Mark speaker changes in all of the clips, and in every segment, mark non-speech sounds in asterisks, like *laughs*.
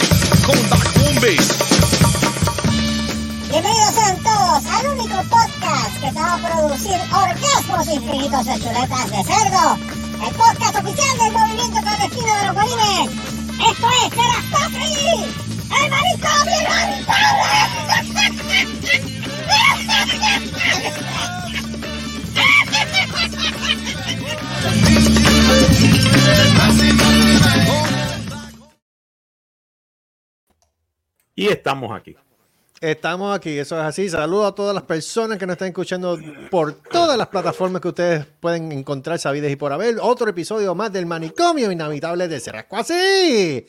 Speaker 1: Anaconda Cumbis.
Speaker 2: Bienvenidos sean todos al único podcast que te va a producir orgasmos infinitos de chuletas de cerdo. El podcast oficial del movimiento clandestino de los bolines. Esto es Teras Patri, el marico
Speaker 3: Y estamos aquí.
Speaker 4: Estamos aquí, eso es así. Saludo a todas las personas que nos están escuchando por todas las plataformas que ustedes pueden encontrar, sabides y por haber. Otro episodio más del manicomio inhabitable de Cerrasco así.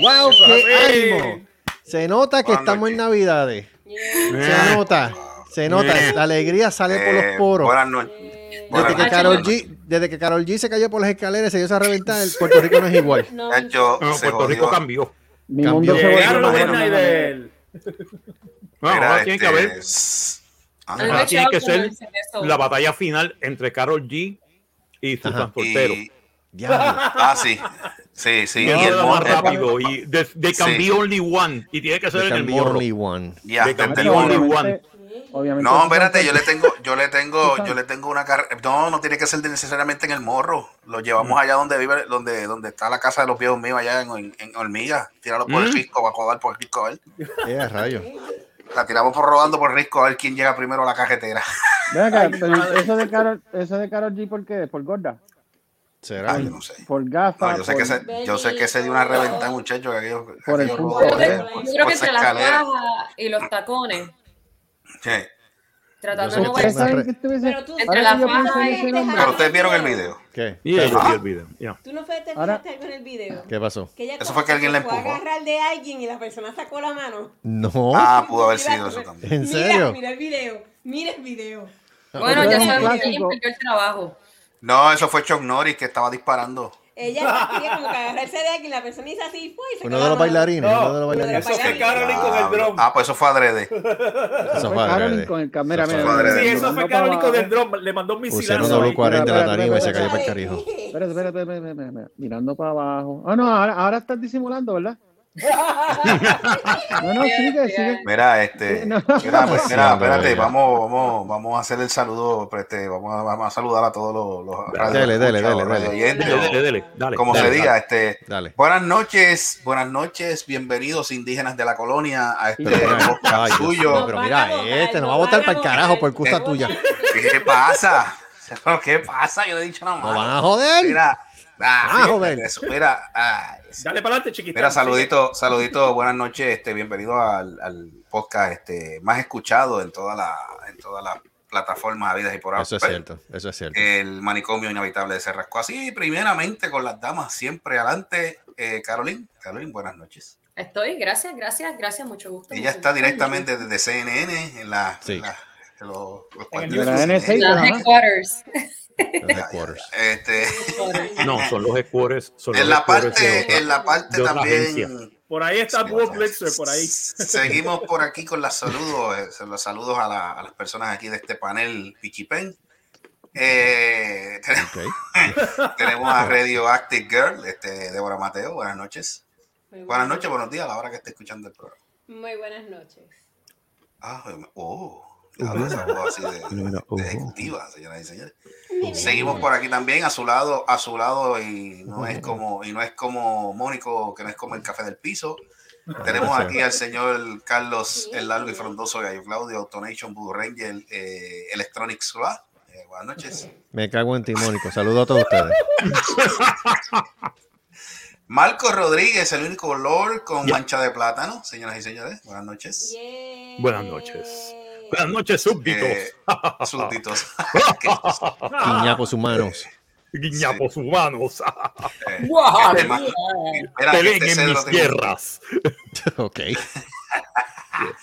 Speaker 4: ¡Wow!
Speaker 3: Eso es
Speaker 4: ¡Qué
Speaker 3: así.
Speaker 4: ánimo! Se nota que
Speaker 5: Buenas
Speaker 4: estamos en
Speaker 5: noches.
Speaker 4: Navidades. Se
Speaker 3: Eh.
Speaker 4: nota, se nota.
Speaker 5: Bien.
Speaker 4: La alegría sale por
Speaker 5: Eh,
Speaker 4: los poros.
Speaker 5: Buenas noches.
Speaker 4: Desde
Speaker 5: buenas
Speaker 4: que
Speaker 5: noches,
Speaker 4: Carol
Speaker 5: buenas noches.
Speaker 4: G, desde que Karol G se cayó por las escaleras y se dio a reventar, el Puerto Rico no es igual.
Speaker 6: No,
Speaker 5: Nacho
Speaker 3: Bueno,
Speaker 5: se
Speaker 3: Puerto Rico
Speaker 5: jodió.
Speaker 3: cambió.
Speaker 7: *laughs* Mi
Speaker 4: Cambió.
Speaker 7: mundo se volvió
Speaker 3: Llegaron los
Speaker 7: más
Speaker 3: de
Speaker 7: grande.
Speaker 3: Snyder. No,
Speaker 5: Mira,
Speaker 3: ahora tiene que
Speaker 5: este,
Speaker 3: haber
Speaker 5: s- ah,
Speaker 6: Algo
Speaker 3: ahora tiene
Speaker 6: chao,
Speaker 3: que
Speaker 6: como
Speaker 3: ser
Speaker 6: dicen eso.
Speaker 3: la batalla final entre Carol G y Susan
Speaker 4: Ajá.
Speaker 3: Soltero.
Speaker 5: y-
Speaker 4: Diablo.
Speaker 5: ah, sí. Sí, sí.
Speaker 3: Y
Speaker 5: y el
Speaker 3: más
Speaker 5: morro.
Speaker 3: rápido. Y de, de can
Speaker 5: Sí.
Speaker 3: be only one. Y tiene que ser en el
Speaker 4: Cambió
Speaker 3: morro.
Speaker 4: only one.
Speaker 5: Ya,
Speaker 3: de
Speaker 5: te
Speaker 3: campeón.
Speaker 5: entendí.
Speaker 3: Only
Speaker 7: Obviamente- obviamente
Speaker 5: No,
Speaker 7: eso
Speaker 5: espérate,
Speaker 7: son-
Speaker 5: yo le tengo, yo le tengo, yo le tengo una carrera. No, no tiene que ser de- necesariamente en el morro. Lo llevamos
Speaker 3: Mm.
Speaker 5: allá donde vive, donde, donde está la casa de los viejos míos, allá en, en, en Hormiga. Tíralo por
Speaker 3: Mm.
Speaker 5: el risco, va a rodar por el risco a ver.
Speaker 4: Eh, rayo.
Speaker 5: La tiramos por rodando por el risco a ver quién llega primero a la cajetera.
Speaker 7: Ven acá, pero eso de Carol, eso de Karol G, ¿por qué? ¿Por gorda?
Speaker 4: Será.
Speaker 5: Ah, yo no sé.
Speaker 7: ¿Por gafa?
Speaker 6: Ah,
Speaker 5: No, yo sé
Speaker 7: por-
Speaker 5: que se, yo sé que se dio una reventada, muchacho, que aquello,
Speaker 7: Por el
Speaker 5: aquello
Speaker 7: punto
Speaker 6: Yo
Speaker 5: rodó por-
Speaker 7: de-
Speaker 6: creo
Speaker 5: por-
Speaker 6: que- yo creo
Speaker 5: por
Speaker 6: que
Speaker 5: esa
Speaker 6: entre las
Speaker 5: escalera.
Speaker 6: cajas y los tacones,
Speaker 5: Sí.
Speaker 4: Yo
Speaker 6: tratando de
Speaker 4: sé
Speaker 6: no
Speaker 4: que
Speaker 7: ¿Ustedes
Speaker 4: está-
Speaker 6: verse.
Speaker 7: saben que estuviese-
Speaker 8: Pero tú-
Speaker 7: ahora
Speaker 6: Entre
Speaker 7: que
Speaker 6: la
Speaker 7: yo
Speaker 6: faja
Speaker 7: pienso en
Speaker 6: y
Speaker 7: ese
Speaker 6: el
Speaker 7: nombre-
Speaker 5: Pero ustedes vieron el video.
Speaker 4: ¿Qué?
Speaker 3: Y yo
Speaker 5: Ah.
Speaker 3: vi el video. ya.
Speaker 8: Tú no fuiste
Speaker 7: Ahora-
Speaker 8: fijaste algo en el video.
Speaker 4: ¿Qué pasó?
Speaker 8: Que ella
Speaker 5: Eso fue que alguien la
Speaker 8: fue a
Speaker 5: empujó.
Speaker 8: agarrar de alguien y la persona sacó la mano.
Speaker 4: No.
Speaker 5: Ah,
Speaker 8: Y
Speaker 5: pudo haber
Speaker 8: mira,
Speaker 5: sido eso también.
Speaker 4: ¿En
Speaker 8: mira,
Speaker 4: serio?
Speaker 8: Mira el video. Mira el video.
Speaker 6: Bueno,
Speaker 7: Otro
Speaker 6: ya
Speaker 7: es un
Speaker 6: sabemos quién
Speaker 7: clásico.
Speaker 6: perdió el trabajo.
Speaker 5: No, eso fue Chuck Norris que estaba disparando.
Speaker 8: Ella quería como que agarrarse de alguien. La persona hizo así fue y se
Speaker 4: Uno de los
Speaker 8: *laughs*
Speaker 4: bailarines, uno de los bailarines.
Speaker 8: Eso fue
Speaker 9: Carolyn con el dron.
Speaker 5: Ah, pues eso fue adrede.
Speaker 4: Eso
Speaker 7: Fue
Speaker 4: fue
Speaker 7: Carolyn
Speaker 4: adrede.
Speaker 7: con el cámara.
Speaker 4: Eso fue
Speaker 7: mira, mira,
Speaker 5: adrede.
Speaker 9: Sí,
Speaker 7: mira,
Speaker 9: eso
Speaker 7: mira,
Speaker 9: fue
Speaker 7: mira,
Speaker 9: Carolyn con
Speaker 7: mira,
Speaker 9: el dron, le mandó un
Speaker 4: Pusieron
Speaker 9: misilazo ahí.
Speaker 4: W40 en la
Speaker 7: Espera, espera,
Speaker 4: tarima y se
Speaker 7: espera,
Speaker 4: cayó para el carijo.
Speaker 7: Espera, espera, espera, espera, espera, espera. Mirando para abajo. Ah, no, ahora, ahora estás disimulando, ¿verdad?
Speaker 8: *laughs*
Speaker 7: No, no, sigue, sigue.
Speaker 5: Mira, este.
Speaker 7: No.
Speaker 5: Mira, pues, mira, espérate,
Speaker 4: Sí,
Speaker 5: vamos, vamos, vamos a hacer el saludo, pero este, vamos, a, vamos a saludar a todos los, los radio
Speaker 4: Dele, dele,
Speaker 5: escuchas,
Speaker 4: dele,
Speaker 5: los radio
Speaker 4: dele.
Speaker 5: oyentes,
Speaker 3: Dele,
Speaker 5: o
Speaker 3: dele, dele, dale,
Speaker 5: como
Speaker 3: dale,
Speaker 5: se diga,
Speaker 3: dale.
Speaker 5: este.
Speaker 4: Dale.
Speaker 5: Buenas noches, buenas noches, bienvenidos indígenas de la colonia a este podcast
Speaker 4: Ay, Dios mío,
Speaker 5: suyo.
Speaker 4: pero
Speaker 8: Nos van a
Speaker 4: mira,
Speaker 8: votar,
Speaker 4: este nos va a
Speaker 8: nos
Speaker 4: votar
Speaker 8: van
Speaker 4: para el
Speaker 8: a
Speaker 4: carajo por
Speaker 8: votar.
Speaker 4: culpa
Speaker 5: Eh.
Speaker 4: tuya.
Speaker 5: ¿Qué pasa? ¿Qué pasa? Yo no he dicho nada
Speaker 4: Nos
Speaker 5: más.
Speaker 4: van a joder.
Speaker 5: Mira, ah,
Speaker 4: Ah,
Speaker 5: fíjate
Speaker 4: joven.
Speaker 5: eso, mira, ay,
Speaker 9: Dale para adelante, chiquita.
Speaker 5: Mira, saludito, saludito, buenas noches, este, bienvenido al, al podcast este, más escuchado en todas las en todas las plataformas habidas y por ahí.
Speaker 4: Eso es cierto, eso es cierto.
Speaker 5: El manicomio inhabitable de Cerrasco. Así, primeramente con las damas, siempre adelante. Eh, Carolyn, Carolyn, buenas noches.
Speaker 6: Estoy, gracias, gracias, gracias, mucho gusto.
Speaker 5: Ella
Speaker 6: mucho
Speaker 5: está
Speaker 6: gusto.
Speaker 5: directamente desde CNN en la,
Speaker 4: Sí.
Speaker 5: en la- en los, los
Speaker 9: En
Speaker 7: la
Speaker 5: cuarteles de
Speaker 7: NSA.
Speaker 5: CNN.
Speaker 6: Las headquarters.
Speaker 4: Los headquarters.
Speaker 5: Este,
Speaker 3: No, son los escuores. Son los
Speaker 5: en la
Speaker 3: escuores de
Speaker 5: parte,
Speaker 3: otra.
Speaker 5: en la parte
Speaker 3: de otra
Speaker 5: también
Speaker 3: agencia.
Speaker 9: Por ahí está
Speaker 5: Sí,
Speaker 9: Bob
Speaker 5: vamos.
Speaker 9: Blitzer, por ahí.
Speaker 5: Seguimos por aquí con los saludos, eh, son los saludos a, la- a las personas aquí de este panel Pichipen. Eh,
Speaker 9: *laughs*
Speaker 5: tenemos,
Speaker 4: Ok.
Speaker 5: tenemos a Radio Active Girl, este, Débora Mateo, buenas noches. Buenas noches, buenos días, a la hora que esté escuchando el programa.
Speaker 8: Muy buenas noches.
Speaker 5: Ah, oh, claro, esa voz así de,
Speaker 3: Mira,
Speaker 5: de
Speaker 3: oh.
Speaker 5: ejecutiva, señoras y señores. Seguimos por aquí también, a su lado, a su lado, y no
Speaker 3: *laughs*
Speaker 5: es como, y no es como Mónico, que no es como el café del piso. Tenemos
Speaker 4: Sí.
Speaker 5: aquí al señor Carlos el largo y frondoso Gallo Claudio, Autonation, Blue Ranger, eh, Electronic Solar. Eh, buenas noches.
Speaker 4: Me cago en ti, Mónico. Saludos a todos ustedes.
Speaker 5: Marco Rodríguez, el único Lord con mancha de plátano, señoras y señores. Buenas noches.
Speaker 8: Yay.
Speaker 3: Buenas noches. Buenas noches, súbditos.
Speaker 5: Eh,
Speaker 3: *laughs*
Speaker 5: *laughs* súbditos.
Speaker 4: Guiñapos humanos.
Speaker 3: Guiñapos humanos.
Speaker 5: Eh,
Speaker 3: Guau,
Speaker 5: este man- Espera, que
Speaker 3: Peleen
Speaker 5: este
Speaker 3: en
Speaker 5: cedro
Speaker 3: mis
Speaker 5: tenía-
Speaker 3: tierras.
Speaker 4: *laughs* Ok.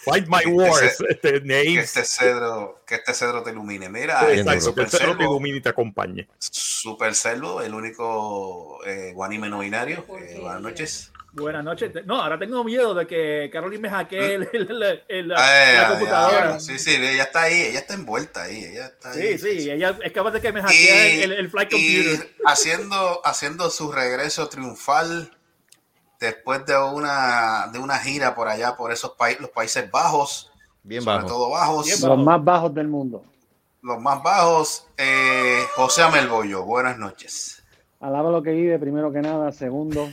Speaker 3: Fight my
Speaker 5: Este
Speaker 3: wars. Este,
Speaker 5: que
Speaker 3: names.
Speaker 5: este cedro, que este cedro te ilumine. Mira,
Speaker 4: Sí,
Speaker 5: este
Speaker 3: Exacto, que el
Speaker 5: Super
Speaker 3: Cerro te
Speaker 5: Selvo,
Speaker 3: ilumine y te acompañe.
Speaker 5: Super Selvo, el único eh, guanime no binario. Eh, buenas noches.
Speaker 9: Buenas noches. No, ahora tengo miedo de que Carolyn me hackee el, el- el- el- la,
Speaker 5: Ah,
Speaker 9: la
Speaker 5: ya,
Speaker 9: computadora.
Speaker 5: ya,
Speaker 9: Sí,
Speaker 5: sí, sí, ella está ahí, ella está envuelta ahí, ella está ahí.
Speaker 9: sí, ella es capaz de que me
Speaker 5: Y,
Speaker 9: hackee el, el, el flight
Speaker 5: y
Speaker 9: computer.
Speaker 5: haciendo, haciendo su regreso triunfal después de una, de una gira por allá, por esos países, los Países Bajos,
Speaker 4: Bien
Speaker 5: sobre
Speaker 4: bajo.
Speaker 5: todo bajos,
Speaker 9: Bien
Speaker 7: Los más bajos del mundo.
Speaker 5: los más bajos, eh, José Amelboyo, buenas noches.
Speaker 7: Alaba lo que vive, primero que nada. Segundo,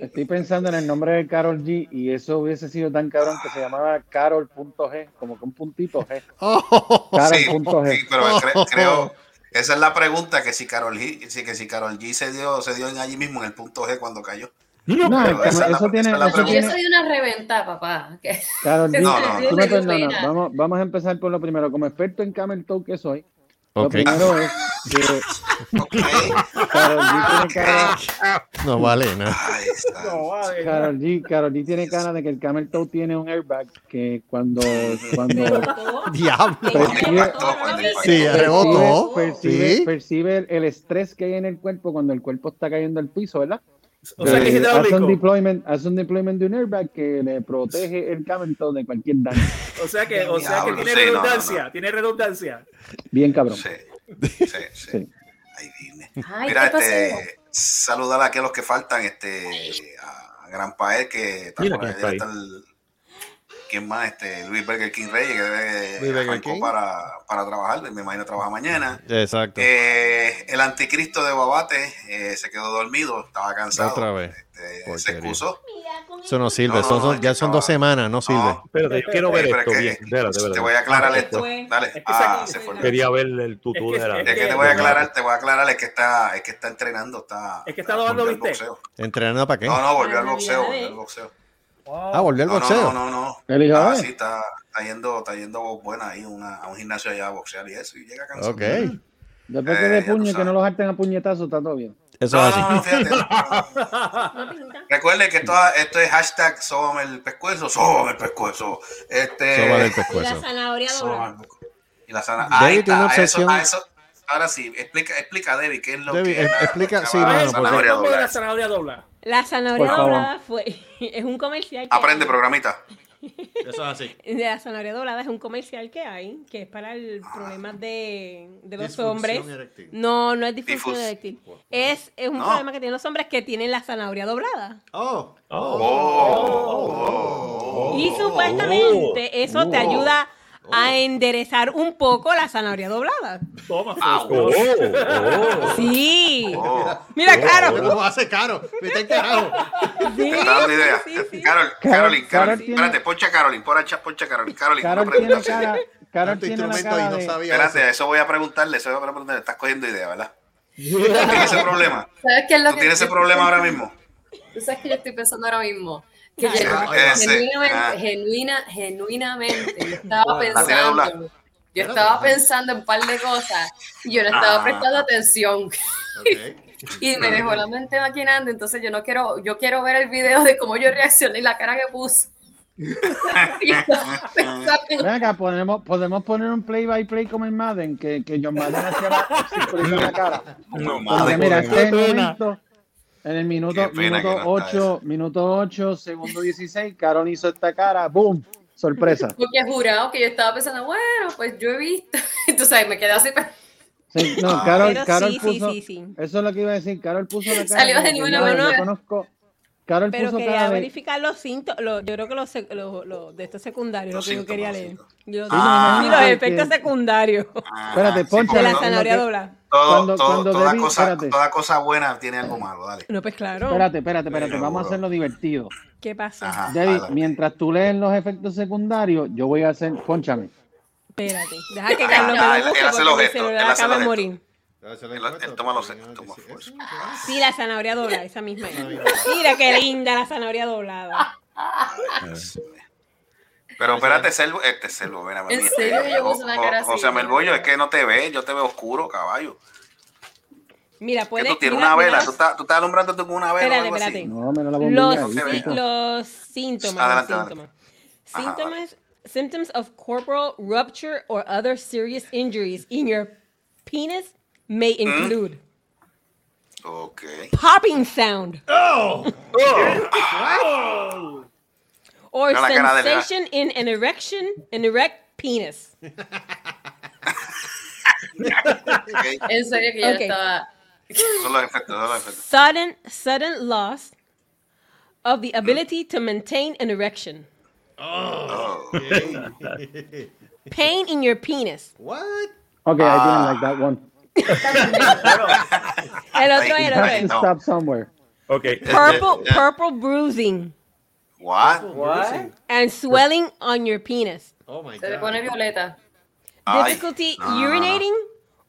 Speaker 7: estoy pensando en el nombre de Carol G y eso hubiese sido tan cabrón que se llamaba Carol.g, como que un puntito G.
Speaker 4: Oh,
Speaker 5: Sí, sí,
Speaker 7: Carol.g.
Speaker 5: pero cre- creo, esa es la pregunta que si Carol G, si- que si Carol G se dio, se dio en allí mismo en el punto G cuando cayó.
Speaker 7: No,
Speaker 5: Pero esa es la-
Speaker 7: eso tiene.
Speaker 5: esa es la
Speaker 7: Eso
Speaker 5: pregunta.
Speaker 6: Yo
Speaker 7: tiene
Speaker 6: soy una reventa, papá. que-
Speaker 7: Carol G.
Speaker 5: No, no,
Speaker 7: Tú me
Speaker 6: Tengo pena.
Speaker 7: perdonas. Vamos, vamos a empezar por lo primero. Como experto en Camel Toe que soy,
Speaker 4: ok.
Speaker 7: lo primero es que
Speaker 6: *laughs*
Speaker 5: Ok,
Speaker 7: Carol
Speaker 5: *laughs*
Speaker 7: G tiene cara,
Speaker 4: No vale nada. *laughs*
Speaker 5: ahí está.
Speaker 9: No, vale.
Speaker 7: Karol G, Karol G tiene cara de que el Camel Toe tiene un airbag que cuando,
Speaker 5: *laughs*
Speaker 7: cuando
Speaker 4: Diablo.
Speaker 6: eh.
Speaker 4: Sí, rebotó.
Speaker 7: percibe, percibe-
Speaker 4: Sí.
Speaker 7: percibe el, el estrés que hay en el cuerpo cuando el cuerpo está cayendo al piso, ¿verdad?
Speaker 9: O sea que es
Speaker 7: Eh, hace, un
Speaker 9: hidráulico.
Speaker 7: deployment, hace un deployment de un airbag que le protege el Camel Toe de cualquier daño.
Speaker 9: O sea que, o sea que
Speaker 5: Diablo,
Speaker 9: tiene
Speaker 5: sí, no, no,
Speaker 9: redundancia.
Speaker 5: no.
Speaker 9: Tiene redundancia.
Speaker 7: Bien cabrón.
Speaker 5: Sí, sí, sí.
Speaker 7: Sí.
Speaker 5: Ahí vine.
Speaker 6: Ay,
Speaker 5: Mira,
Speaker 6: ¿qué pasó?
Speaker 5: este, saludar a aquellos que faltan, este, a Gran Paez, que está
Speaker 3: Mira
Speaker 5: por
Speaker 3: quién
Speaker 5: ahí,
Speaker 3: está ahí.
Speaker 5: está el- ¿Quién más? Este, Luis Berger King Reyes, que
Speaker 4: Luis
Speaker 5: debe
Speaker 4: Berger
Speaker 5: arrancó
Speaker 4: King.
Speaker 5: para, para trabajar, me imagino trabaja mañana.
Speaker 4: Exacto.
Speaker 5: Eh, el anticristo de Babate eh, se quedó dormido, estaba cansado.
Speaker 4: Otra vez.
Speaker 5: Este, se
Speaker 4: Porquería.
Speaker 5: excusó.
Speaker 4: Eso no sirve.
Speaker 5: No, no,
Speaker 4: son- son- ya son dos
Speaker 5: no.
Speaker 4: semanas, no sirve.
Speaker 5: No,
Speaker 3: Espérate, quiero ver
Speaker 5: pero es
Speaker 3: esto
Speaker 5: que-
Speaker 3: bien. Espérate,
Speaker 5: te
Speaker 3: espérate.
Speaker 5: voy a aclarar
Speaker 8: Se
Speaker 5: esto.
Speaker 8: fue.
Speaker 5: Dale.
Speaker 9: Es que
Speaker 5: ah,
Speaker 8: se-
Speaker 5: se fue.
Speaker 3: Quería ver el tutú
Speaker 9: Es que-
Speaker 3: de la.
Speaker 9: es
Speaker 5: Es
Speaker 8: *laughs*
Speaker 5: que te voy a aclarar, te voy a aclarar, es que está, es que está entrenando, está.
Speaker 9: Es que está dobando,
Speaker 5: volvió al
Speaker 9: ¿viste?
Speaker 5: boxeo.
Speaker 4: ¿Entrenando para qué?
Speaker 5: No, no, volvió
Speaker 8: Ah,
Speaker 5: al boxeo,
Speaker 8: Navidad,
Speaker 5: volvió
Speaker 8: eh.
Speaker 5: al boxeo.
Speaker 4: Ah, volvió al
Speaker 5: No,
Speaker 4: boxeo.
Speaker 5: no, no, no, no.
Speaker 7: El hijo
Speaker 5: Ah,
Speaker 7: de-
Speaker 5: sí, está, está yendo, está yendo buena ahí una- a un gimnasio allá a boxear y eso, y llega cansado.
Speaker 4: Ok.
Speaker 5: No,
Speaker 4: Eso
Speaker 7: Después que
Speaker 5: Eh,
Speaker 7: de
Speaker 5: ya tú
Speaker 7: puño y que
Speaker 5: sabes.
Speaker 7: no los harten a puñetazos, está todo bien.
Speaker 4: es
Speaker 5: no,
Speaker 4: así.
Speaker 5: no, fíjate. no. Recuerden que esto, esto es hashtag Sóbame el pescuezo, Sóbame el pescuezo. Este,
Speaker 4: Pues Eso va del
Speaker 8: Y la
Speaker 4: pescuezo.
Speaker 8: zanahoria doblada.
Speaker 5: Sóbame el pescuezo. Y la sana.
Speaker 4: Debbie
Speaker 5: Ahí está,
Speaker 4: tiene una
Speaker 5: a eso-
Speaker 4: obsesión.
Speaker 5: a eso- ahora sí, explica, explica Debbie qué es lo
Speaker 4: Debbie,
Speaker 5: que. es la-
Speaker 4: explica-
Speaker 5: la
Speaker 4: sí,
Speaker 5: chavada
Speaker 4: mano,
Speaker 9: Bueno,
Speaker 4: porque-
Speaker 9: ¿cuál es el nombre de
Speaker 5: zanahoria
Speaker 9: la zanahoria
Speaker 5: doblar.
Speaker 9: dobla?
Speaker 8: La zanahoria
Speaker 7: Por favor.
Speaker 8: doblada fue. *laughs* Es un comercial. que
Speaker 5: Aprende,
Speaker 8: hay.
Speaker 5: programita.
Speaker 4: Eso es así.
Speaker 8: De la zanahoria doblada es un comercial que hay que es para el
Speaker 5: Ah,
Speaker 8: problema de, de los hombres. No, no es disfunción
Speaker 5: Difus-
Speaker 8: eréctil. Es, es un
Speaker 5: No.
Speaker 8: problema que tienen los hombres que tienen la zanahoria doblada.
Speaker 4: Oh.
Speaker 5: Oh.
Speaker 8: y supuestamente eso te
Speaker 5: Oh.
Speaker 8: ayuda a enderezar un poco la zanahoria doblada.
Speaker 9: Toma,
Speaker 3: Oh,
Speaker 9: Fusco.
Speaker 3: oh.
Speaker 8: Sí.
Speaker 5: Oh.
Speaker 8: Mira,
Speaker 4: Pero
Speaker 8: claro.
Speaker 4: lo hace caro. Vete el carajo.
Speaker 8: Sí,
Speaker 5: Te está dando idea.
Speaker 8: sí, sí.
Speaker 5: Carol,
Speaker 7: Carol-
Speaker 5: Carolyn,
Speaker 7: Carol
Speaker 5: Carolyn.
Speaker 7: tiene-
Speaker 5: Espérate, poncha a Carolyn, poncha, poncha a Carolyn. Carolyn, una
Speaker 7: Carol tiene
Speaker 5: pregunta.
Speaker 7: cara. Carol
Speaker 4: Tanto
Speaker 7: tiene la
Speaker 4: instrumento y
Speaker 7: cara
Speaker 4: no
Speaker 7: de-
Speaker 4: sabía.
Speaker 5: Espérate,
Speaker 4: eso.
Speaker 5: eso voy a preguntarle, eso voy a preguntarle. Estás cogiendo idea, ¿verdad? ¿Tienes ese problema?
Speaker 6: ¿Sabes qué es lo
Speaker 5: ¿Tú
Speaker 6: que
Speaker 5: tienes ese problema ahora mismo?
Speaker 6: ¿Tú sabes que yo estoy pensando ahora mismo? Que
Speaker 8: Ay,
Speaker 6: yo-
Speaker 5: ay, *laughs*
Speaker 6: genuinamente,
Speaker 5: ay. Ah.
Speaker 6: genuina, genuinamente,
Speaker 5: *laughs*
Speaker 6: yo estaba
Speaker 5: La tiene doblada.
Speaker 6: pensando. Yo estaba pensando en un par de cosas y yo no estaba
Speaker 5: Ah.
Speaker 6: prestando atención
Speaker 4: Ok.
Speaker 5: *laughs*
Speaker 6: y me dejó la mente maquinando, entonces yo no quiero, yo quiero ver el video de cómo yo reaccioné y la cara que puse.
Speaker 5: *laughs*
Speaker 6: Y estaba pensando en-
Speaker 7: Ven acá, podemos, podemos poner un play by play como en Madden, que, que John Madden hacía la, *laughs* sincronizaba la cara.
Speaker 5: No,
Speaker 7: Porque
Speaker 5: madre.
Speaker 7: mira,
Speaker 5: mía.
Speaker 7: este es el momento, en el
Speaker 5: Qué
Speaker 7: minuto,
Speaker 5: pena que
Speaker 7: minuto
Speaker 5: no está
Speaker 7: 8, minuto 8, segundo 16, Carol hizo esta cara, ¡boom! Sorpresa.
Speaker 6: porque jurado que yo estaba pensando, bueno, pues yo he visto, *laughs* entonces me quedé así, pues, pero
Speaker 7: Sí, no,
Speaker 5: Ah.
Speaker 7: Carol,
Speaker 8: Pero
Speaker 7: Carol
Speaker 8: sí, sí,
Speaker 7: puso,
Speaker 8: sí, sí.
Speaker 7: eso es lo que iba a decir, Carol puso la cara.
Speaker 6: Salió
Speaker 7: como que
Speaker 6: genuinamente.
Speaker 7: yo- yo conozco, Carol
Speaker 8: Pero
Speaker 7: puso
Speaker 8: quería
Speaker 7: cara de...
Speaker 8: verificar los síntomas. los- yo creo que los, sec- los- los de estos secundarios,
Speaker 5: Los
Speaker 8: lo que yo quería leer.
Speaker 5: síntomas,
Speaker 8: Yo-
Speaker 5: Ah,
Speaker 8: y los
Speaker 7: porque-
Speaker 8: efectos secundarios
Speaker 7: Espérate, Poncho,
Speaker 8: de la
Speaker 7: no, no,
Speaker 8: zanahoria
Speaker 7: que-
Speaker 8: doblada.
Speaker 5: Todo,
Speaker 7: Cuando-
Speaker 5: todo-
Speaker 7: cuando
Speaker 5: toda,
Speaker 7: debí-
Speaker 5: cosa,
Speaker 7: espérate.
Speaker 5: toda cosa buena tiene algo malo, dale.
Speaker 8: No, pues claro.
Speaker 7: Espérate, espérate, espérate,
Speaker 5: Pero,
Speaker 7: vamos a
Speaker 5: bro.
Speaker 7: hacerlo divertido.
Speaker 8: ¿Qué pasa?
Speaker 5: Ajá,
Speaker 7: David,
Speaker 5: dale.
Speaker 7: mientras tú lees los efectos secundarios, yo voy a hacer, ponchame.
Speaker 8: Espérate. Deja que
Speaker 5: Ah,
Speaker 8: Carlos
Speaker 5: ya,
Speaker 8: me
Speaker 5: él-
Speaker 8: lo busque
Speaker 5: él hace los
Speaker 8: porque mi
Speaker 5: gestos,
Speaker 8: celular
Speaker 5: él hace
Speaker 8: acaba de
Speaker 5: los
Speaker 8: morir.
Speaker 5: Él- él toma los- toma los-
Speaker 8: Sí, la zanahoria doblada, esa misma. es. Mira qué linda la zanahoria doblada.
Speaker 5: Pero espérate, Selvo, este Selvo, mira, mami,
Speaker 6: ¿En
Speaker 5: este,
Speaker 6: serio que yo
Speaker 5: o-
Speaker 6: puse una cara
Speaker 5: o-
Speaker 6: así?
Speaker 5: o sea, Melbollo, es que no te ve, yo te veo oscuro, caballo.
Speaker 8: Mira,
Speaker 5: Que
Speaker 8: puede
Speaker 5: tú tienes
Speaker 8: mira,
Speaker 5: una vela,
Speaker 8: mira
Speaker 5: tú
Speaker 8: los-
Speaker 5: estás, tú estás alumbrándote con una vela o
Speaker 8: Espérate,
Speaker 5: algo
Speaker 8: espérate.
Speaker 5: así.
Speaker 7: No, menos la bombilla.
Speaker 8: los,
Speaker 5: mira,
Speaker 8: sí-
Speaker 7: chico.
Speaker 8: los síntomas.
Speaker 5: Adelante,
Speaker 8: los
Speaker 5: adelante.
Speaker 8: síntomas.
Speaker 5: Ajá,
Speaker 8: Symptoms, symptoms of corporal rupture or other serious injuries in your penis may
Speaker 5: ¿Mm?
Speaker 8: include
Speaker 5: Ok.
Speaker 8: popping sound Oh. or
Speaker 5: Mira la cara de la-
Speaker 8: sensation in an erection, an erect penis.
Speaker 5: ok.
Speaker 6: en serio que yo
Speaker 8: Ok.
Speaker 6: estaba,
Speaker 5: Son los efectos, son los efectos.
Speaker 8: Sudden, sudden loss of the ability to maintain an erection.
Speaker 5: Oh.
Speaker 8: Pain in your penis.
Speaker 4: What?
Speaker 7: Okay, I didn't like that one.
Speaker 8: El otro, el
Speaker 5: Pain, pain.
Speaker 7: Has to
Speaker 8: otro.
Speaker 5: no.
Speaker 7: stop somewhere.
Speaker 3: oh.
Speaker 5: *laughs*
Speaker 3: Ok.
Speaker 8: Purple, purple bruising
Speaker 5: What?
Speaker 1: What?
Speaker 8: and swelling on your penis.
Speaker 4: Oh my
Speaker 6: Se le
Speaker 4: god.
Speaker 6: pone violeta.
Speaker 5: Ay,
Speaker 8: Difficulty
Speaker 5: no, no, no.
Speaker 8: urinating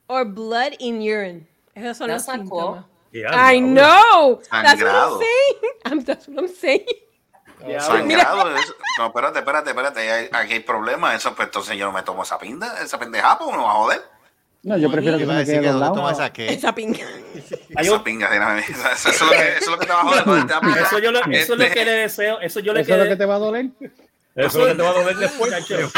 Speaker 8: or blood in urine. Esos son
Speaker 6: That's
Speaker 8: los
Speaker 6: not cool.
Speaker 8: síntomas.
Speaker 3: Diablo.
Speaker 8: I know. That's what I'm
Speaker 5: Sangrado.
Speaker 8: saying. *laughs* I'm, that's what I'm saying.
Speaker 5: Sangrado. eso- No, espérate, espérate, espérate. hay- Aquí hay problemas. Eso, pues entonces yo no me tomo esa pinda, esa pendeja, pues me va a joder.
Speaker 7: No, yo prefiero que
Speaker 4: Iba a
Speaker 7: se me
Speaker 4: decir
Speaker 7: quede
Speaker 4: que
Speaker 7: al
Speaker 4: no
Speaker 7: lado.
Speaker 4: tomas a qué.
Speaker 8: Esa pinga.
Speaker 9: Hay
Speaker 5: Esa
Speaker 9: un- *laughs*
Speaker 5: pinga, déjame. Eso, eso es lo que, eso es lo que te va a joder. cuando te da pinga.
Speaker 9: Eso yo lo- eso es lo
Speaker 5: Este-
Speaker 9: que le deseo. Eso yo le
Speaker 7: ¿Eso es lo que
Speaker 9: quedé.
Speaker 7: te va a doler?
Speaker 3: Eso es lo que te va a doler después.
Speaker 9: Chacho,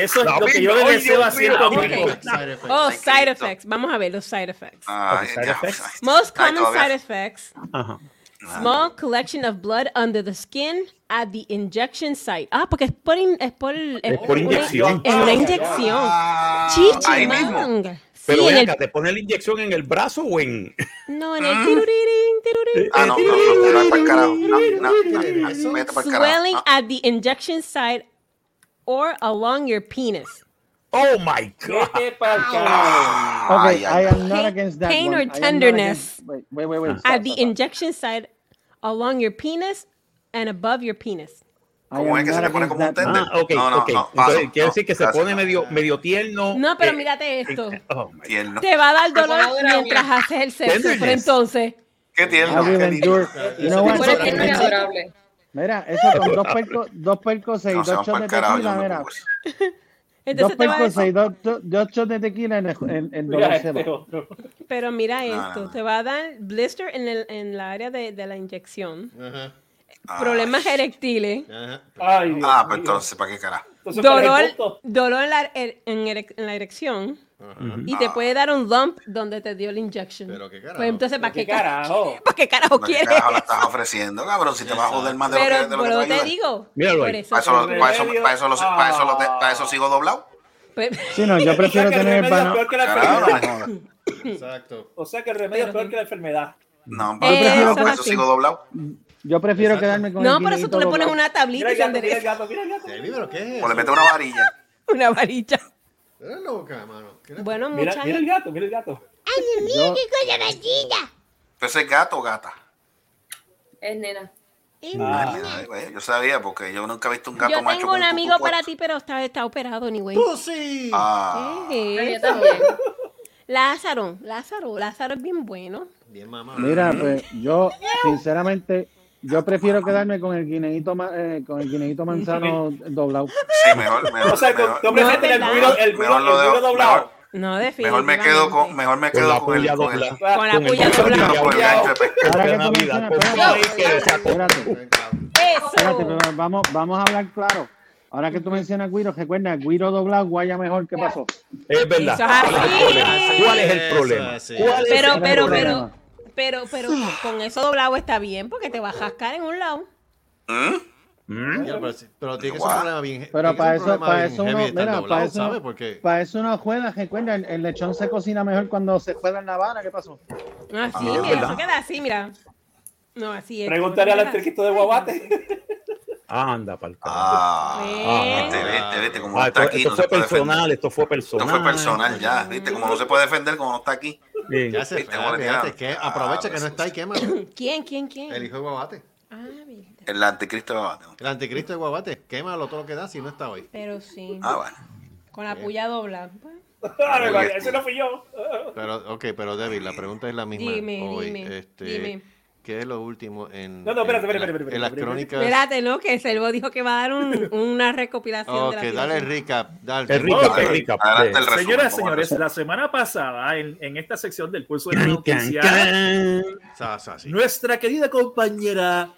Speaker 9: Eso es
Speaker 3: *laughs*
Speaker 9: lo que yo le
Speaker 3: Ay,
Speaker 9: deseo
Speaker 3: Dios
Speaker 9: a
Speaker 3: mío.
Speaker 9: cierto
Speaker 3: Ay,
Speaker 9: tipo.
Speaker 4: Side effect.
Speaker 8: Oh,
Speaker 5: Ay,
Speaker 8: side
Speaker 5: Cristo.
Speaker 8: effects. Vamos a ver los side effects.
Speaker 5: Ay,
Speaker 3: Side
Speaker 5: ya,
Speaker 3: effects.
Speaker 5: ay, Ah. ay,
Speaker 8: Most common
Speaker 5: todavía-
Speaker 8: side effects
Speaker 3: Ajá.
Speaker 8: small collection of blood under the skin at the injection site. Ah, porque es por, in- es por, es
Speaker 3: por
Speaker 8: una-
Speaker 3: inyección.
Speaker 8: es una inyección.
Speaker 5: Ah, ahí mismo.
Speaker 8: Chichamanga. Sí,
Speaker 3: Pero
Speaker 8: en
Speaker 3: ven
Speaker 8: el-
Speaker 3: acá, ¿te pone la inyección en el brazo o en...? *laughs*
Speaker 8: no, en el tirurirín, tirurirín.
Speaker 5: Ah, no, no, no, no, para el carajo. No, no, no, no, vete para el carajo.
Speaker 8: Swelling
Speaker 5: No.
Speaker 8: at the injection site or along your penis.
Speaker 3: ¡Oh, my God!
Speaker 9: Vete pa'l
Speaker 8: Ah,
Speaker 9: carajo.
Speaker 5: Ay,
Speaker 7: Okay,
Speaker 5: ay,
Speaker 7: I am
Speaker 8: ay.
Speaker 7: not against that
Speaker 8: Pain
Speaker 7: one.
Speaker 8: or
Speaker 7: I am not
Speaker 8: tenderness.
Speaker 7: against- Wait, wait, wait, wait.
Speaker 8: At
Speaker 7: stop,
Speaker 8: the
Speaker 7: stop, stop.
Speaker 8: injection site, along your penis, and above your penis.
Speaker 7: I
Speaker 5: ¿Cómo
Speaker 7: am
Speaker 5: es que se
Speaker 7: not
Speaker 5: le pone
Speaker 7: against
Speaker 5: como un
Speaker 7: that one.
Speaker 5: tender?
Speaker 3: Ah, ok,
Speaker 5: No, no,
Speaker 3: ok.
Speaker 5: no,
Speaker 3: Entonces,
Speaker 5: paso,
Speaker 3: quiere
Speaker 5: no,
Speaker 3: decir que se
Speaker 5: gracias,
Speaker 3: pone
Speaker 5: no.
Speaker 3: medio, medio tierno.
Speaker 8: No, pero
Speaker 3: eh,
Speaker 8: mírate esto.
Speaker 3: eh, oh, my
Speaker 5: Tierno.
Speaker 8: Te va a dar
Speaker 6: Ahora,
Speaker 8: dolor
Speaker 6: ahora,
Speaker 8: mientras
Speaker 6: mira.
Speaker 8: haces el sexo, pero
Speaker 3: Tenderness.
Speaker 8: entonces...
Speaker 5: Qué
Speaker 7: I
Speaker 5: tierno.
Speaker 7: will
Speaker 5: qué lindo.
Speaker 7: endure. You know what?
Speaker 6: Por
Speaker 4: Eso
Speaker 6: eso
Speaker 4: es
Speaker 6: es muy adorable.
Speaker 7: Mira, eso con dos percos, dos percos y
Speaker 5: No, se
Speaker 7: dos
Speaker 5: van
Speaker 7: shots
Speaker 5: para
Speaker 7: de
Speaker 5: el carajo.
Speaker 7: tequila,
Speaker 5: yo
Speaker 7: mira.
Speaker 5: no puedo.
Speaker 8: Entonces
Speaker 7: Dos
Speaker 8: te va a
Speaker 7: percos
Speaker 8: dar-
Speaker 7: y dos, dos- dos shots de tequila en, en, en dolor
Speaker 9: Mira
Speaker 7: se va.
Speaker 9: este otro.
Speaker 8: Pero mira
Speaker 5: No, no,
Speaker 8: esto,
Speaker 5: no.
Speaker 8: te va a dar blister en, el, en la área de, de la inyección,
Speaker 4: Ajá,
Speaker 8: problemas erectiles,
Speaker 4: ajá.
Speaker 9: Ay, Dios
Speaker 5: Ah, pues
Speaker 9: mío.
Speaker 5: entonces, ¿para qué carajo?
Speaker 9: Entonces, ¿cuál es el
Speaker 8: dolor,
Speaker 9: punto?
Speaker 8: dolor en, la, er- en erec- en la erección y te puede dar un lump donde te dio la inyección.
Speaker 4: Pero qué carajo.
Speaker 8: Pues entonces, ¿para qué,
Speaker 9: ¿Qué
Speaker 8: carajo?
Speaker 9: carajo?
Speaker 8: *laughs* ¿Para qué carajo
Speaker 5: ¿Para qué
Speaker 8: quieres?
Speaker 5: carajo la estás ofreciendo, cabrón? Si te vas a joder más de lo que
Speaker 8: Pero,
Speaker 5: de lo que te va a
Speaker 8: pero te
Speaker 5: ayudar.
Speaker 8: digo,
Speaker 3: Míralo
Speaker 8: por
Speaker 3: ahí.
Speaker 8: eso,
Speaker 5: Para eso, lo-
Speaker 9: Remedio.
Speaker 5: para eso, para eso, lo- para eso, lo-
Speaker 9: Ah.
Speaker 5: para eso sigo doblado.
Speaker 8: pues-
Speaker 7: Sí, no, yo
Speaker 9: O sea,
Speaker 7: prefiero
Speaker 9: que el
Speaker 7: tener el
Speaker 9: remedio es
Speaker 7: pano.
Speaker 9: peor que la
Speaker 5: Claro,
Speaker 9: enfermedad.
Speaker 5: no,
Speaker 4: Exacto.
Speaker 9: O sea que el remedio es peor que la enfermedad.
Speaker 5: no,
Speaker 8: Eh,
Speaker 5: para
Speaker 8: eso
Speaker 5: eso, para
Speaker 8: es
Speaker 5: eso
Speaker 8: así.
Speaker 5: sigo doblado.
Speaker 7: Yo prefiero
Speaker 4: Exacto.
Speaker 7: quedarme con
Speaker 8: no,
Speaker 7: el
Speaker 8: por eso tú
Speaker 7: guineíto
Speaker 8: le pones
Speaker 7: doblado.
Speaker 8: una tablita
Speaker 9: Mira
Speaker 8: y
Speaker 9: el
Speaker 8: se
Speaker 9: gato, mira el
Speaker 8: endereza
Speaker 9: gato, mira el gato.
Speaker 4: David, pero ¿qué es
Speaker 5: O le
Speaker 4: eso?
Speaker 5: meto una varilla.
Speaker 8: una varilla.
Speaker 4: Era loca, mano. ¿Qué era?
Speaker 8: Bueno,
Speaker 9: Mira,
Speaker 8: muchas...
Speaker 9: mira el gato, mira el gato.
Speaker 7: Yo-
Speaker 5: ¿Pero ese es gato o gata?
Speaker 6: Es nena.
Speaker 8: Ah,
Speaker 5: Ay, ay, güey, yo sabía, porque yo nunca he visto un gato
Speaker 8: Yo
Speaker 5: macho
Speaker 8: tengo
Speaker 5: con
Speaker 8: un
Speaker 5: cucu
Speaker 8: amigo para
Speaker 5: puesto.
Speaker 8: ti, pero está, está operado, anyway.
Speaker 4: ¡Pussy!
Speaker 5: Ah,
Speaker 8: ¿Qué
Speaker 6: Ay,
Speaker 8: es
Speaker 6: yo
Speaker 8: eso?
Speaker 6: también.
Speaker 8: Lázaro, Lázaro, Lázaro es bien bueno.
Speaker 4: Bien mamá.
Speaker 7: Mira,
Speaker 5: Mm.
Speaker 7: pues yo, sinceramente, yo prefiero quedarme con el guineíto, ma- eh, con el guineíto manzano doblado.
Speaker 5: sí, mejor, mejor,
Speaker 9: O sea, tú
Speaker 5: mejor,
Speaker 9: tú ofreces el
Speaker 8: No,
Speaker 9: guiro, el
Speaker 5: mejor
Speaker 9: guiro,
Speaker 5: lo
Speaker 9: el
Speaker 5: dejo-
Speaker 9: guiro doblado.
Speaker 5: mejor-
Speaker 8: No,
Speaker 5: mejor me quedo con, mejor me
Speaker 3: Con
Speaker 5: quedo
Speaker 3: la
Speaker 5: con el,
Speaker 3: puya
Speaker 5: con el,
Speaker 3: dobla.
Speaker 8: Con la
Speaker 3: Con el
Speaker 8: puya
Speaker 3: gancho
Speaker 8: dobla.
Speaker 5: con el gancho pues. de pesca.
Speaker 7: Ahora que
Speaker 3: Navidad,
Speaker 7: tú mencionas,
Speaker 9: pues,
Speaker 3: con
Speaker 7: espérate,
Speaker 3: todo y que le sacó.
Speaker 7: espérate, espérate,
Speaker 8: Eso.
Speaker 7: pero vamos, vamos a hablar claro. Ahora que tú mencionas Guiro, recuerda, Guiro doblado, guaya mejor, ¿qué pasó?
Speaker 3: Es verdad.
Speaker 8: Eso es así.
Speaker 3: ¿Cuál es el
Speaker 4: Eso
Speaker 3: problema?
Speaker 4: es así.
Speaker 3: ¿Cuál es
Speaker 8: Pero,
Speaker 3: el
Speaker 8: pero,
Speaker 3: problema?
Speaker 8: pero, pero, pero, con eso doblado está bien porque te vas a jascar en un lado.
Speaker 5: ¿Mm?
Speaker 3: ¿Mm?
Speaker 4: Ah, Ya, pero, sí- pero tiene que ser
Speaker 5: Guau.
Speaker 4: un problema bien.
Speaker 7: Pero
Speaker 4: tiene que ser
Speaker 7: para
Speaker 4: un
Speaker 7: eso,
Speaker 4: problema
Speaker 7: para
Speaker 4: bien
Speaker 7: eso,
Speaker 4: heavy
Speaker 7: uno,
Speaker 4: estar
Speaker 7: mira,
Speaker 4: doblado,
Speaker 7: para eso, Pues,
Speaker 4: ¿sabes?
Speaker 7: uno-
Speaker 4: Porque
Speaker 7: para eso uno juega, recuerda, el, el lechón se cocina mejor cuando se juega en La Habana, ¿qué pasó?
Speaker 8: Así,
Speaker 5: Ah, es
Speaker 8: mira,
Speaker 5: verdad.
Speaker 8: eso queda así, mira. No, así es.
Speaker 9: Pregúntale al
Speaker 8: Mira.
Speaker 9: antriquito de Guabate.
Speaker 3: Anda, pa'l carajo.
Speaker 5: Ah,
Speaker 8: Ven.
Speaker 5: viste, viste, viste, como
Speaker 3: Ah,
Speaker 5: no
Speaker 3: esto,
Speaker 5: está aquí,
Speaker 3: esto
Speaker 5: no
Speaker 3: fue
Speaker 5: se puede defender.
Speaker 3: personal, esto fue personal.
Speaker 5: Esto fue personal ya, viste, como no se puede defender, como no está aquí.
Speaker 3: Bien.
Speaker 4: ya se
Speaker 5: Viste,
Speaker 4: fue,
Speaker 5: como le
Speaker 4: fíjate,
Speaker 5: tiraron.
Speaker 4: que
Speaker 5: este Ah,
Speaker 4: aprovecha que
Speaker 5: pues
Speaker 4: no
Speaker 5: sí,
Speaker 4: está y quémalo.
Speaker 5: *laughs*
Speaker 8: ¿Quién, quién, quién?
Speaker 4: El hijo de Guabate.
Speaker 8: Ah, verdad.
Speaker 5: El anticristo de Abate.
Speaker 4: El anticristo de Guabate. Quémalo todo lo que da si no está hoy.
Speaker 8: Pero sí,
Speaker 5: Ah, bueno.
Speaker 8: con la puya dobla. Bueno,
Speaker 9: *laughs* Ay, vaya, Ese no fui yo.
Speaker 4: Pero, ok, pero David, la pregunta es la misma.
Speaker 8: Dime,
Speaker 4: hoy.
Speaker 8: dime,
Speaker 4: Este,
Speaker 8: dime.
Speaker 4: ¿Qué es lo último en.
Speaker 9: No, no, espérate,
Speaker 4: en
Speaker 9: espérate,
Speaker 4: la-
Speaker 9: espérate,
Speaker 4: En las
Speaker 9: espérate,
Speaker 4: crónicas.
Speaker 8: Espérate, ¿no? Que Selvo dijo que va a dar un- una recopilación
Speaker 4: Ok,
Speaker 8: de la
Speaker 4: dale
Speaker 8: situación.
Speaker 4: recap. Dale.
Speaker 3: El recap,
Speaker 9: Ok.
Speaker 3: el recap.
Speaker 5: Adelante el resumen.
Speaker 9: Señoras y
Speaker 5: ¿cómo
Speaker 9: señores,
Speaker 5: es?
Speaker 9: la semana pasada, en, en esta sección del pulso de la
Speaker 3: Can, can,
Speaker 9: noticia,
Speaker 3: can.
Speaker 4: Sa- sa- sí.
Speaker 9: nuestra querida compañera,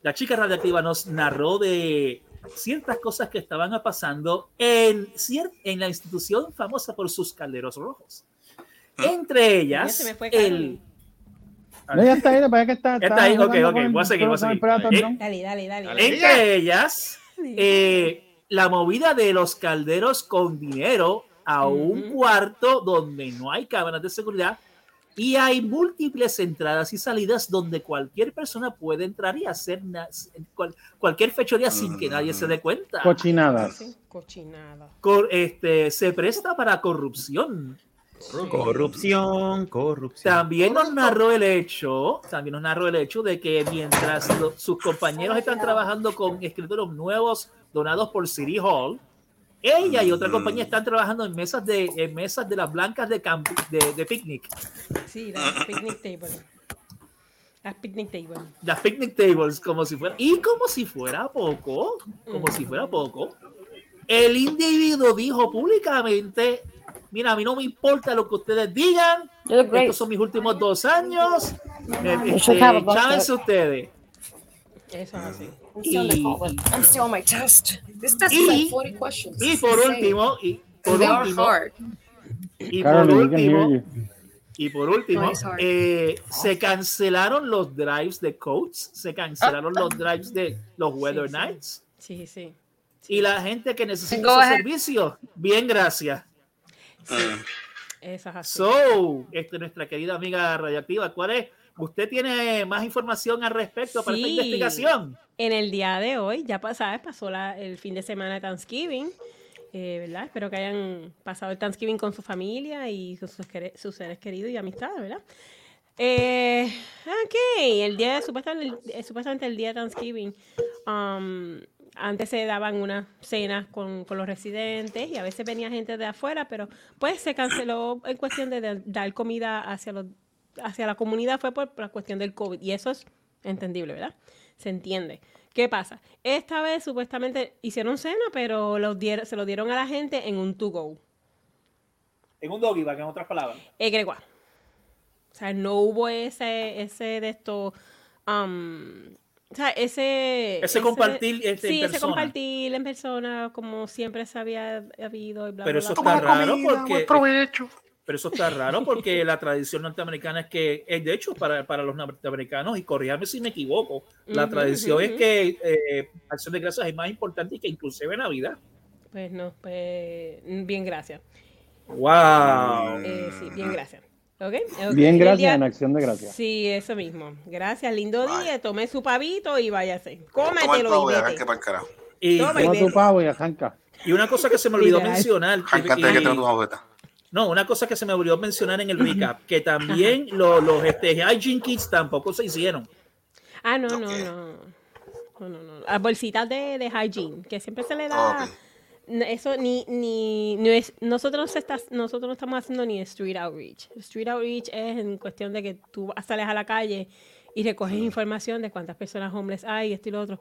Speaker 9: la chica radiactiva, nos narró de ciertas cosas que estaban pasando en, cier- en la institución famosa por sus calderos rojos. Entre
Speaker 8: Ya
Speaker 9: ellas,
Speaker 8: se me fue,
Speaker 9: el...
Speaker 7: No, ya está ahí, para que está.
Speaker 9: Está ahí,
Speaker 7: jugando
Speaker 9: ok, ok,
Speaker 7: con el-
Speaker 9: voy a seguir, voy a
Speaker 7: con el
Speaker 9: seguir.
Speaker 7: plato,
Speaker 9: Eh,
Speaker 7: ¿no?
Speaker 8: Dale, dale, dale.
Speaker 4: Dale.
Speaker 9: Entre ellas, eh, la movida de los calderos con dinero a un
Speaker 8: Ujú.
Speaker 9: cuarto donde no hay cámaras de seguridad Y hay múltiples entradas y salidas donde cualquier persona puede entrar y hacer na- cual- cualquier fechoría sin que nadie
Speaker 5: Mm.
Speaker 9: se dé cuenta.
Speaker 7: Cochinadas.
Speaker 8: Sí, Cochinada.
Speaker 9: Cor- este, se presta para corrupción.
Speaker 3: Corrupción, corrupción.
Speaker 9: También nos narró el hecho, también nos narró el hecho de que mientras lo- sus compañeros están trabajando con escrituros nuevos donados por City Hall, ella y
Speaker 5: Mm.
Speaker 9: otra compañía están trabajando en mesas de en mesas de las blancas de camp- de, de picnic,
Speaker 8: Sí, las picnic table. Las picnic table.
Speaker 9: las picnic tables como si fuera y como si fuera poco, como si fuera poco. El individuo dijo públicamente, mira, a mí no me importa lo que ustedes digan,
Speaker 1: You look great.
Speaker 9: Estos son mis últimos dos años. Eh,
Speaker 1: You
Speaker 9: Este,
Speaker 1: should have a bunch
Speaker 9: chávense ustedes.
Speaker 8: Eso es así.
Speaker 1: I'm
Speaker 9: still in the hallway.
Speaker 1: I'm still on my test. This test
Speaker 9: is like Y-
Speaker 1: 40 questions.
Speaker 9: Y por último, y por
Speaker 6: They are
Speaker 9: último,
Speaker 6: hard.
Speaker 9: y por
Speaker 7: Carolyn, you can hear
Speaker 9: último,
Speaker 7: you.
Speaker 9: y por último,
Speaker 6: Nice heart.
Speaker 9: eh, se cancelaron los drives de Coats, se cancelaron los drives de los Weather
Speaker 8: sí.
Speaker 9: Knights
Speaker 8: Sí, sí.
Speaker 9: y la gente que necesita
Speaker 6: Go
Speaker 9: esos
Speaker 6: ahead.
Speaker 9: servicios. Bien, gracias.
Speaker 8: Eso es así.
Speaker 9: So, este, nuestra querida amiga radioactiva, ¿cuál es? ¿Usted tiene más información al respecto para esta
Speaker 8: Sí.
Speaker 9: investigación?
Speaker 8: En el día de hoy, ya pasaba, pasó la- el fin de semana de Thanksgiving, eh, ¿verdad? Espero que hayan pasado el Thanksgiving con su familia y con sus, quere- sus seres queridos y amistades, ¿verdad? Eh, ok, el día, supuestamente, el, eh, supuestamente el día de Thanksgiving, um, antes se daban unas cenas con, con los residentes y a veces venía gente de afuera, pero pues se canceló en cuestión de, de dar comida hacia, los, hacia la comunidad, fue por, por la cuestión del COVID y eso es entendible, ¿verdad? Se entiende. ¿Qué pasa? Esta vez supuestamente hicieron cena, pero los dier- se lo dieron a la gente en un to-go.
Speaker 9: En un doggy bag, en otras palabras.
Speaker 8: Egregua. O sea, no hubo ese, ese de esto. am, o sea, ese.
Speaker 9: Ese compartir, este, en
Speaker 8: sí, ese
Speaker 9: persona.
Speaker 8: compartir en persona, como siempre se había habido. y bla,
Speaker 9: Pero
Speaker 8: bla,
Speaker 9: eso
Speaker 8: bla,
Speaker 9: está
Speaker 8: bla.
Speaker 9: raro porque. Pero eso está raro porque la tradición norteamericana es que, eh, de hecho, para, para los norteamericanos, y corríame si me equivoco, la
Speaker 8: Ujú,
Speaker 9: tradición
Speaker 8: ujú,
Speaker 9: es
Speaker 8: ujú.
Speaker 9: que eh, Acción de Gracias es más importante que inclusive Navidad.
Speaker 8: Pues no, pues. Bien, gracias.
Speaker 9: ¡Wow!
Speaker 5: Mm.
Speaker 8: Eh, sí, bien, gracias. ¿Ok? ok.
Speaker 7: Mm. Bien,
Speaker 8: El día-
Speaker 7: gracias en acción de gracias.
Speaker 8: Sí, eso mismo. Gracias, lindo
Speaker 5: Vaya.
Speaker 8: día. Tome su pavito y váyase.
Speaker 5: Toma el
Speaker 8: Cómetelo
Speaker 5: pavo y
Speaker 8: y
Speaker 5: arranque
Speaker 8: vete.
Speaker 5: para el carajo.
Speaker 9: Y,
Speaker 8: Toma
Speaker 7: Toma tu pavo y arranca.
Speaker 9: y una cosa que se me olvidó
Speaker 8: Literal.
Speaker 9: mencionar.
Speaker 5: Hank,
Speaker 9: y-
Speaker 5: antes de que
Speaker 9: y-
Speaker 5: te una bofeta.
Speaker 9: no, una cosa que se me olvidó mencionar en el recap, que también lo- los este, hygiene kits tampoco se hicieron.
Speaker 8: Ah, no, no,
Speaker 5: Ok.
Speaker 8: no. No, no, no. Las bolsitas de, de hygiene, que siempre se le da.
Speaker 5: Ok.
Speaker 8: No, Eso ni, ni, no es, nosotros, está- nosotros no estamos haciendo ni street outreach. Street outreach es en cuestión de que tú sales a la calle y
Speaker 5: Mm.
Speaker 8: recoges información de cuántas personas homeless hay, esto y lo otro.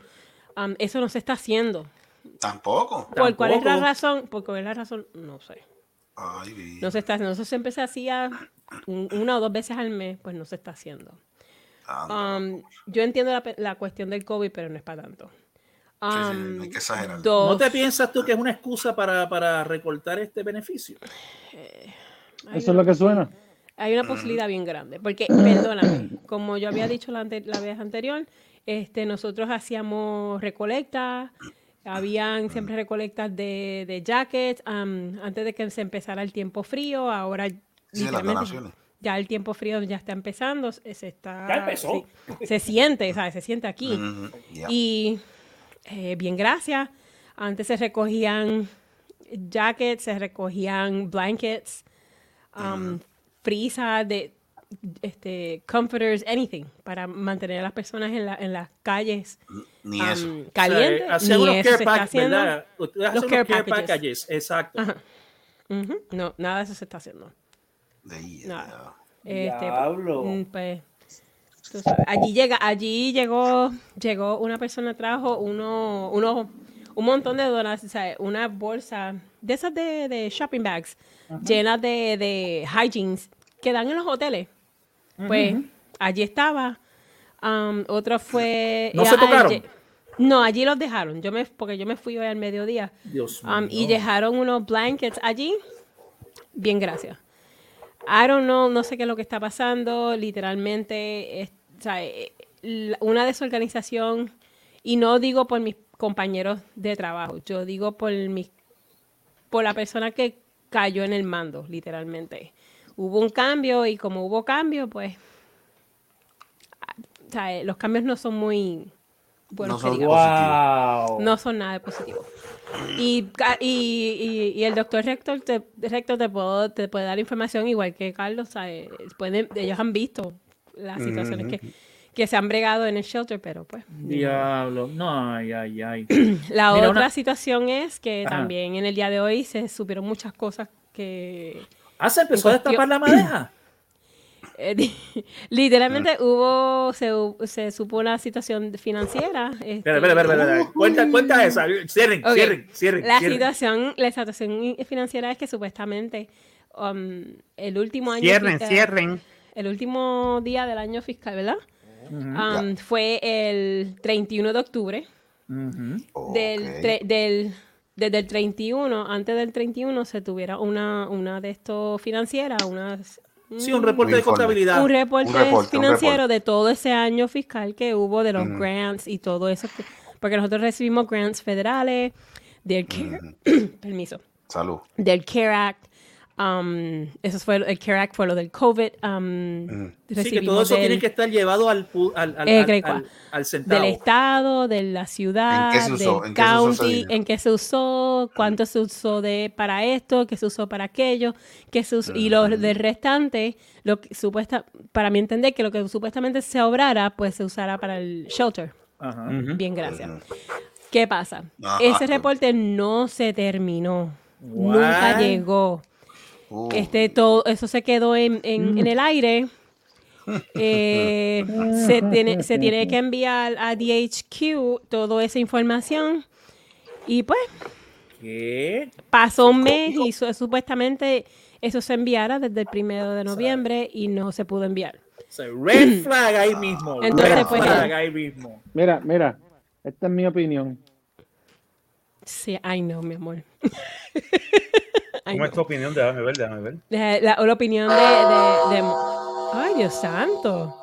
Speaker 8: Am, eso no se está haciendo.
Speaker 5: Tampoco.
Speaker 8: ¿Por cuál es la
Speaker 9: Tampoco.
Speaker 8: razón? ¿Por cuál es la razón? No sé.
Speaker 5: Ay, vi.
Speaker 8: No se está haciendo. Eso siempre se hacía un- una o dos veces al mes, pues no se está haciendo.
Speaker 5: Anda.
Speaker 8: Um, yo entiendo la, pe- la cuestión del COVID, pero no es para tanto.
Speaker 5: Sí, sí,
Speaker 8: Um,
Speaker 5: no hay que exagerar.
Speaker 8: dos-
Speaker 9: ¿No te piensas tú que es una excusa para, para recortar este beneficio?
Speaker 7: Eso
Speaker 8: hay
Speaker 7: es
Speaker 8: una-
Speaker 7: lo que suena.
Speaker 8: Hay una posibilidad bien grande, porque, perdóname, como yo había dicho la, ante- la vez anterior, este, nosotros hacíamos recolectas, habían siempre recolectas de, de jackets, um, antes de que se empezara el tiempo frío, ahora...
Speaker 5: Sí, las
Speaker 8: literalmente,
Speaker 5: donaciones.
Speaker 8: Ya el tiempo frío ya está empezando, se se está...
Speaker 9: Ya empezó.
Speaker 8: sí, se siente, ¿sabes? Se siente aquí.
Speaker 5: Mm, ya.
Speaker 8: Y eh, bien, gracias. Antes se recogían jackets, se recogían blankets,
Speaker 5: Mm.
Speaker 8: um, frisas de este, comforters, anything, para mantener a las personas en, la- en las calles
Speaker 5: Ni
Speaker 8: um,
Speaker 5: eso.
Speaker 8: calientes.
Speaker 9: O sea, Eh, hacían
Speaker 8: Ni
Speaker 9: unos care
Speaker 8: eso se está
Speaker 9: pack,
Speaker 8: haciendo.
Speaker 9: ¿verdad? Ustedes hacen
Speaker 8: Los
Speaker 9: unos
Speaker 8: care
Speaker 9: care
Speaker 8: packages.
Speaker 9: packages, exacto.
Speaker 8: Ujú. No, nada de eso se está haciendo.
Speaker 5: De ahí,
Speaker 8: Nada.
Speaker 5: ya.
Speaker 8: Este,
Speaker 9: Diablo.
Speaker 8: mm, pues, tú sabes, allí llega, allí llegó, llegó una persona trajo uno, uno, un montón de donas, o sea, una bolsa de esas de, de shopping bags llenas de, de hygienes que dan en los hoteles. Pues allí estaba. Am, otro fue.
Speaker 9: ¿No
Speaker 8: y
Speaker 9: se
Speaker 8: a-
Speaker 9: tocaron?
Speaker 8: allí- no, allí los dejaron. Yo me, porque yo me fui hoy al mediodía.
Speaker 9: Dios
Speaker 8: Um, y
Speaker 9: mío.
Speaker 8: dejaron unos blankets allí. Bien, gracias. I don't know, no sé qué es lo que está pasando. Literalmente, es- o sea, eh, la- una desorganización, y no digo por mis compañeros de trabajo, yo digo por mis por la persona que cayó en el mando, literalmente. hubo un cambio y como hubo cambio, pues ah, o sea, eh, los cambios no son muy buenos.
Speaker 5: No
Speaker 8: que
Speaker 5: son
Speaker 8: digamos.
Speaker 7: ¡Wow!
Speaker 8: No son nada de positivo. Y, ca- y, y- y el doctor Rector te, Rector te, puedo- te puede dar información, igual que Carlos, ¿sabe? Pueden- ellos han visto las situaciones que, que se han bregado en el shelter, pero pues...
Speaker 9: Diablo. No, ay, ay, ay.
Speaker 8: *clears throat* La
Speaker 9: Mira,
Speaker 8: otra
Speaker 9: una-
Speaker 8: situación es que
Speaker 9: Ajá.
Speaker 8: también en el día de hoy se supieron muchas cosas que
Speaker 9: Ah, se empezó a destapar
Speaker 8: *clears throat*
Speaker 9: la madeja. Ah.
Speaker 8: eh, di- literalmente hubo, se, hu- se supo una situación financiera. este,
Speaker 9: Espera, espera, espera, espera, espera. Cuenta, cuenta esa. Cierren,
Speaker 8: Ok.
Speaker 9: cierren, cierren.
Speaker 8: La
Speaker 9: cierren.
Speaker 8: situación, la situación i- financiera es que supuestamente um, el último año
Speaker 3: Cierren,
Speaker 8: fiscal-
Speaker 3: cierren.
Speaker 8: el último día del año fiscal, ¿verdad?
Speaker 9: Ujú,
Speaker 8: Um, fue el 31 de octubre.
Speaker 9: ujú.
Speaker 8: del, tre- del- desde el 31, antes del 31 se tuviera una, una de estos financiera, unas,
Speaker 9: Sí, un reporte de
Speaker 5: informe.
Speaker 9: contabilidad.
Speaker 8: un reporte,
Speaker 5: Un reporte, un
Speaker 8: financiero
Speaker 5: reporte.
Speaker 8: de todo ese año fiscal que hubo de los
Speaker 5: Ujú.
Speaker 8: grants y todo eso, que- porque nosotros recibimos grants federales, del CARE, *clears throat* permiso,
Speaker 5: Salud.
Speaker 8: del CARE Act, um, eso fue el CARE Act fue lo del COVID, um,
Speaker 5: Ujú.
Speaker 9: Sí, que todo
Speaker 8: recibimos
Speaker 9: eso tiene
Speaker 8: del-
Speaker 9: que estar llevado al, pu- al, al,
Speaker 8: Eh,
Speaker 9: al-
Speaker 8: Gregua.
Speaker 9: al- al centavo.
Speaker 8: del estado, de la ciudad,
Speaker 5: ¿En qué se usó?
Speaker 8: del
Speaker 5: ¿En qué se usó ese
Speaker 8: county,
Speaker 5: dinero?
Speaker 8: en qué se usó, cuánto se usó de para esto, qué se usó para aquello, qué se us- y lo del restante, lo que supuesta para mi entender que lo que supuestamente se obrara, pues se usara para el shelter.
Speaker 9: Ajá.
Speaker 8: Bien, gracias. ¿Qué pasa?
Speaker 5: Ajá.
Speaker 8: Ese reporte no se terminó.
Speaker 9: What?
Speaker 8: Nunca llegó.
Speaker 5: Uh,
Speaker 9: Oh.
Speaker 8: Este, todo, eso se quedó en, en- en
Speaker 9: *laughs*
Speaker 8: el aire. Eh, se, tiene, se tiene que enviar a DHQ toda esa información. Y pues
Speaker 9: ¿Qué?
Speaker 8: pasó un mes y su- supuestamente eso se enviara desde el primero de noviembre y no se pudo enviar.
Speaker 9: O sea, red flag ahí mismo.
Speaker 8: Entonces,
Speaker 9: red
Speaker 8: pues,
Speaker 9: flag
Speaker 8: eh.
Speaker 9: ahí mismo.
Speaker 7: Mira, mira, esta es mi opinión.
Speaker 8: Sí, ay no, mi amor. *laughs* Ay,
Speaker 10: ¿Cómo
Speaker 8: no.
Speaker 10: es tu opinión? Déjame ver, déjame ver.
Speaker 8: Eh, La, la opinión de, de- de- Ay, Dios santo.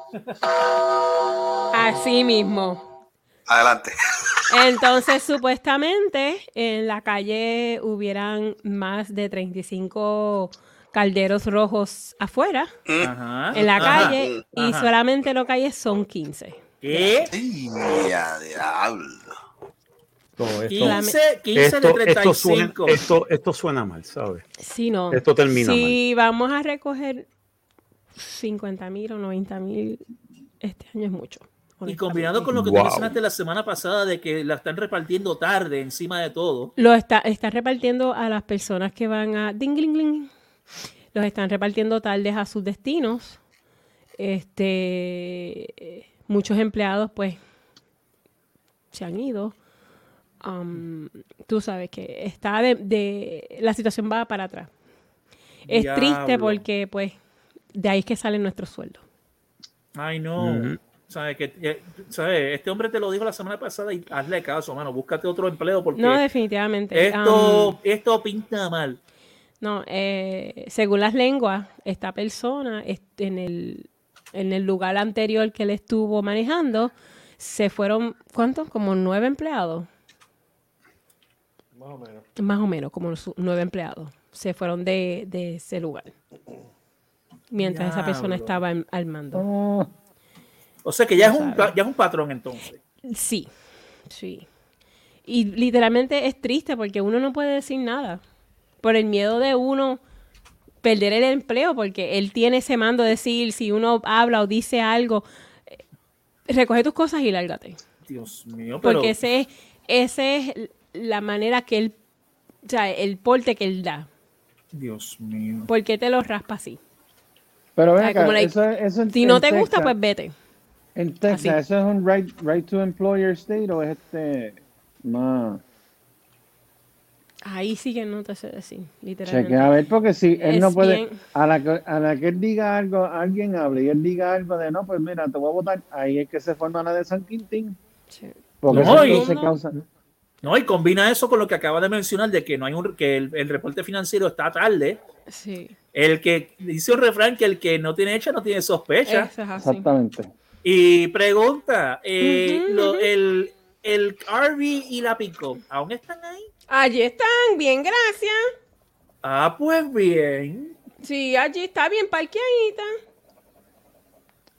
Speaker 8: Así mismo.
Speaker 5: Adelante.
Speaker 8: Entonces, supuestamente, en la calle hubieran más de 35 calderos rojos afuera,
Speaker 9: Ajá.
Speaker 8: en la
Speaker 9: Ajá.
Speaker 8: calle, y
Speaker 9: ajá.
Speaker 8: solamente lo que hay son 15. ¿Eh?
Speaker 9: ¿Qué?
Speaker 5: Ay, mira, diablo.
Speaker 10: Todo esto.
Speaker 9: 15, 15
Speaker 10: Esto,
Speaker 9: de
Speaker 10: esto, suena,
Speaker 9: 35.
Speaker 10: esto, esto suena mal, ¿sabes?
Speaker 8: Si no,
Speaker 10: Esto termina
Speaker 8: si vamos a recoger 50 mil o 90 mil, este año es mucho.
Speaker 9: y combinado con lo que tú
Speaker 10: Wow.
Speaker 9: mencionaste la semana pasada de que la están repartiendo tarde encima de todo.
Speaker 8: Lo está, está repartiendo a las personas que van a ding, ding, ding. Los están repartiendo tardes a sus destinos. Este, muchos empleados, pues, se han ido. Am, tú sabes que está de, de- la situación va para atrás. Es triste
Speaker 9: Diablo.
Speaker 8: porque, pues, de ahí es que salen nuestros sueldos.
Speaker 9: Ay, no. ¿Sabes? Que, eh, ¿sabes? Este hombre te lo dijo la semana pasada y hazle caso, mano. Búscate otro empleo porque
Speaker 8: No, definitivamente. Um,
Speaker 9: esto,
Speaker 8: Am,
Speaker 9: esto pinta mal.
Speaker 8: No, eh, según las lenguas, esta persona est- en el, en el lugar anterior que él estuvo manejando, se fueron, ¿cuántos? Como nueve empleados. Más o menos, como su- nueve empleados. Se fueron de, de ese lugar. Mientras esa persona
Speaker 9: Diablo.
Speaker 8: estaba en- al mando.
Speaker 7: Ah,
Speaker 9: O sea que ya es, un,
Speaker 8: sabes.
Speaker 9: pa- ya es un patrón entonces.
Speaker 8: Sí, sí. Y literalmente es triste porque uno no puede decir nada. Por el miedo de uno perder el empleo, porque él tiene ese mando de decir, si uno habla o dice algo, eh, recoge tus cosas y lárgate.
Speaker 9: Dios mío, pero
Speaker 8: Porque ese es, ese es la manera que él, o sea, el porte que él da.
Speaker 9: Dios mío.
Speaker 8: ¿Por qué te lo raspa así?
Speaker 7: Pero ven
Speaker 8: Ay,
Speaker 7: acá,
Speaker 8: como like,
Speaker 7: eso, eso en-
Speaker 8: Si no
Speaker 7: en
Speaker 8: te gusta,
Speaker 7: Texas-
Speaker 8: pues vete.
Speaker 7: En Texas,
Speaker 8: así.
Speaker 7: ¿eso es un right, right to employer state o es este? No.
Speaker 8: Ahí sí que no te sé decir, literalmente.
Speaker 7: Cheque, a ver, porque si él no
Speaker 8: Es
Speaker 7: puede,
Speaker 8: bien-
Speaker 7: a la, que, a la que él diga algo, alguien hable y él diga algo de no, pues mira, te voy a votar, ahí es que se forma la de San Quintín.
Speaker 8: Sí.
Speaker 7: Porque
Speaker 9: No,
Speaker 7: eso
Speaker 9: y-
Speaker 7: entonces causa.
Speaker 9: No, y combina eso con lo que acaba de mencionar de que no hay un que el, el reporte financiero está tarde.
Speaker 8: Sí,
Speaker 9: El que dice un refrán que el que no tiene hecha no tiene sospecha.
Speaker 8: eso es así.
Speaker 7: Exactamente.
Speaker 9: Y pregunta, eh,
Speaker 8: Ujú,
Speaker 9: lo-
Speaker 8: ujú.
Speaker 9: el, el RV y la Pico, ¿aún están ahí?
Speaker 8: Allí están, bien, gracias.
Speaker 9: Ah, pues bien.
Speaker 8: Sí, allí está bien parqueadita.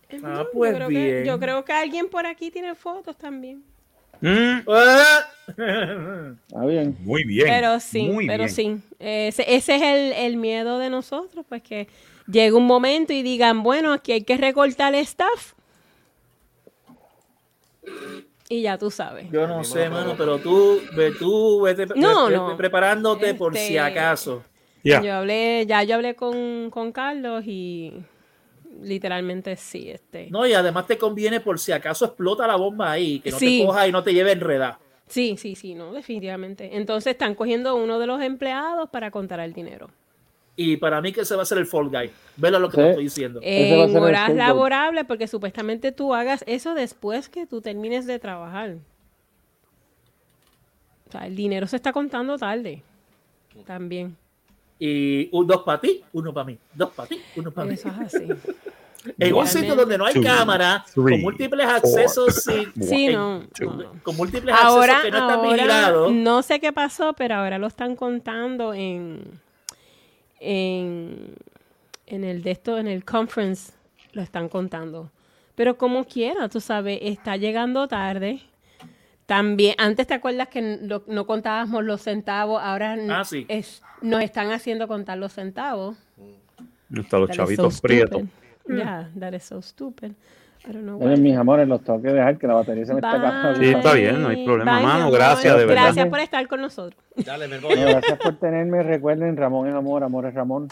Speaker 8: Es
Speaker 9: Ah,
Speaker 8: verdad,
Speaker 9: pues
Speaker 8: yo creo
Speaker 9: bien.
Speaker 8: Que, yo creo que alguien por aquí tiene fotos también.
Speaker 9: Ah,
Speaker 7: Está bien.
Speaker 10: Mm, Muy bien.
Speaker 8: Pero sí,
Speaker 10: muy
Speaker 8: pero
Speaker 10: bien.
Speaker 8: sí. Ese, ese es el, el miedo de nosotros, pues que llegue un momento y digan, bueno, aquí hay que recortar staff. Y ya tú sabes.
Speaker 9: Yo no sé, mano, pero tú, ve, tú vete,
Speaker 8: No,
Speaker 9: vete
Speaker 8: no.
Speaker 9: preparándote por si
Speaker 8: Este-
Speaker 9: acaso.
Speaker 8: Yo hablé, ya yo hablé con, con Carlos y literalmente sí, este.
Speaker 9: No, y además te conviene por si acaso explota la bomba ahí, que no
Speaker 8: Sí.
Speaker 9: te coja y no te lleve enredada.
Speaker 8: Sí, sí, sí, no, definitivamente. Entonces están cogiendo uno de los empleados para contar el dinero.
Speaker 9: Y para mí que se va a hacer el Fall Guy. Vela lo que
Speaker 7: Sí.
Speaker 9: te estoy diciendo.
Speaker 7: Ese va a
Speaker 8: En
Speaker 7: ser el
Speaker 8: horas
Speaker 7: scapegoat.
Speaker 8: laborables, porque supuestamente tú hagas eso después que tú termines de trabajar. O sea, el dinero se está contando tarde. También.
Speaker 9: Y un- dos para ti, uno para mí. Dos para ti, uno para mí.
Speaker 8: Eso es así.
Speaker 9: *laughs* En un sitio donde no hay
Speaker 10: Two,
Speaker 9: cámara,
Speaker 10: three,
Speaker 9: con múltiples accesos, sin-
Speaker 8: Sí,
Speaker 9: en-
Speaker 8: no, no, no.
Speaker 9: con múltiples
Speaker 8: Ahora,
Speaker 9: accesos que no están
Speaker 8: ahora
Speaker 9: vigilados.
Speaker 8: no sé qué pasó, pero ahora lo están contando en, en, en el de esto, en el conference, lo están contando. Pero como quiera, tú sabes, está llegando tarde. También, antes te acuerdas que no, no contábamos los centavos, ahora n-
Speaker 9: Ah, sí.
Speaker 8: es- nos están haciendo contar los centavos.
Speaker 10: Hasta los
Speaker 8: That is
Speaker 10: chavitos
Speaker 8: so
Speaker 10: prietos.
Speaker 8: stupid. Yeah, that is so stupid. I don't know why.
Speaker 7: Miren, mis amores, los tengo que dejar que la batería se me está acabando.
Speaker 10: Sí, está bien, no hay problema,
Speaker 8: Bye,
Speaker 10: mano,
Speaker 8: mi amor.
Speaker 10: gracias, de verdad.
Speaker 8: Gracias por estar con nosotros.
Speaker 3: Dale, me
Speaker 7: No, gracias por tenerme. Recuerden, Ramón es amor, amor es
Speaker 8: *laughs*
Speaker 7: Ramón.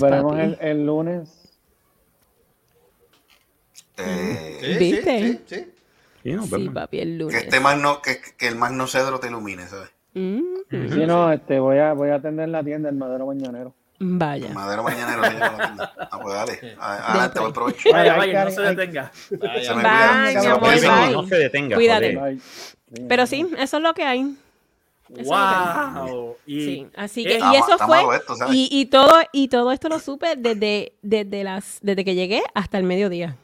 Speaker 7: Nos veremos
Speaker 8: papi.
Speaker 7: el, el lunes.
Speaker 5: Eh,
Speaker 4: Sí,
Speaker 8: ¿Viste?
Speaker 4: Sí, sí, sí.
Speaker 10: Sí, nos
Speaker 8: Sí,
Speaker 10: vemos.
Speaker 8: papi, el
Speaker 5: que
Speaker 8: lunes.
Speaker 5: este magno, que, que el magno cedro te ilumine, ¿sabes?
Speaker 8: Mm,
Speaker 7: Si no, este, voy a, voy a atender la tienda del madero mañanero.
Speaker 8: vaya.
Speaker 5: Madero mañanero. sí, con la tienda. ah, pues
Speaker 8: *laughs*
Speaker 5: dale. A- Adelante, buen provecho.
Speaker 9: Vaya,
Speaker 7: Ay,
Speaker 9: vaya, no
Speaker 7: Karen,
Speaker 9: se
Speaker 7: ay.
Speaker 9: detenga.
Speaker 5: Se me
Speaker 8: Bye,
Speaker 5: cuidan, se
Speaker 8: mi
Speaker 5: me
Speaker 8: amor,
Speaker 10: Oye,
Speaker 5: cuidan.
Speaker 10: venga,
Speaker 8: bye.
Speaker 10: no se detenga.
Speaker 8: Cuídate.
Speaker 10: joder.
Speaker 7: Bye.
Speaker 8: Pero sí, eso es lo que hay. Eso es lo que hay.
Speaker 9: ¡Wow! Y
Speaker 8: Sí, así
Speaker 9: Eh,
Speaker 8: que,
Speaker 5: está
Speaker 8: y
Speaker 5: ma-
Speaker 8: eso
Speaker 5: está
Speaker 8: fue,
Speaker 5: malo esto, ¿sabes?
Speaker 8: y, y todo, y todo esto lo supe desde, desde las, desde que llegué hasta el mediodía.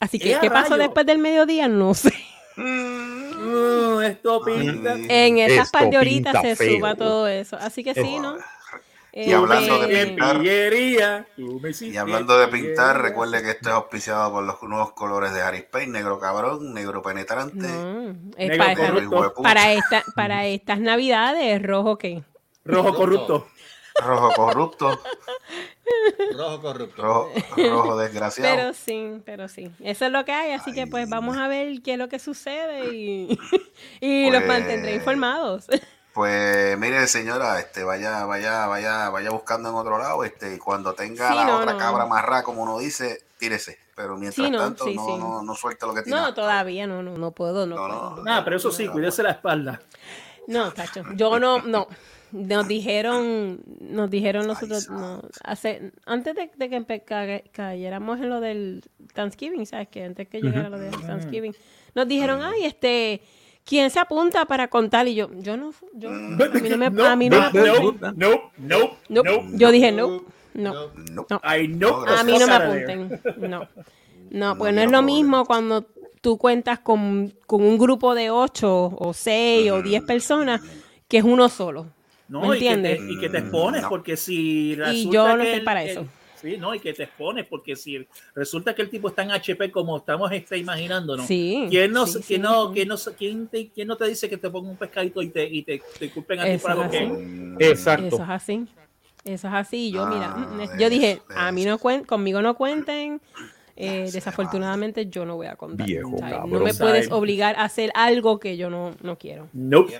Speaker 8: Así que,
Speaker 9: ¡Eh, a
Speaker 8: ¿qué pasó
Speaker 9: rayos!
Speaker 8: después del mediodía? No *laughs* sé.
Speaker 9: Mm, esto pinta.
Speaker 5: Ay,
Speaker 8: En esas
Speaker 10: Esto
Speaker 8: par de horitas
Speaker 10: pinta
Speaker 8: se
Speaker 10: feo.
Speaker 8: suba todo eso. Así que sí, ¿no?
Speaker 5: Y hablando de
Speaker 8: Este,
Speaker 9: En pillería. tú me hiciste
Speaker 5: Y hablando de
Speaker 9: pillería.
Speaker 5: pintar, recuerde que esto es auspiciado por los nuevos colores de Harry Spain, negro cabrón, negro penetrante,
Speaker 8: no,
Speaker 5: Este,
Speaker 8: es
Speaker 9: Negro
Speaker 8: para,
Speaker 5: negro
Speaker 8: para,
Speaker 5: hijo de puta,
Speaker 8: esta, para estas navidades, rojo que.
Speaker 9: Rojo corrupto.
Speaker 5: rojo corrupto,
Speaker 4: Rojo corrupto.
Speaker 8: *laughs*
Speaker 5: rojo, rojo desgraciado.
Speaker 8: Pero sí, pero sí. Eso es lo que hay, así que pues
Speaker 5: Ay.
Speaker 8: vamos a ver qué es lo que sucede y, *laughs* y los
Speaker 5: Pues-
Speaker 8: mantendré informados.
Speaker 5: Pues mire, señora, este, vaya, vaya, vaya, vaya buscando en otro lado, este, y cuando tenga
Speaker 8: Sí,
Speaker 5: la
Speaker 8: no,
Speaker 5: otra
Speaker 8: no.
Speaker 5: cabra marra, como uno dice, tírese. Pero mientras
Speaker 8: Sí, no,
Speaker 5: tanto,
Speaker 8: sí,
Speaker 5: no,
Speaker 8: sí.
Speaker 5: No, no suelta lo que tiene.
Speaker 8: No, todavía no, no, no puedo, no.
Speaker 5: No, no.
Speaker 8: puedo.
Speaker 9: Nada, pero eso sí, cuídese la espalda.
Speaker 8: No, Tacho, yo no, no. Nos dijeron, nos dijeron nosotros, no, hace, antes de, de que empe- ca- cayéramos en lo del Thanksgiving, ¿sabes? Que antes que llegara lo del Thanksgiving, nos dijeron, ay, este, ¿quién se apunta para contar? Y yo, yo no, fu- yo, a
Speaker 5: Mm,
Speaker 8: mí no me, a mí no me apuntan.
Speaker 9: no, no, no,
Speaker 8: No,
Speaker 9: no.
Speaker 8: yo dije no, no,
Speaker 5: No.
Speaker 8: no.
Speaker 9: Ay, no,
Speaker 5: A
Speaker 8: A mí no me
Speaker 9: Saturday.
Speaker 8: apunten. No, no, pues
Speaker 5: No
Speaker 8: no es
Speaker 5: quiero
Speaker 8: lo mismo cuando tú cuentas con, con un grupo de ocho o seis
Speaker 5: Mm,
Speaker 8: o diez personas que es uno solo.
Speaker 9: No,
Speaker 8: ¿Me
Speaker 9: y que, te,
Speaker 8: entiendes?
Speaker 9: y que te expones,
Speaker 5: mm, No.
Speaker 9: porque si resulta
Speaker 8: yo no
Speaker 9: que
Speaker 8: estoy
Speaker 9: el-
Speaker 8: para
Speaker 9: el-
Speaker 8: eso.
Speaker 9: sí, no, y que te expones, porque si resulta que el tipo está en HP como estamos este, imaginándonos.
Speaker 8: Sí.
Speaker 9: ¿Quién no,
Speaker 8: sí,
Speaker 9: quién
Speaker 8: sí,
Speaker 9: no,
Speaker 8: sí.
Speaker 9: quién no, quién te, quién no te dice que te ponga un pescadito y te, y te, te culpen a ti
Speaker 8: Eso
Speaker 9: por algo
Speaker 8: es
Speaker 9: que Eh,
Speaker 8: así.
Speaker 5: Mm,
Speaker 8: Eso es
Speaker 10: Exacto.
Speaker 8: así. Eso es así. Y yo, mira,
Speaker 5: Ah,
Speaker 8: mm,
Speaker 5: de
Speaker 8: yo dije,
Speaker 5: eso, de
Speaker 8: a mí
Speaker 5: eso.
Speaker 8: no cuen conmigo no cuenten. eh,
Speaker 5: Ese
Speaker 8: desafortunadamente yo no voy a contar.
Speaker 10: Viejo
Speaker 8: O sea, no
Speaker 10: cabrón.
Speaker 8: me puedes
Speaker 9: Ay.
Speaker 8: obligar a hacer algo que yo no, no quiero.
Speaker 9: Nope.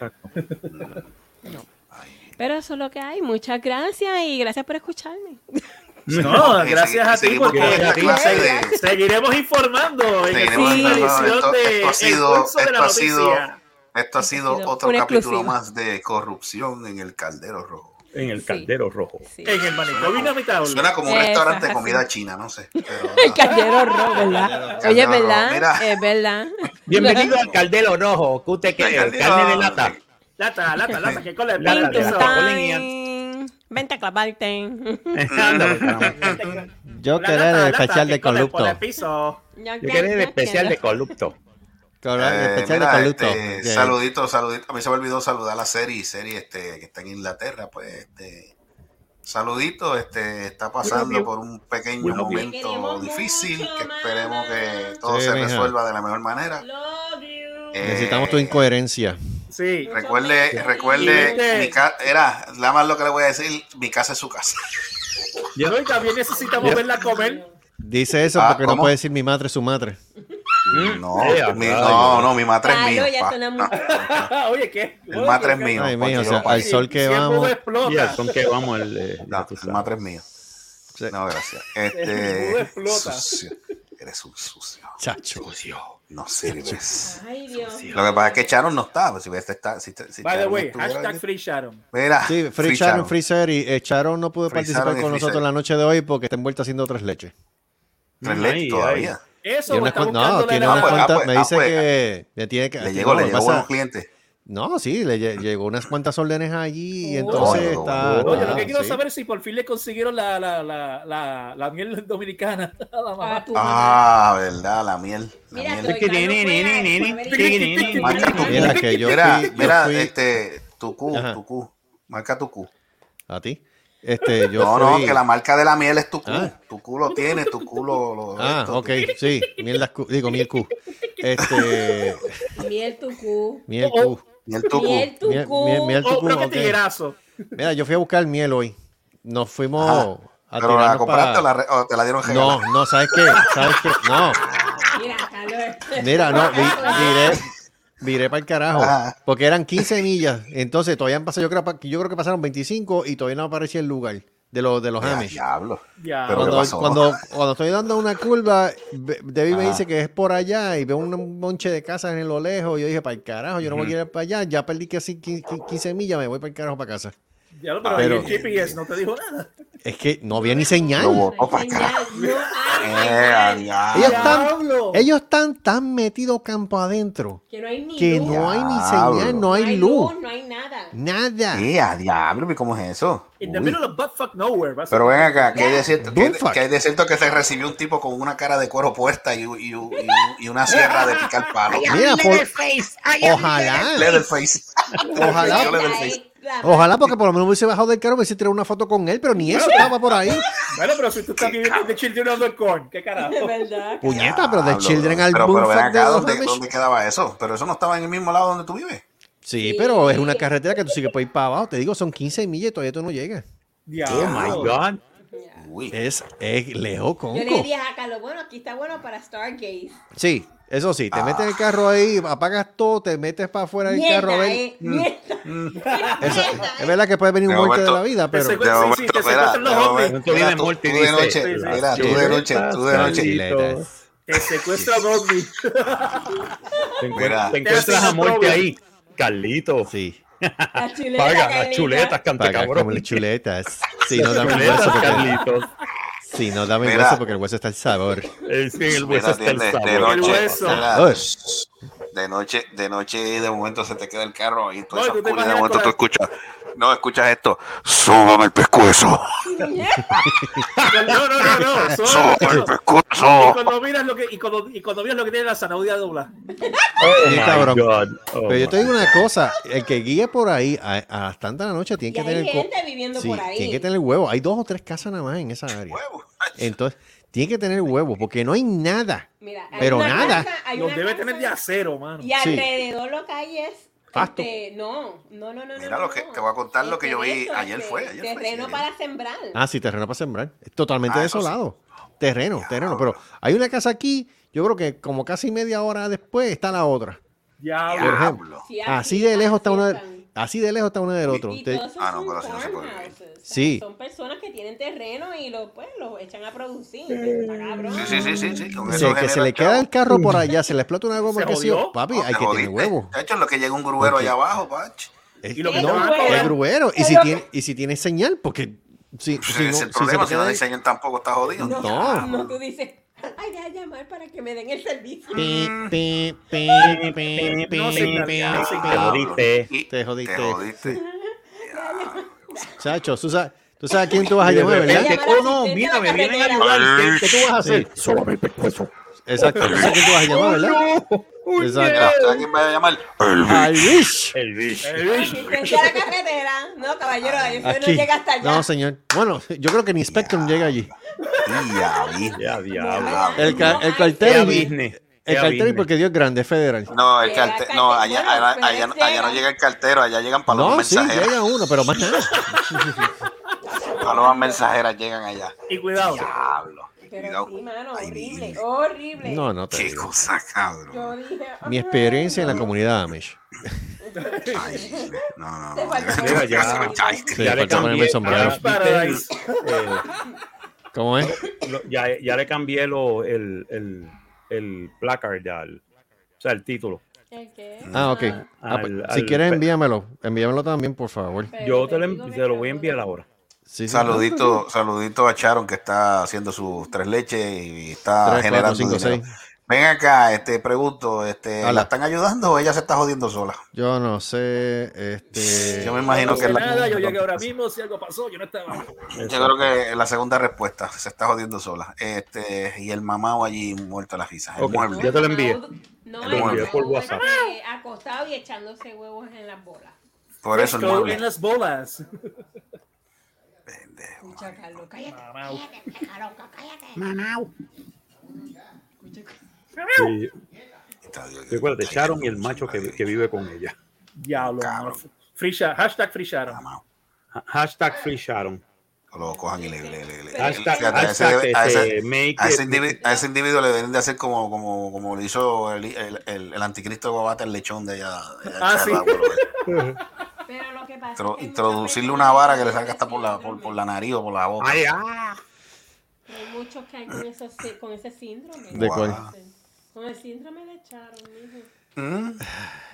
Speaker 8: Pero eso es lo que hay. Muchas gracias y gracias por escucharme.
Speaker 9: No,
Speaker 5: Y
Speaker 9: gracias a ti
Speaker 5: seguimos
Speaker 9: porque
Speaker 5: con esta clase de-
Speaker 9: seguiremos informando en
Speaker 5: Seguiremos
Speaker 9: esta
Speaker 5: informando. Esto-
Speaker 9: edición de
Speaker 5: esto ha
Speaker 9: El
Speaker 5: sido-
Speaker 9: Pulso de la
Speaker 5: esto ha sido-
Speaker 9: Noticia.
Speaker 5: Esto ha sido
Speaker 8: sido
Speaker 5: otro
Speaker 8: un
Speaker 5: capítulo
Speaker 8: exclusivo.
Speaker 5: más de corrupción en el caldero rojo.
Speaker 10: En el
Speaker 8: Sí.
Speaker 10: caldero rojo.
Speaker 8: Sí.
Speaker 9: En el manicomio inhabitable.
Speaker 5: Suena como un
Speaker 8: Eso,
Speaker 5: restaurante de
Speaker 8: ajá,
Speaker 5: comida china, no sé. pero- *laughs*
Speaker 8: *laughs* El caldero rojo, ¿verdad?
Speaker 5: Caldero
Speaker 8: Oye, es
Speaker 5: rojo,
Speaker 8: ¿verdad?
Speaker 5: mira.
Speaker 8: Es verdad.
Speaker 10: Bienvenido al caldero rojo. ¿Qué usted quiere?
Speaker 5: Caldero-
Speaker 10: Carne de lata.
Speaker 9: Lata, lata, lata, que con la
Speaker 10: Lata,
Speaker 9: espalda
Speaker 10: lata.
Speaker 9: empezó.
Speaker 8: Time. Vente a
Speaker 4: *laughs*
Speaker 8: clavarte.
Speaker 10: Anda, *laughs* por favor.
Speaker 4: Yo
Speaker 9: La
Speaker 4: quería
Speaker 9: lata, lata,
Speaker 4: despechar de
Speaker 9: que con el-
Speaker 4: corrupto.
Speaker 9: por el piso.
Speaker 10: Yo quería el especial de corrupto.
Speaker 4: Quería
Speaker 5: Eh,
Speaker 4: Despechar de
Speaker 5: mira,
Speaker 4: corrupto.
Speaker 5: este,
Speaker 4: Sí.
Speaker 5: Saludito, saludito. A mí se me olvidó saludar a la serie, serie este, que está en Inglaterra, pues, este, Saludito, este está pasando por un pequeño
Speaker 4: Muy bien.
Speaker 5: momento difícil que esperemos que todo
Speaker 4: Sí,
Speaker 5: se
Speaker 4: mija.
Speaker 5: resuelva de la mejor manera. Eh,
Speaker 4: Necesitamos tu incoherencia.
Speaker 9: Sí. este
Speaker 5: Recuerde,
Speaker 9: Viste.
Speaker 4: este-
Speaker 5: recuerde, mi ca- era, nada más lo que le voy a decir, mi casa es su casa.
Speaker 9: No, y también necesitamos
Speaker 4: Ya.
Speaker 9: verla comer.
Speaker 4: Dice eso
Speaker 5: Ah,
Speaker 4: porque no
Speaker 5: ¿cómo?
Speaker 4: puede decir mi madre, su madre. Mm.
Speaker 5: No, mi- no, no, mi madre
Speaker 9: Ah,
Speaker 5: es mía. pa. *laughs*
Speaker 9: Oye, ¿qué?
Speaker 5: El matre es mío.
Speaker 4: Ay,
Speaker 5: porque
Speaker 4: mijo, o
Speaker 5: yo
Speaker 4: sea,
Speaker 5: lo pagué.
Speaker 4: al sol que
Speaker 9: Si el bobo
Speaker 4: vamos.
Speaker 9: explota.
Speaker 10: Y al son que vamos, el, eh,
Speaker 5: No, el matre es mío. No, gracias.
Speaker 9: *laughs* El bobo
Speaker 5: Este,
Speaker 9: explota.
Speaker 5: sucio. Eres un sucio.
Speaker 4: Chacho.
Speaker 5: *laughs* No sirves.
Speaker 8: Ay, Dios. *laughs*
Speaker 5: Lo que pasa es que Sharon no estaba. Si hubiese estado- si- si
Speaker 9: By the
Speaker 5: Sharon
Speaker 9: way,
Speaker 5: estuviera
Speaker 9: hashtag
Speaker 5: allí-
Speaker 9: free Sharon.
Speaker 5: Mira,
Speaker 4: Sí, Free
Speaker 5: Free
Speaker 4: Sharon,
Speaker 5: Sharon.
Speaker 4: Free Ser y eh, Sharon no pudo
Speaker 5: Free
Speaker 4: participar
Speaker 5: Sharon y
Speaker 4: con
Speaker 5: Free
Speaker 4: nosotros
Speaker 5: Ser.
Speaker 4: la noche de hoy porque está envuelta haciendo tres leches.
Speaker 5: Tres
Speaker 10: Ay,
Speaker 5: leches
Speaker 10: ay.
Speaker 5: todavía.
Speaker 9: Eso
Speaker 4: Tiene
Speaker 9: o
Speaker 4: unas
Speaker 9: está
Speaker 4: cuan- no,
Speaker 9: buscándole
Speaker 4: tiene
Speaker 9: la-
Speaker 4: unas
Speaker 5: pues, ah,
Speaker 4: cuantas.
Speaker 5: pues,
Speaker 4: Me
Speaker 5: ah,
Speaker 4: dice
Speaker 5: pues.
Speaker 4: que le tiene que.
Speaker 5: Le llegó,
Speaker 4: no,
Speaker 5: le
Speaker 4: pasa-
Speaker 5: llegó buenos clientes.
Speaker 4: No, sí, le lle- llegó unas cuantas órdenes allí y entonces
Speaker 5: Coño,
Speaker 4: está.
Speaker 5: coño.
Speaker 9: Oye, lo
Speaker 4: ah,
Speaker 9: que quiero
Speaker 4: sí.
Speaker 9: saber es si por fin le consiguieron la, la, la, la, la miel dominicana a la mamá.
Speaker 8: Ah, tu mamá.
Speaker 5: Ah, verdad, la miel. La
Speaker 8: Mira,
Speaker 5: miel.
Speaker 8: estoy dando fuera,
Speaker 10: Tiquinini.
Speaker 5: Marca tu Q.
Speaker 4: Mira que yo
Speaker 5: Mira,
Speaker 4: fui- yo
Speaker 5: mira,
Speaker 4: fui-
Speaker 5: este, tu Q,
Speaker 4: Ajá.
Speaker 5: tu Q. Marca tu Q.
Speaker 4: A ti. Este, yo
Speaker 5: No, no,
Speaker 4: fui-
Speaker 5: que la marca de la miel es tu Q.
Speaker 4: Ah.
Speaker 5: Tu Q lo tiene, tu Q lo. lo-
Speaker 4: Ah,
Speaker 5: esto, tu-
Speaker 4: ok, sí. Miel las Q. Digo, miel
Speaker 9: *laughs*
Speaker 4: Q. Este.
Speaker 8: Miel tu cu.
Speaker 4: Miel
Speaker 9: Oh,
Speaker 4: Q.
Speaker 5: Miel tu Q.
Speaker 8: Miel tu
Speaker 4: Miel,
Speaker 8: cu.
Speaker 4: miel, miel
Speaker 9: Oh,
Speaker 4: tucú,
Speaker 9: pero qué
Speaker 4: ok.
Speaker 9: tiguerazo.
Speaker 4: Mira, yo fui a buscar miel hoy. Nos fuimos
Speaker 5: Ajá.
Speaker 4: a
Speaker 5: Pero la
Speaker 4: tirarnos
Speaker 5: compraste
Speaker 4: Ah, pa-
Speaker 5: o, la re- o te la dieron regalada.
Speaker 4: No, no, ¿sabes qué? ¿Sabes qué? No.
Speaker 8: Mira, Carlos.
Speaker 4: Mira, no,
Speaker 9: *laughs*
Speaker 4: vi- viré, para el carajo.
Speaker 5: Ajá.
Speaker 4: Porque eran 15 millas. Entonces todavía han pasado, yo creo, pa- yo creo que pasaron 25 y todavía no aparecía el lugar de, los de los
Speaker 5: Ya,
Speaker 4: Amish.
Speaker 5: diablo.
Speaker 9: Ya.
Speaker 5: Pero-
Speaker 4: Cuando,
Speaker 5: ¿qué pasó?
Speaker 4: cuando, cuando estoy dando una curva, ve- Debbie me
Speaker 5: Ajá.
Speaker 4: dice que es por allá y veo un monche de casas en lo lejos. Yo dije, para el carajo, yo no voy a ir para allá. Ya perdí casi 15 millas, me voy para el carajo para casa.
Speaker 9: Ya, pero,
Speaker 4: Pero-
Speaker 9: ahí el GPS no te dijo nada.
Speaker 4: Es que no había ni señal.
Speaker 5: Lo botó para
Speaker 8: Señal,
Speaker 5: acá.
Speaker 8: no hay
Speaker 5: Eh,
Speaker 8: señal.
Speaker 4: Ellos
Speaker 5: diablo.
Speaker 4: están,
Speaker 9: Diablo.
Speaker 4: ellos están tan metidos campo adentro
Speaker 8: Que no hay ni
Speaker 4: que
Speaker 8: luz.
Speaker 4: no hay ni
Speaker 5: Diablo.
Speaker 4: señal, no hay luz,
Speaker 8: No hay nada.
Speaker 4: nada.
Speaker 5: Eh, a diablo, ¿y cómo es eso?
Speaker 9: In the
Speaker 5: Uy.
Speaker 9: middle of buttfuck nowhere.
Speaker 5: Pero ven acá, que hay de cierto que,
Speaker 4: Bonfire.
Speaker 5: que hay de cierto que se recibió un tipo con una cara de cuero puesta y, un- y un- y un- y una sierra de picar palo.
Speaker 4: Mira, por- ojalá,
Speaker 5: Leatherface.
Speaker 4: *laughs* Ojalá.
Speaker 5: Yo Leatherface.
Speaker 4: ojalá porque por lo menos me hubiese bajado del carro, me hubiese tirado una foto con él, pero ni eso estaba por
Speaker 5: *laughs*
Speaker 4: ahí.
Speaker 9: Bueno, pero si tú estás viviendo en The Children of the Corn, ¿qué carajo?
Speaker 4: Oh.
Speaker 8: De verdad.
Speaker 4: Puñeta, pero de
Speaker 5: Diablo,
Speaker 4: Children
Speaker 5: bro.
Speaker 4: al
Speaker 5: pero, pero ven
Speaker 4: Boomfuck de
Speaker 5: acá,
Speaker 4: los
Speaker 5: ¿dónde,
Speaker 4: Amish.
Speaker 5: dónde quedaba eso? Pero eso no estaba en el mismo lado donde tú vives.
Speaker 4: Sí,
Speaker 8: Sí.
Speaker 4: pero es una carretera que tú sigues por ir para abajo. Te digo, son 15 millas y todavía tú no llegas.
Speaker 9: Diablo.
Speaker 10: Oh my God.
Speaker 5: Uy.
Speaker 4: Es, es lejos,
Speaker 8: Yo le
Speaker 4: conco.
Speaker 8: dije a Carlos, bueno, aquí está bueno para Stargate.
Speaker 4: Sí, eso sí, te
Speaker 5: Ah.
Speaker 4: metes en el carro ahí, apagas todo, te metes para afuera del carro. a
Speaker 8: Mierda,
Speaker 4: ver. Mm.
Speaker 8: eh. Mierda.
Speaker 4: Eso-
Speaker 8: Mierda, eh.
Speaker 4: es verdad que puede venir un
Speaker 5: Pero
Speaker 4: golpe de
Speaker 5: Roberto,
Speaker 4: la vida, pero...
Speaker 9: Ese- Sí, sí, te secuestran los ovnis.
Speaker 10: Tú vienes
Speaker 5: mira, tú,
Speaker 10: multi,
Speaker 5: tú de
Speaker 10: dice.
Speaker 5: noche,
Speaker 9: Sí, sí.
Speaker 5: mira, tú de noche, tú de noche.
Speaker 10: Carlitos.
Speaker 9: Te secuestra Bobby.
Speaker 10: Te encuent-
Speaker 5: Mira.
Speaker 10: te encuentras a muerte
Speaker 9: Te haces
Speaker 10: ahí. Carlito.
Speaker 4: Sí, *laughs*
Speaker 8: La chuleta.
Speaker 10: Paga
Speaker 8: de
Speaker 10: las chuletas,
Speaker 8: verdad.
Speaker 10: cante
Speaker 4: pagas como
Speaker 10: cabrón. *laughs*
Speaker 4: las chuletas. Sí, no dame el
Speaker 10: Chuletas,
Speaker 4: hueso porque...
Speaker 10: Carlitos.
Speaker 4: Sí, no dame el
Speaker 5: Mira.
Speaker 4: hueso porque el hueso está el sabor.
Speaker 10: Eh, sí, en el hueso está
Speaker 5: Mira,
Speaker 10: el
Speaker 5: atiende, de
Speaker 10: sabor.
Speaker 9: El
Speaker 5: noche,
Speaker 9: hueso.
Speaker 5: mira,
Speaker 4: Uy.
Speaker 5: de noche, de noche, de momento se te queda el carro y
Speaker 9: No,
Speaker 5: toda
Speaker 9: tú
Speaker 5: esa
Speaker 9: te
Speaker 5: oscuridad, de
Speaker 9: imaginas
Speaker 5: momento
Speaker 9: con
Speaker 5: tú
Speaker 9: la-
Speaker 5: escuchas, no, escuchas esto, súbame el pescuezo,
Speaker 9: No, no, no, no. solo-
Speaker 5: súbame el
Speaker 9: Y
Speaker 5: pescuezo.
Speaker 9: cuando miras lo que, y cuando, y cuando miras lo que tiene la zanahoria doblada.
Speaker 10: Oh
Speaker 4: Sí,
Speaker 10: my
Speaker 4: cabrón.
Speaker 10: God. Oh
Speaker 4: Pero yo
Speaker 10: my
Speaker 4: te digo una cosa, el que guíe por ahí a, a las tantas de la noche tiene
Speaker 8: Y
Speaker 4: que
Speaker 8: hay
Speaker 4: tener... co-
Speaker 8: gente viviendo
Speaker 4: Sí,
Speaker 8: por ahí.
Speaker 4: tiene que tener huevo. Hay dos o tres casas nada más en esa área. Entonces, tiene que tener huevo porque no hay nada.
Speaker 8: Mira, hay
Speaker 4: Pero
Speaker 8: una
Speaker 4: nada.
Speaker 8: casa- hay
Speaker 9: Los
Speaker 8: una
Speaker 9: debe
Speaker 8: casa
Speaker 9: tener de acero, mano.
Speaker 8: Y alrededor lo que hay es.
Speaker 4: Pasto.
Speaker 8: este, no, no, no, no.
Speaker 5: Mira
Speaker 8: no,
Speaker 5: lo que-
Speaker 8: no. Este
Speaker 5: te voy a contar lo que yo vi
Speaker 8: Terreno,
Speaker 5: ayer fue, ayer fue,
Speaker 8: Terreno
Speaker 5: sí,
Speaker 8: para
Speaker 5: ayer.
Speaker 8: sembrar.
Speaker 4: Ah, sí, terreno para sembrar. Es totalmente
Speaker 5: Ah, eso sí.
Speaker 4: desolado. Terreno, terreno. Pero hay una casa aquí, yo creo que como casi media hora después está la otra.
Speaker 9: Diablo.
Speaker 4: Por
Speaker 5: Diablo.
Speaker 4: ejemplo.
Speaker 8: Sí,
Speaker 4: Así de lejos está
Speaker 8: así
Speaker 4: uno del,
Speaker 8: están.
Speaker 4: así de lejos está uno del otro.
Speaker 8: Y
Speaker 4: Te-
Speaker 8: todos esos
Speaker 5: Ah, no,
Speaker 8: son
Speaker 5: pero así no se puede vivir.
Speaker 8: farmhouses, o sea,
Speaker 4: Sí.
Speaker 8: Son personas que tienen terreno y los pues los echan a producir. Está cabrón.
Speaker 5: Sí, sí, sí, sí, sí, con
Speaker 4: se-
Speaker 5: eso
Speaker 4: que se
Speaker 5: genera
Speaker 4: le
Speaker 5: el chavo.
Speaker 4: queda el carro por allá, se le explota una goma
Speaker 9: ¿Se
Speaker 4: que sí,
Speaker 9: jodió?
Speaker 4: papi,
Speaker 5: No,
Speaker 4: hay
Speaker 5: te
Speaker 4: que
Speaker 5: jodiste.
Speaker 4: tener huevo.
Speaker 5: De hecho, lo que llega un grubero allá abajo, Pach.
Speaker 4: Es,
Speaker 9: Y lo
Speaker 8: que
Speaker 4: no,
Speaker 8: te van a
Speaker 4: es
Speaker 8: cobrar.
Speaker 4: gruero. Y
Speaker 8: Es
Speaker 4: si
Speaker 8: lo-
Speaker 4: tiene, y si tiene señal, porque si,
Speaker 5: Ese
Speaker 4: si no,
Speaker 5: es el
Speaker 4: si se
Speaker 5: problema,
Speaker 4: te
Speaker 5: si no
Speaker 4: queda-
Speaker 5: diseñan tampoco está jodido.
Speaker 8: No,
Speaker 4: No.
Speaker 8: no, tú dices, ay, deja llamar para que me den el servicio.
Speaker 4: Pi, pi, pi, pi, pi,
Speaker 9: No, señal,
Speaker 4: pi.
Speaker 9: no, señal.
Speaker 10: Te jodiste.
Speaker 5: Y-
Speaker 4: Te jodiste.
Speaker 5: Te jodiste.
Speaker 4: Chacho, tú sabes, tú sabes a quién tú vas a llamar, ¿verdad?
Speaker 8: Ella-
Speaker 10: Que, oh, no, mira, me vienen a ayudar. ¿Qué, qué tú vas a hacer?
Speaker 4: Sí.
Speaker 10: Solamente peso.
Speaker 4: Exacto. Yo sé quién tú vas a llamar, ¿verdad? Exacto.
Speaker 5: ¿Sabes quién va a llamar?
Speaker 4: Al bicho.
Speaker 10: El bicho.
Speaker 11: Asistencia
Speaker 4: *laughs*
Speaker 11: a la carretera. No, caballero, la gente no
Speaker 4: Ah, Aquí.
Speaker 11: llega hasta allá.
Speaker 4: No, señor. Bueno, yo creo que ni Spectrum llega allí.
Speaker 10: Ya, diablo.
Speaker 4: El, ca- el
Speaker 10: Sea
Speaker 4: cartel.
Speaker 10: business,
Speaker 4: El
Speaker 10: sea
Speaker 4: cartel,
Speaker 10: business.
Speaker 4: porque Dios es grande, es federal.
Speaker 5: No, el cartero. No, allá, allá, allá, allá no llega el cartero, allá llegan palomas
Speaker 4: No, sí,
Speaker 5: mensajeras.
Speaker 4: llega uno, pero más nada.
Speaker 5: Palomas mensajeras llegan allá.
Speaker 9: Y cuidado.
Speaker 5: Diablo.
Speaker 11: Pero sí, mano, horrible, horrible.
Speaker 4: No, no te
Speaker 5: Qué
Speaker 4: digo.
Speaker 5: cosa, cabrón.
Speaker 11: Yo dije,
Speaker 4: Mi experiencia en la comunidad Amish.
Speaker 5: Ay, no, no.
Speaker 11: Te
Speaker 5: no.
Speaker 11: faltó
Speaker 5: Mira,
Speaker 10: poner-
Speaker 5: ya. Ay,
Speaker 4: Sí,
Speaker 10: Ya le
Speaker 4: falta ponerme
Speaker 10: cambié.
Speaker 4: el sombrero.
Speaker 10: Ah, Paradise. Eh,
Speaker 4: ¿Cómo es?
Speaker 10: lo- ya, ya le cambié lo, el, el, el placard al, o sea, el título.
Speaker 11: ¿el qué?
Speaker 4: Ah, ok. Ah, pues,
Speaker 10: Al-
Speaker 4: si
Speaker 10: al-
Speaker 4: quieres, envíamelo. Envíamelo también, por favor.
Speaker 11: Pero
Speaker 10: Yo te lo,
Speaker 11: digo,
Speaker 10: en-
Speaker 11: me
Speaker 10: te lo voy a
Speaker 11: cago en-
Speaker 10: enviar ahora.
Speaker 4: Sí, sí.
Speaker 5: Saludito, saludito a Charon que está haciendo sus tres leches y
Speaker 4: 3,
Speaker 5: está
Speaker 4: 4,
Speaker 5: generando
Speaker 4: 5,
Speaker 5: dinero.
Speaker 4: 6.
Speaker 5: Ven acá, este pregunto, este,
Speaker 4: Hola.
Speaker 5: ¿la están ayudando o ella se está jodiendo sola?
Speaker 4: Yo no sé. Este.
Speaker 5: Yo me imagino
Speaker 9: no
Speaker 5: que
Speaker 9: sé
Speaker 5: la-
Speaker 9: nada, yo llegué ahora mismo, si algo pasó, yo no estaba.
Speaker 5: Yo creo que la segunda respuesta, se está jodiendo sola. Este, y el mamado allí muerto a las risas. el
Speaker 10: Ok,
Speaker 5: muerto.
Speaker 10: ya te lo envié.
Speaker 11: No,
Speaker 5: Te lo envié
Speaker 11: no,
Speaker 10: por
Speaker 11: no,
Speaker 10: WhatsApp.
Speaker 11: este, Acostado y echándose huevos en las bolas.
Speaker 5: Por eso el
Speaker 9: Estoy
Speaker 5: mueble.
Speaker 9: en las bolas.
Speaker 5: Pendejo.
Speaker 11: Escucha, Carlos, cállate,
Speaker 9: Mamau.
Speaker 11: cállate, caronca, cállate.
Speaker 10: Y
Speaker 5: Está Dios,
Speaker 10: recuerda,
Speaker 5: está
Speaker 10: Sharon
Speaker 5: Dios,
Speaker 10: y el macho que, que vive con ella.
Speaker 9: Diablo.
Speaker 5: Cabrón.
Speaker 9: mano. Free Sharon, hashtag Free Sharon.
Speaker 5: mamado.
Speaker 10: Ha- Hashtag free Sharon.
Speaker 5: Lo cojan y le... le- le- le-
Speaker 10: Hashtag,
Speaker 5: fíjate, a ese-
Speaker 10: hashtag,
Speaker 5: a ese-
Speaker 10: este, make
Speaker 5: A ese,
Speaker 10: it-
Speaker 5: indivi- a ese individuo le deben de hacer como, como, como le hizo el, el, el, el anticristo Guabata el lechón de allá. de allá
Speaker 9: Ah,
Speaker 5: de
Speaker 9: sí.
Speaker 5: Charrúa, boludo.
Speaker 11: Pero lo que pasa
Speaker 9: *laughs*
Speaker 5: Intro-
Speaker 11: es que
Speaker 5: introducirle
Speaker 11: muchas
Speaker 5: una vara que le
Speaker 11: veces
Speaker 5: salga hasta por la, por, por la nariz o por la boca.
Speaker 10: Ay, ah.
Speaker 11: Hay muchos que hay con, esos- con ese síndrome.
Speaker 4: ¿De cuál?
Speaker 11: Con el síndrome de Charon, mijo.
Speaker 5: Mm.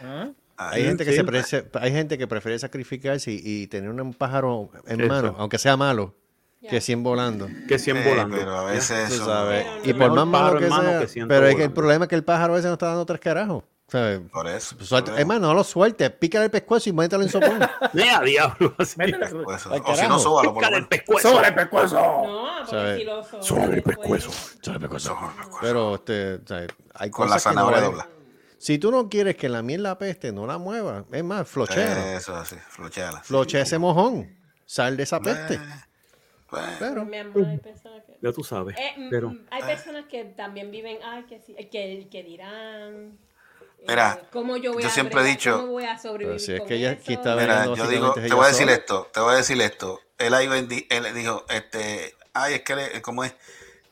Speaker 9: ¿Ah?
Speaker 4: Hay
Speaker 5: Ahí.
Speaker 4: gente, que se
Speaker 10: sí.
Speaker 4: prece- hay gente que prefiere sacrificarse y, y tener un pájaro en
Speaker 10: Eso.
Speaker 4: mano, aunque sea malo,
Speaker 11: Ya.
Speaker 4: que 100 volando.
Speaker 10: Que 100
Speaker 5: Eh,
Speaker 10: volando.
Speaker 5: Pero a veces
Speaker 4: Tú
Speaker 5: eso.
Speaker 4: sabes.
Speaker 11: Pero no.
Speaker 4: Y por
Speaker 10: Mejor
Speaker 4: más malo
Speaker 10: pájaro
Speaker 4: que
Speaker 10: en mano
Speaker 4: sea.
Speaker 10: que ciento
Speaker 4: pero es que el
Speaker 10: volando.
Speaker 4: problema es que el pájaro ese no está dando tres carajos. ¿sabes?
Speaker 5: Por eso.
Speaker 4: Pues, Suelta-
Speaker 5: por
Speaker 4: es más, no lo sueltes, pícale el pescuezo y mételo en sopón.
Speaker 10: Mira, diablo. así.
Speaker 9: Métela.
Speaker 5: eso, por eso.
Speaker 4: Ay,
Speaker 5: O si
Speaker 4: carajo.
Speaker 5: no, sóbalo por lo
Speaker 10: Pícale el
Speaker 5: menos.
Speaker 10: pescuezo.
Speaker 9: ¡Sobre el pescuezo!
Speaker 11: No, porque
Speaker 4: ¿Sabe?
Speaker 11: si lo son. pues,
Speaker 10: Sobre el
Speaker 11: después-
Speaker 10: pescuezo.
Speaker 4: Suelta el pescuezo.
Speaker 5: Sóbalo por el pescuezo.
Speaker 4: Pero este, o sea, hay
Speaker 5: Con la
Speaker 4: cosas que no
Speaker 5: zanahoria
Speaker 4: valen.
Speaker 5: dobla.
Speaker 4: Si tú no quieres que la miel la peste, no la muevas. Es más, flochea.
Speaker 5: Eso, así. Flochéala.
Speaker 4: Flochea ese mojón. Sal de esa peste.
Speaker 5: Eh, eh,
Speaker 4: Pero
Speaker 11: Mi amor, hay personas que...
Speaker 10: Ya tú sabes.
Speaker 11: Eh, mm,
Speaker 10: Pero
Speaker 11: mm, hay personas que también viven, ay, que, sí, eh, que, que dirán... eh,
Speaker 5: Mira,
Speaker 11: ¿cómo yo, voy
Speaker 5: yo
Speaker 11: a
Speaker 5: siempre
Speaker 11: bregar?
Speaker 5: he dicho-
Speaker 11: ¿Cómo voy a sobrevivir
Speaker 4: Pero si es
Speaker 11: con
Speaker 4: que ella
Speaker 11: eso?
Speaker 4: aquí está
Speaker 5: Mira,
Speaker 4: Hablando
Speaker 5: yo digo,
Speaker 4: básicamente
Speaker 5: te
Speaker 4: ella
Speaker 5: voy a decir
Speaker 4: sola.
Speaker 5: esto, te voy a decir esto. Él ahí bendi- él dijo, este, ay, es que le, ¿cómo es?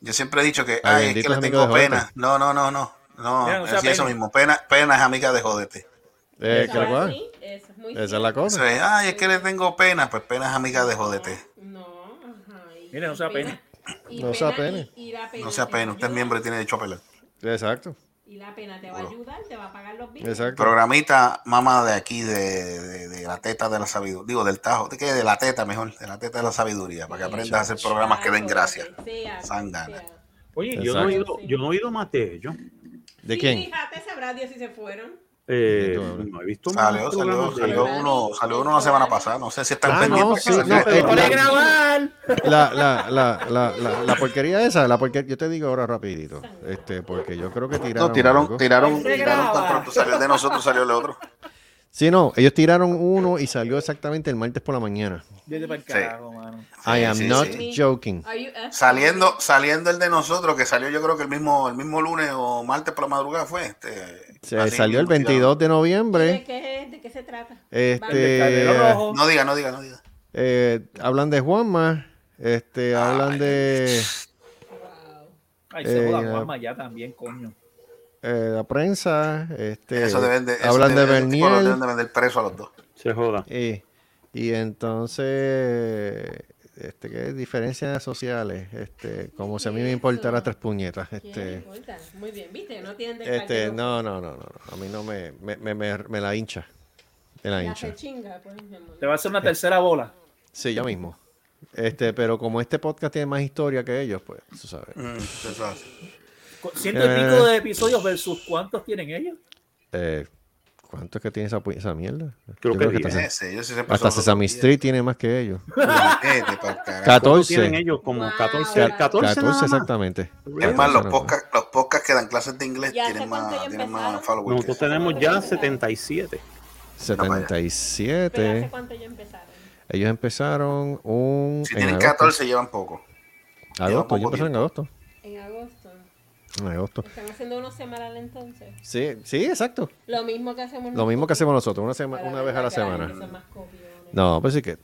Speaker 5: Yo siempre he dicho que,
Speaker 4: Ay,
Speaker 5: ay, es que
Speaker 4: bendito
Speaker 5: le
Speaker 4: es amigo
Speaker 5: tengo
Speaker 4: de Jodete.
Speaker 5: pena. No, no, no, no. No,
Speaker 9: Ya, no sea
Speaker 5: es eso
Speaker 9: pena.
Speaker 5: mismo, pena, pena es amiga de jodete.
Speaker 4: eh,
Speaker 11: Eso
Speaker 4: que la
Speaker 11: es
Speaker 4: cual,
Speaker 11: así, eso es muy
Speaker 4: Esa es
Speaker 11: cierto.
Speaker 4: la
Speaker 5: Eso
Speaker 4: cosa.
Speaker 5: es, ay, es que le tengo pena, pues pena es amiga de jodete.
Speaker 11: No, ajá. y-
Speaker 9: Mire, no
Speaker 11: y
Speaker 9: sea pena.
Speaker 11: y
Speaker 4: No sea
Speaker 11: pena y-
Speaker 4: pena.
Speaker 11: y la pena
Speaker 5: No sea
Speaker 11: te
Speaker 5: pena, usted es
Speaker 11: ayuda,
Speaker 5: miembro y tiene derecho a pelear.
Speaker 4: Exacto.
Speaker 11: Y la pena te va a
Speaker 5: Seguro.
Speaker 11: ayudar, te va a pagar los billetes.
Speaker 4: Exacto.
Speaker 5: Programita, mamá de aquí, de, de- de la teta de la sabiduría, digo, del tajo, de que de la teta mejor, de la teta de la sabiduría, para que aprendas a hacer programas que den gracia. Sangana.
Speaker 10: Oye, yo no, he oído, yo no he oído más de ellos.
Speaker 4: ¿De quién?
Speaker 11: Fíjate, sabrás Dios si se fueron.
Speaker 10: Eh,
Speaker 4: Sí, tú hablas.
Speaker 10: no he visto más
Speaker 5: Salió, salió,
Speaker 10: programas de
Speaker 5: salió
Speaker 10: ellos.
Speaker 5: uno, salió uno la semana pasada, no sé si están
Speaker 4: Ah, no,
Speaker 5: pendientes.
Speaker 4: sí, no,
Speaker 5: Salió-
Speaker 4: eh,
Speaker 9: ¡Por
Speaker 4: la-
Speaker 9: ahí grabar!
Speaker 4: La, la, la, la, la, la porquería esa, la porquería, yo te digo ahora rapidito, este, porque yo creo que tiraron.
Speaker 5: No, tiraron,
Speaker 4: algo.
Speaker 5: tiraron,
Speaker 11: Se
Speaker 5: tiraron tan
Speaker 11: graba.
Speaker 5: pronto salió el de nosotros, salió el otro.
Speaker 4: Sí, no, ellos tiraron uno y salió exactamente el martes por la mañana.
Speaker 9: Vete para el
Speaker 5: Sí.
Speaker 9: carajo, mano.
Speaker 4: I
Speaker 5: Sí,
Speaker 4: am
Speaker 5: sí,
Speaker 4: not
Speaker 5: sí.
Speaker 4: joking.
Speaker 11: Are you up?
Speaker 5: Saliendo, saliendo el de nosotros, que salió yo creo que el mismo, el mismo lunes o martes por la madrugada fue. Este,
Speaker 4: Se
Speaker 5: así
Speaker 4: salió el
Speaker 5: mismo,
Speaker 4: 22 de
Speaker 11: ¿De
Speaker 4: noviembre.
Speaker 11: qué, ¿De qué se trata?
Speaker 9: El Caldero
Speaker 4: Este,
Speaker 9: rojo.
Speaker 5: tirado. No diga, no diga, no diga.
Speaker 4: eh, hablan de Juanma, este, hablan de
Speaker 9: Ay, se
Speaker 4: Eh,
Speaker 9: joda
Speaker 4: ya.
Speaker 9: Juanma ya también, coño.
Speaker 4: eh, la prensa, este,
Speaker 5: Eso deben de, eso
Speaker 4: hablan de
Speaker 5: deben ese tipo lo
Speaker 4: Bernier.
Speaker 5: deben de vender preso a los dos.
Speaker 10: Se joda.
Speaker 4: Eh, y entonces, este, ¿qué diferencias sociales? Este, como si a mí me importara tres puñetas.
Speaker 11: ¿Qué
Speaker 4: Este,
Speaker 11: importa? Muy bien, ¿viste? No tienen descarte.
Speaker 4: este, no, no, no, no, no, a mí no me, me, me, me- me la hincha, me la
Speaker 11: Ya
Speaker 4: hincha.
Speaker 11: se chinga, pues, mi amor.
Speaker 9: Te va a hacer una tercera bola.
Speaker 4: Sí, yo mismo. Este, pero como este podcast tiene más historia que ellos, pues, tú sabes.
Speaker 5: Mm, eso es así.
Speaker 9: Cu- Ciento y pico de episodios versus cuántos tienen ellos.
Speaker 4: Eh, ¿Cuánto es que tiene esa, pu- esa mierda?
Speaker 10: Creo
Speaker 4: Yo
Speaker 10: que
Speaker 4: hasta,
Speaker 10: diez.
Speaker 4: se-
Speaker 5: Ese, ellos sí se
Speaker 4: hasta
Speaker 5: pasaron
Speaker 4: Sesame
Speaker 5: los dos
Speaker 4: Street tiene más que ellos.
Speaker 5: días. *laughs* Vete pa'l carajo.
Speaker 10: ¿Cuántos tienen
Speaker 4: 14.
Speaker 10: ellos? Como
Speaker 11: Wow.
Speaker 10: 14. 14,
Speaker 4: 14
Speaker 10: nada más.
Speaker 4: exactamente.
Speaker 5: Es más, los
Speaker 4: 14 nada más.
Speaker 5: podcasts los podcasts que dan clases de inglés
Speaker 11: ¿Y hasta
Speaker 5: tienen
Speaker 11: cuánto
Speaker 5: más,
Speaker 11: ya
Speaker 5: tienen más
Speaker 11: empezaron?
Speaker 5: followers. que-
Speaker 10: Nosotros tenemos ya 77.
Speaker 4: 77.
Speaker 11: ¿Cuánto ya empezaron?
Speaker 4: Ellos empezaron un.
Speaker 5: Si
Speaker 4: en
Speaker 5: tienen
Speaker 4: agosto.
Speaker 5: 14, llevan poco.
Speaker 4: Agosto, ellos empezaron en agosto.
Speaker 11: En agosto.
Speaker 4: En agosto.
Speaker 11: Están haciendo una semanal entonces.
Speaker 4: Sí, sí, exacto.
Speaker 11: Lo mismo que hacemos
Speaker 4: Lo mismo que hacemos nosotros, una, sema-
Speaker 11: Para
Speaker 4: una
Speaker 11: ver
Speaker 4: vez a la
Speaker 11: las grandes,
Speaker 4: semana.
Speaker 11: son más copiones.
Speaker 4: No, pues sí que.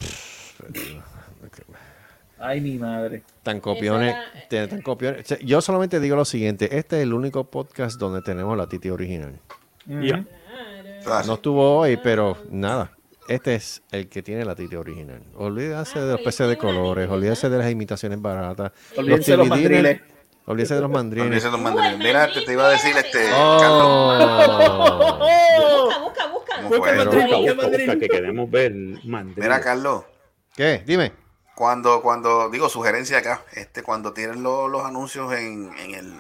Speaker 9: Ay, mi madre.
Speaker 4: Tan copiones, te- tan copiones. O sea, Yo solamente digo lo siguiente, este es el único podcast donde tenemos la Titi original.
Speaker 10: Ya.
Speaker 4: No estuvo hoy, pero nada. Este es el que tiene la Titi original. Olvídase de los peces de colores, olvídese de las imitaciones baratas.
Speaker 5: Olvídense de los
Speaker 4: DVD
Speaker 5: mandriles.
Speaker 4: Olvídese de los mandriles.
Speaker 5: Olvídense de los mandriles. Mira, te, te iba a decir este.
Speaker 4: Oh.
Speaker 11: Busca, busca, busca.
Speaker 5: ¿Cómo fue?
Speaker 10: Pero busca, busca, busca, que queremos ver mandril.
Speaker 5: Mira, Carlos.
Speaker 4: *laughs* ¿Qué? Dime.
Speaker 5: Cuando, cuando, digo, sugerencia acá, este, cuando tienen lo- los anuncios en, en el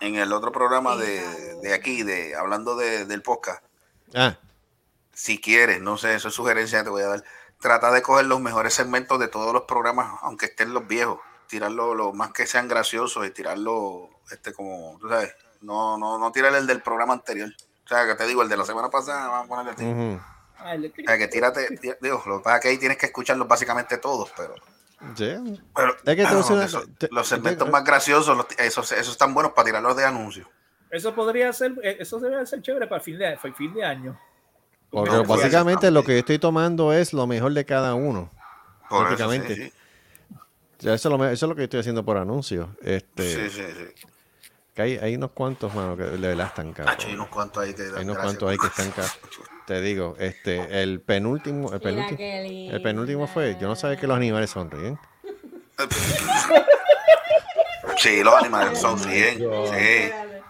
Speaker 5: en el otro programa de, de aquí, de hablando de- del podcast,
Speaker 4: Ah,
Speaker 5: si quieres, no sé, eso es sugerencia que te voy a dar. Trata de coger los mejores segmentos de todos los programas, aunque estén los viejos, tirarlo lo más que sean graciosos y tirarlo, este, como, tú sabes, no, no, no tirar el del programa anterior. O sea, que te digo, el de la semana pasada, vamos a ponerle a ti.
Speaker 4: ujú.
Speaker 5: O sea, que tírate, tira- digo, lo que pasa es que ahí tienes que escucharlos básicamente todos, pero.
Speaker 4: Sí.
Speaker 5: Pero, ah,
Speaker 4: Es que te voy a decir una-
Speaker 5: esos-
Speaker 4: te-
Speaker 5: los
Speaker 4: te-
Speaker 5: segmentos más graciosos, los- esos, esos están buenos para tirarlos de anuncios.
Speaker 9: Eso podría ser, eh, eso debe ser chévere para fin de, para fin de año.
Speaker 4: Porque
Speaker 5: No, pues,
Speaker 4: básicamente lo que yo estoy tomando es lo mejor de cada uno.
Speaker 5: Por eso,
Speaker 4: prácticamente.
Speaker 5: sí,
Speaker 4: Ya Eso, es lo me- eso es lo que yo estoy haciendo por anuncios. Este,
Speaker 5: Sí, sí, sí.
Speaker 4: que hay, hay unos cuantos, mano, que de verdad están caros.
Speaker 5: Hacho, hay unos cuantos ahí que dan
Speaker 4: Hay unos
Speaker 5: Ah, gracias.
Speaker 4: cuantos ahí que están caros. Te digo, este, el penúltimo, el penúltimo, el penúltimo fue, yo no sabía que los animales sonríen.
Speaker 5: Sí, los animales sonríen. Sí.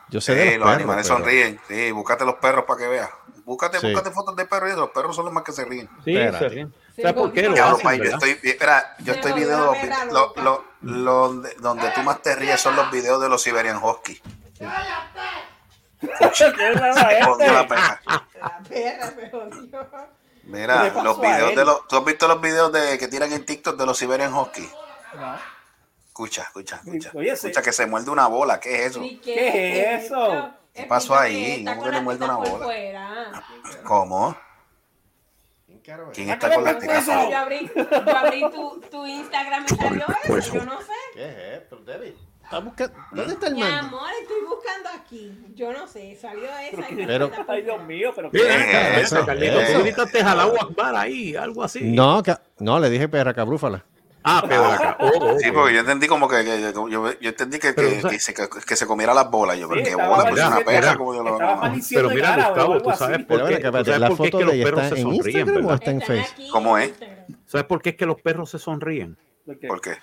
Speaker 4: Yo sé de los
Speaker 5: Sí, los
Speaker 4: perros,
Speaker 5: animales
Speaker 4: pero-
Speaker 5: sonríen. Sí, búscate los perros para que veas. Búscate,
Speaker 4: Sí.
Speaker 5: búscate fotos de perros y eso, los perros son los más que se ríen.
Speaker 10: Sí, se
Speaker 4: Espérate.
Speaker 10: ríen. ¿Sabes por qué lo
Speaker 5: Diablo,
Speaker 10: hacen,
Speaker 5: pai, yo
Speaker 10: verdad?
Speaker 5: estoy, espera, yo
Speaker 11: Se
Speaker 5: estoy
Speaker 11: volvió
Speaker 5: viendo
Speaker 11: la
Speaker 5: los
Speaker 11: perra
Speaker 5: vi- lo-
Speaker 11: loca.
Speaker 5: lo- lo- donde, donde tú más te ríes son los videos de los Siberian Husky. Jodió la perra.
Speaker 11: La perra me jodió.
Speaker 5: Mira,
Speaker 11: ¿Qué le pasó
Speaker 5: los
Speaker 11: a
Speaker 5: videos
Speaker 11: él?
Speaker 5: de los. ¿Tú has visto los videos de que tiran en TikTok de los Siberian Husky?
Speaker 9: No.
Speaker 5: Escucha, escucha, escucha.
Speaker 9: Oye, sí.
Speaker 5: Escucha que se muerde una bola. ¿Qué es eso?
Speaker 11: ¿Y
Speaker 9: ¿Qué es eso?
Speaker 5: ¿Qué pasó ahí?
Speaker 11: Está
Speaker 5: ¿Cómo
Speaker 11: con
Speaker 5: que le
Speaker 11: la
Speaker 5: muerde
Speaker 11: tita
Speaker 5: una
Speaker 11: por
Speaker 5: bola?
Speaker 11: fuera.
Speaker 5: ¿Cómo? ¿Quién está con la tira?
Speaker 11: Yo abrí, yo abrí tu, tu Instagram y salió eso. Yo no sé.
Speaker 4: ¿Qué es esto, Debbie? Está buscando- ¿Dónde está el
Speaker 11: Mi
Speaker 4: mando?
Speaker 11: amor, estoy buscando aquí. Yo no sé. Salió esa. y-
Speaker 4: Pero-
Speaker 9: Ay, Dios mío, pero
Speaker 10: Mira,
Speaker 5: Eh,
Speaker 10: acá,
Speaker 4: Eso,
Speaker 10: acá, Carlito,
Speaker 4: eso.
Speaker 10: tú gritaste Jalau Akbar ahí, algo así.
Speaker 4: No, ca- no, le dije perra cabrúfala.
Speaker 10: Ah, pero acá. Oh, oh,
Speaker 5: Sí,
Speaker 10: oh.
Speaker 5: porque yo entendí como que, que- que- yo, yo entendí que,
Speaker 10: Pero,
Speaker 5: que-
Speaker 10: o sea-
Speaker 5: que se, que se comiera las bolas. Yo, pero
Speaker 9: Sí,
Speaker 5: qué
Speaker 9: estaba
Speaker 5: bola, pues es
Speaker 10: mal-
Speaker 5: una perra
Speaker 10: era-
Speaker 5: como yo lo
Speaker 9: estaba
Speaker 5: no,
Speaker 9: mal-
Speaker 10: Pero
Speaker 9: de
Speaker 10: mira,
Speaker 9: cara o
Speaker 10: Gustavo,
Speaker 9: algo
Speaker 10: tú
Speaker 9: así.
Speaker 10: sabes
Speaker 4: Pero
Speaker 10: por
Speaker 4: bueno,
Speaker 10: qué,
Speaker 4: que,
Speaker 10: tú
Speaker 4: espérate,
Speaker 10: sabes
Speaker 4: ¿la
Speaker 10: por qué es
Speaker 4: foto
Speaker 10: que
Speaker 4: de
Speaker 10: los
Speaker 4: ella
Speaker 10: perros
Speaker 4: está
Speaker 10: se
Speaker 4: en
Speaker 10: sonríen,
Speaker 4: Instagram o
Speaker 10: ¿verdad?
Speaker 4: está en
Speaker 11: Están
Speaker 4: Facebook?
Speaker 11: aquí
Speaker 5: ¿Cómo es?
Speaker 11: Instagram.
Speaker 10: ¿Sabes por qué es que los perros se sonríen?
Speaker 5: ¿Por qué?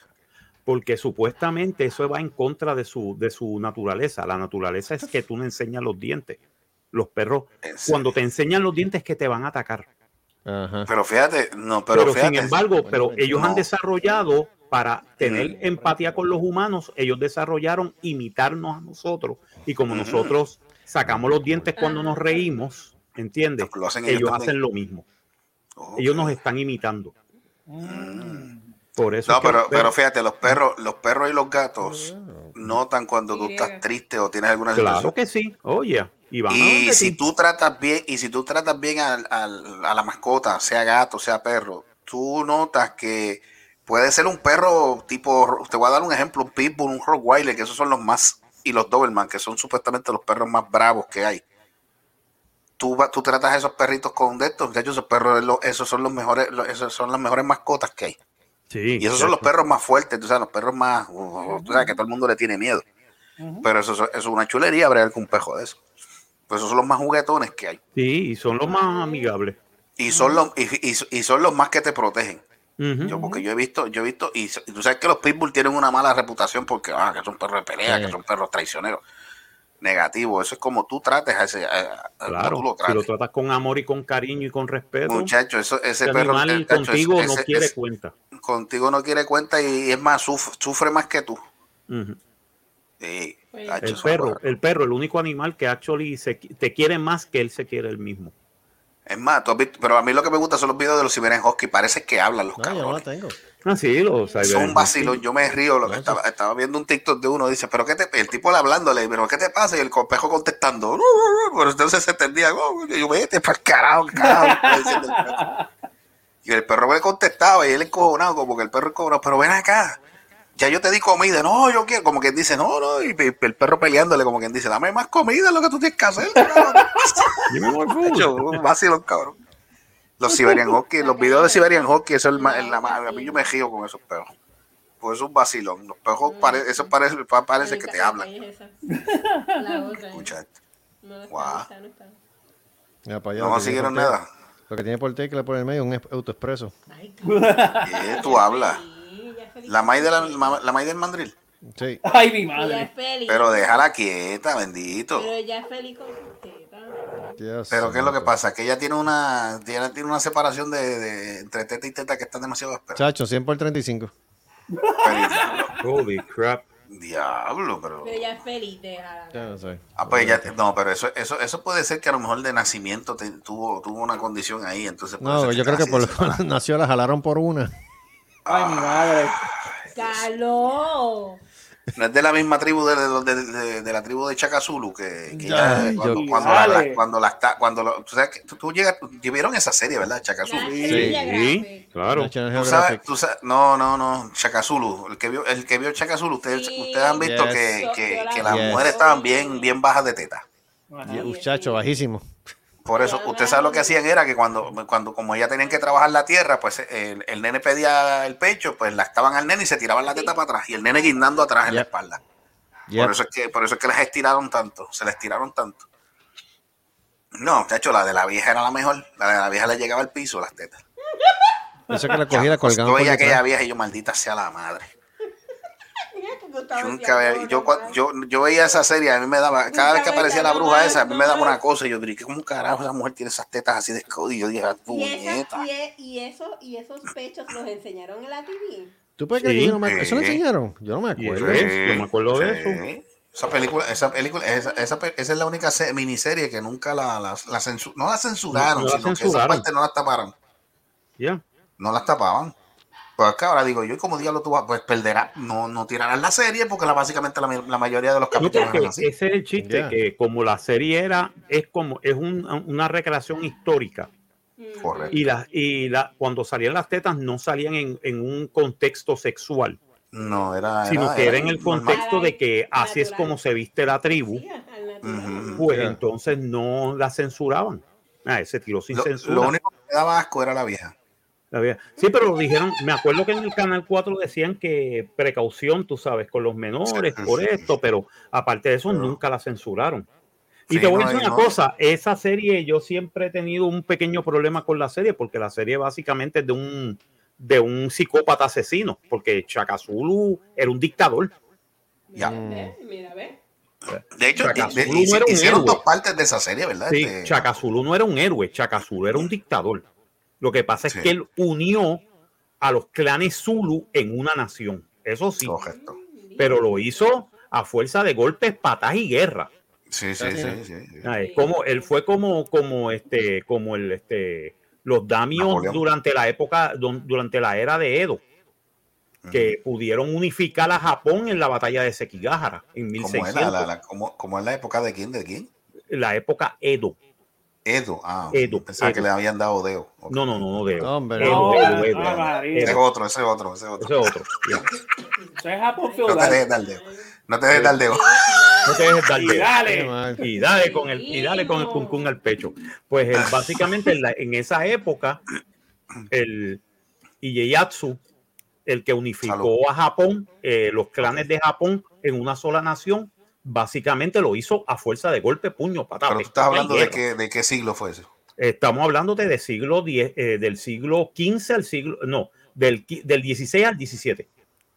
Speaker 10: Porque supuestamente eso va en contra de su, de su naturaleza. La naturaleza es que tú no enseñas los dientes. Los perros,
Speaker 5: En serio.
Speaker 10: cuando te enseñan los dientes, es que te van a atacar.
Speaker 4: Ajá.
Speaker 5: Pero fíjate, no, pero,
Speaker 10: Pero,
Speaker 5: fíjate.
Speaker 10: sin embargo, pero ellos
Speaker 5: No.
Speaker 10: han desarrollado para tener empatía con los humanos, ellos desarrollaron imitarnos a nosotros. Y como
Speaker 5: Ujú.
Speaker 10: nosotros sacamos los dientes cuando nos reímos, ¿entiendes?
Speaker 5: Lo hacen ellos
Speaker 10: Ellos
Speaker 5: también.
Speaker 10: hacen lo mismo.
Speaker 5: Oh.
Speaker 10: Ellos nos están imitando. Por eso.
Speaker 5: Mm. No,
Speaker 10: es que los
Speaker 5: pero,
Speaker 10: perros-
Speaker 5: pero fíjate, los perros, los perros y los gatos
Speaker 9: Mm.
Speaker 5: notan cuando tú
Speaker 11: Y.
Speaker 5: estás triste o tienes alguna
Speaker 10: Claro
Speaker 5: situación.
Speaker 10: que sí. Oye, y van a
Speaker 5: Y
Speaker 10: donde
Speaker 5: si
Speaker 10: ti.
Speaker 5: tú tratas bien, y si tú tratas bien al- al- a la mascota, sea gato, sea perro, tú notas que puede ser un perro tipo, te voy a dar un ejemplo, un pitbull, un rottweiler, que esos son los más, y los doberman, que son supuestamente los perros más bravos que hay. Tú, va- tú tratas a esos perritos con de estos, muchachos, esos perros, lo- esos son los mejores, lo- esos son las mejores mascotas que hay.
Speaker 10: Sí,
Speaker 5: Y esos son los
Speaker 10: exacto.
Speaker 5: perros más fuertes, tú sabes, los perros más, tú sabes, que todo el mundo le tiene miedo. Pero eso, eso es una chulería bregar con un pejo de eso. Pues esos son los más juguetones que hay.
Speaker 10: Sí, y son los más amigables.
Speaker 5: Y son los, y, y- y son los más que te protegen.
Speaker 10: Ujú.
Speaker 5: Yo, porque yo he visto, yo he visto, y, so- y tú sabes que los pitbull tienen una mala reputación porque ah, que son perros de pelea,
Speaker 4: Sí.
Speaker 5: que son perros traicioneros. Negativo, eso es como tú trates a ese, a- a-
Speaker 10: claro,
Speaker 5: como
Speaker 10: si
Speaker 5: tú lo
Speaker 10: lo
Speaker 5: trates.
Speaker 10: tratas con amor y con cariño y con respeto,
Speaker 5: Muchacho, eso, ese
Speaker 10: ese
Speaker 5: perro
Speaker 10: animal
Speaker 5: muchacho,
Speaker 10: contigo no
Speaker 5: ese-
Speaker 10: quiere
Speaker 5: ese-
Speaker 10: cuenta.
Speaker 5: contigo no quiere cuenta y es más, suf- sufre más que tú.
Speaker 10: Ujú.
Speaker 5: Sí,
Speaker 11: Pues,
Speaker 5: tacho,
Speaker 10: El
Speaker 5: eso es una
Speaker 10: perro, el perro, el único animal que actually se qui- te quiere más que él se quiere él mismo.
Speaker 5: Es más, tú has visto- pero a mí lo que me gusta son los videos de los ciberenjosky. Parece que hablan los
Speaker 4: No, yo no la
Speaker 5: cabrones.
Speaker 4: tengo.
Speaker 10: Ah, sí, los
Speaker 5: Es
Speaker 10: cyber-
Speaker 5: un vacilón, yo me río. Lo que estaba, estaba viendo un TikTok de uno, dice, pero qué te, el tipo le hablándole, pero qué te pasa, y el copejo contestando, "No, no, no", pero entonces se entendía, "No, no", y yo vete para carajo, carajo. le estaba diciendo el perro. y el perro le contestaba, y él encojonado, como que el perro encojonado, pero ven acá, ya yo te di comida, no, yo quiero, como quien dice, no, no, y, pe- el perro peleándole, como quien dice, dame más comida, es lo que tú tienes que hacer. cabrón". Yo, un vacilón, cabrón. Los Siberian Hockey, los videos de Siberian Hockey, eso es el, ma- el- la, ma- a mí yo me río con esos perros. Pues es un vacilón. Los perros, pare, eso parece, pa- parece que te hablan. *laughs*
Speaker 11: La otra.
Speaker 5: Escucha,
Speaker 11: No, no está,
Speaker 5: Guau.
Speaker 11: no está, no está.
Speaker 4: Mira, para allá,
Speaker 5: No
Speaker 4: lo que tiene
Speaker 5: consiguieron
Speaker 4: por te-
Speaker 5: nada.
Speaker 4: Lo que tiene por tecla por el medio es un es- autoexpreso.
Speaker 5: ¿Qué tú hablas? La maíz de la, ma- la maíz del mandril. *laughs*
Speaker 4: Sí.
Speaker 9: Ay, mi
Speaker 11: Ella es feliz.
Speaker 5: Pero déjala quieta, bendito.
Speaker 11: Pero ella es feliz con sus tetas.
Speaker 5: Pero ¿qué es lo que pasa? Que ella tiene una, ella tiene una separación de, de- entre teta y teta que está demasiado espera.
Speaker 4: Chacho, 100 por 35.
Speaker 10: Holy crap.
Speaker 5: Diablo, pero.
Speaker 11: Pero ella es feliz, déjala.
Speaker 4: Ya no sé.
Speaker 5: Ah, pues ya, no, pero eso, eso, eso puede ser que a lo mejor de nacimiento te- tuvo, tuvo una condición ahí, entonces por eso
Speaker 4: No,
Speaker 5: es
Speaker 4: yo creo que
Speaker 5: casi
Speaker 4: por lo
Speaker 5: se-
Speaker 4: cual *laughs* nació la jalaron por una.
Speaker 7: Ay, mi madre.
Speaker 11: ¡Caló!
Speaker 5: *laughs* no es de la misma tribu de, de- de- de- de la tribu de Chacazulu que, que
Speaker 4: Ya,
Speaker 5: ya,
Speaker 4: yo-
Speaker 5: cuando, cuando la-
Speaker 7: Dale.
Speaker 5: cuando la está- cuando lo- tú sabes que tú, tú llegas, tú- vieron esa serie, ¿verdad? Chacazulu.
Speaker 10: Sí, claro.
Speaker 4: National
Speaker 5: Tú sabes,
Speaker 4: Geographic.
Speaker 5: tú sabes- no, no, no, Chacazulu, el que vio, el que vio Chacazulu, ustedes,
Speaker 11: Sí.
Speaker 5: ustedes han visto
Speaker 4: Yes.
Speaker 5: que,
Speaker 11: Yo-
Speaker 5: que-
Speaker 11: yo la
Speaker 5: que las
Speaker 4: vi.
Speaker 5: mujeres estaban bien, bien bajas de teta.
Speaker 4: Ya, uf, chacho, bajísimo.
Speaker 5: Por eso, usted sabe lo que hacían era que cuando, cuando como ella tenían que trabajar la tierra, pues el, el nene pedía el pecho, pues lactaban al nene y se tiraban la teta para atrás y el nene guindando atrás en la
Speaker 4: Yep.
Speaker 5: espalda.
Speaker 4: Yep.
Speaker 5: Por eso es que, por eso es que las estiraron tanto, se les tiraron tanto. No, de hecho, la de la vieja era la mejor. La de la vieja le llegaba al piso las tetas.
Speaker 4: Eso que la cogí, la Pues colgaban
Speaker 5: Yo
Speaker 4: por
Speaker 5: veía aquella
Speaker 4: detrás.
Speaker 5: vieja y yo, maldita sea la madre.
Speaker 11: Gustavo
Speaker 5: Yo
Speaker 11: decía,
Speaker 5: nunca veía,
Speaker 11: "No,
Speaker 5: yo,
Speaker 11: no,
Speaker 5: cua-
Speaker 11: no".
Speaker 5: yo, yo veía esa serie, a mí me daba, cada vez que
Speaker 11: Nunca
Speaker 5: aparecía
Speaker 11: veía
Speaker 5: la bruja
Speaker 11: nada,
Speaker 5: esa, a mí me daba
Speaker 11: nada.
Speaker 5: una cosa y yo dije, ¿cómo carajo esa mujer tiene esas tetas así de escudo? Y yo dije, "Ah,
Speaker 11: Y, esa-
Speaker 5: puñeta.
Speaker 11: y, e- y eso, y esos pechos los enseñaron en la TV.
Speaker 4: ¿Tú puedes creer que
Speaker 10: Sí.
Speaker 4: yo no me acuerdo? ¿Eso lo
Speaker 5: Sí.
Speaker 4: enseñaron? Yo no me
Speaker 10: Y eso
Speaker 4: acuerdo.
Speaker 10: es, Pues, yo me acuerdo de eso.
Speaker 5: Sí. Esa película, esa película, esa, esa, pe- esa es la única se- miniserie que nunca la, la, la censu- no la censuraron,
Speaker 10: No la
Speaker 5: sino que esa
Speaker 10: censuraron.
Speaker 5: parte no la taparon,
Speaker 10: Ya.
Speaker 5: no las tapaban. Pues acá ahora digo yo, ¿y cómo diablo tú vas? Pues perderás, no, no tirarás la serie porque la, básicamente la, mi- la mayoría de los
Speaker 10: No,
Speaker 5: capítulos
Speaker 10: porque
Speaker 5: eran
Speaker 10: ese
Speaker 5: así.
Speaker 10: es el chiste,
Speaker 4: Ya.
Speaker 10: que como la serie era, es como, es un- una recreación histórica.
Speaker 5: Correcto.
Speaker 10: Y, las y la, cuando salían las tetas no salían en, en un contexto sexual,
Speaker 5: No, era.
Speaker 10: sino que era en el
Speaker 5: normal.
Speaker 10: contexto de que
Speaker 11: Natural.
Speaker 10: así es como se viste la tribu,
Speaker 11: Sí, al natural.
Speaker 5: Ujú.
Speaker 10: pues
Speaker 4: Ya.
Speaker 10: entonces no la censuraban. Ah, ese tiro sin
Speaker 5: Lo,
Speaker 10: censura.
Speaker 5: lo único que me daba asco era la vieja.
Speaker 10: La vida. Sí, pero lo dijeron, me acuerdo que en el Canal 4 decían que precaución, tú sabes, con los menores,
Speaker 5: Sí,
Speaker 10: por
Speaker 5: sí,
Speaker 10: esto, pero aparte de eso
Speaker 5: Pero-
Speaker 10: nunca la censuraron. Y
Speaker 5: Sí,
Speaker 10: te voy a
Speaker 5: no,
Speaker 10: decir
Speaker 5: y
Speaker 10: una
Speaker 5: no.
Speaker 10: cosa, esa serie yo siempre he tenido un pequeño problema con la serie porque la serie básicamente es de un de un psicópata asesino, porque Chakazulu era un dictador.
Speaker 5: Ya.
Speaker 4: Mm.
Speaker 11: Ve, Mira, ve.
Speaker 5: De hecho,
Speaker 10: Chacazú
Speaker 5: de- de-
Speaker 10: no era un
Speaker 5: hicieron
Speaker 10: héroe.
Speaker 5: dos partes de esa serie, ¿verdad?
Speaker 10: Sí,
Speaker 5: Este-
Speaker 10: Chakazulu no era un héroe, Chakazulu era un dictador. Lo que pasa es
Speaker 5: Sí.
Speaker 10: que él unió a los clanes Zulu en una nación. Eso sí.
Speaker 5: Correcto.
Speaker 10: pero lo hizo a fuerza de golpes, patas y guerra.
Speaker 5: Sí, sí, sí. sí, sí.
Speaker 10: Ah, es Como, él fue como, como este, como el este, los damios
Speaker 5: Napoleón.
Speaker 10: durante la época, don- durante la era de Edo, que pudieron unificar a Japón en la batalla de Sekigahara en
Speaker 5: ¿Cómo
Speaker 10: 1600,
Speaker 5: es la, la- la- cómo- cómo es la época de quién? ¿De quién?
Speaker 10: la época Edo.
Speaker 5: Edo. Ah,
Speaker 10: Edo,
Speaker 5: pensaba que
Speaker 10: Edo.
Speaker 5: le habían dado Deo. Ok.
Speaker 10: No, no, no, no de Edo.
Speaker 4: No, hombre,
Speaker 10: Edo,
Speaker 4: no.
Speaker 10: Edo, Edo,
Speaker 7: Ah,
Speaker 10: Edo.
Speaker 7: María.
Speaker 5: Ese es
Speaker 10: Edo.
Speaker 5: otro, ese es otro, ese es
Speaker 10: Ese
Speaker 5: otro.
Speaker 10: es otro. ya.
Speaker 7: Eso es Japón
Speaker 5: No te
Speaker 7: feudal.
Speaker 5: dejes dar Deo. No te dejes dar Deo.
Speaker 10: No te dejes dar
Speaker 7: Y
Speaker 10: de Edo.
Speaker 4: Qué
Speaker 7: dale.
Speaker 4: mal.
Speaker 10: y dale con el y dale con el
Speaker 11: Divino.
Speaker 10: cuncún al pecho. Pues él, básicamente en, la- en esa época el Iyeyatsu el que unificó
Speaker 5: Salud.
Speaker 10: a Japón, eh, los clanes de Japón en una sola nación, básicamente lo hizo a fuerza de golpe, puño, patada.
Speaker 5: Pero tú estás hablando de
Speaker 10: guerra.
Speaker 5: qué, de qué siglo fue eso.
Speaker 10: Estamos hablando de, de siglo 10, eh, del siglo XV al siglo, no, del, qui- del 16 al 17.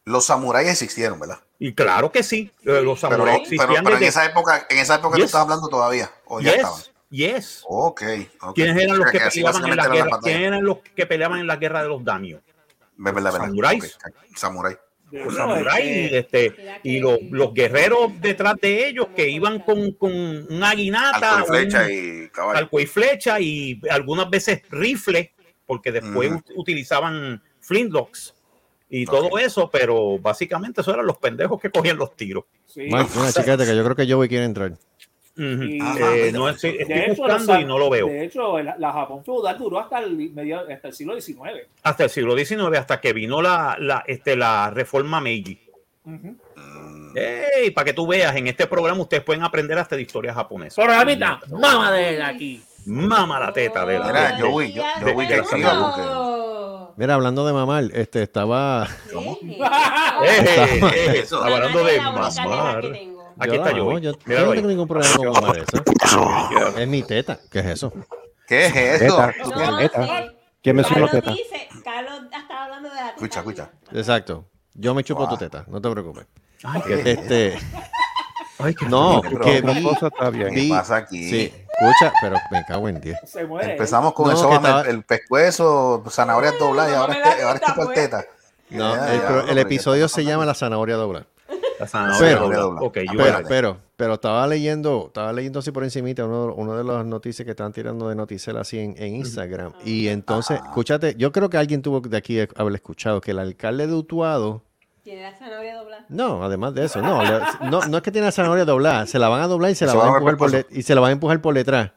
Speaker 5: Los samuráis existieron, ¿verdad?
Speaker 10: Y claro que sí, eh, los
Speaker 5: Pero,
Speaker 10: samuráis
Speaker 5: no-
Speaker 10: existían
Speaker 5: pero, pero en
Speaker 10: desde-
Speaker 5: esa época, en esa época tú
Speaker 10: Yes.
Speaker 5: estás hablando todavía. O ya
Speaker 10: Yes,
Speaker 5: estaban.
Speaker 10: yes.
Speaker 5: Ok, ok.
Speaker 10: ¿Quiénes eran los
Speaker 5: O sea,
Speaker 10: que
Speaker 5: así
Speaker 10: peleaban en
Speaker 5: básicamente
Speaker 10: la
Speaker 5: era
Speaker 10: guerra?
Speaker 5: batalla.
Speaker 10: ¿Quiénes eran los que peleaban en la guerra de los damios?
Speaker 5: Ve- verdad, verdad.
Speaker 10: ¿Samuráis?
Speaker 5: Ok, Samurái.
Speaker 7: De-
Speaker 10: Los
Speaker 7: no,
Speaker 10: samuráis,
Speaker 7: este,
Speaker 10: este, y los, los guerreros detrás de ellos que iban con, con una
Speaker 5: Arco
Speaker 11: Ah,
Speaker 10: guinata,
Speaker 5: y flecha
Speaker 10: un-
Speaker 5: y caballo.
Speaker 10: arco y flecha y algunas veces rifle, porque después
Speaker 5: Ujú.
Speaker 10: ut- utilizaban flintlocks y todo eso, pero básicamente eso eran los pendejos que cogían los tiros.
Speaker 4: Bueno, mira, chiquete, que yo creo que Joey quiere entrar.
Speaker 10: Ujú.
Speaker 9: Y-
Speaker 5: Ah,
Speaker 10: Eh, no estoy,
Speaker 9: De
Speaker 10: estoy
Speaker 9: hecho,
Speaker 10: buscando
Speaker 9: la-
Speaker 10: y no lo veo.
Speaker 9: De hecho, la, la Japón feudal duró hasta el, medio, hasta el siglo XIX.
Speaker 10: Hasta el siglo XIX, hasta que vino la, la, este, la reforma Meiji.
Speaker 9: Ujú.
Speaker 5: Mm.
Speaker 4: Eh,
Speaker 10: Ey, para que tú veas, en este programa ustedes pueden aprender hasta de historia japonesa.
Speaker 9: Programita, mama de él aquí.
Speaker 10: Mama la teta de la
Speaker 5: Mira,
Speaker 10: de-
Speaker 5: yo voy, yo- yo
Speaker 10: de-
Speaker 5: voy
Speaker 10: de-
Speaker 5: que
Speaker 10: de-
Speaker 5: siga,
Speaker 10: de-
Speaker 4: Mira, hablando de mamar, este estaba.
Speaker 9: *laughs*
Speaker 10: Eh, eh,
Speaker 4: Eso.
Speaker 10: estaba hablando de
Speaker 4: Mamá es la única
Speaker 10: mamar. Aquí
Speaker 4: Yo la
Speaker 10: está
Speaker 4: amo,
Speaker 10: yo.
Speaker 4: Yo, yo
Speaker 10: Míralo
Speaker 4: no
Speaker 10: ahí.
Speaker 4: tengo ningún problema con mamar
Speaker 5: *coughs*
Speaker 4: eso. Es mi teta. ¿Qué es eso?
Speaker 5: ¿Qué es eso?
Speaker 4: Teta,
Speaker 5: No
Speaker 4: teta.
Speaker 11: sé.
Speaker 4: ¿Quién me suena
Speaker 11: Carlos
Speaker 4: teta?
Speaker 11: dice, Carlos estaba hablando de la
Speaker 4: Escucha, escucha. Exacto. Yo me chupo
Speaker 11: Guau.
Speaker 4: tu teta, no te preocupes.
Speaker 10: Ay,
Speaker 5: qué
Speaker 4: este.
Speaker 10: Ay, qué
Speaker 4: no,
Speaker 5: rico.
Speaker 4: que
Speaker 5: Pero
Speaker 4: vi,
Speaker 5: otra cosa está bien.
Speaker 4: vi-
Speaker 5: ¿Qué pasa aquí?
Speaker 4: Sí, escucha, pero me cago en 10.
Speaker 9: Se muere.
Speaker 5: Empezamos con
Speaker 4: No,
Speaker 5: el
Speaker 4: que
Speaker 5: sóbame,
Speaker 4: estaba-
Speaker 5: el pescuezo, zanahorias dobladas y ahora
Speaker 9: me da
Speaker 5: este, ahora este
Speaker 11: pues.
Speaker 9: teta,
Speaker 5: cuarteta.
Speaker 4: No,
Speaker 5: Ya,
Speaker 4: el,
Speaker 5: ya,
Speaker 4: pro- el
Speaker 5: hombre,
Speaker 4: episodio se llama La zanahoria doblar.
Speaker 10: La zanahoria
Speaker 4: Pero-
Speaker 10: doblar. Ok, yo-
Speaker 4: pero,
Speaker 10: espérate.
Speaker 4: pero, pero estaba leyendo, estaba leyendo así por encimita uno, uno de las noticias que están tirando de Noticel así en, en Instagram. Y entonces, escúchate, yo creo que alguien tuvo de aquí haber escuchado que el alcalde de Utuado,
Speaker 11: Tiene la zanahoria doblada.
Speaker 4: no, además de eso, no, le- no, no es que tiene la zanahoria doblada, se la van a doblar y se la
Speaker 5: Se
Speaker 4: van
Speaker 5: va
Speaker 4: a
Speaker 5: a ver
Speaker 4: empujar por,
Speaker 5: pescozo.
Speaker 4: le- y se la van a empujar por detrás.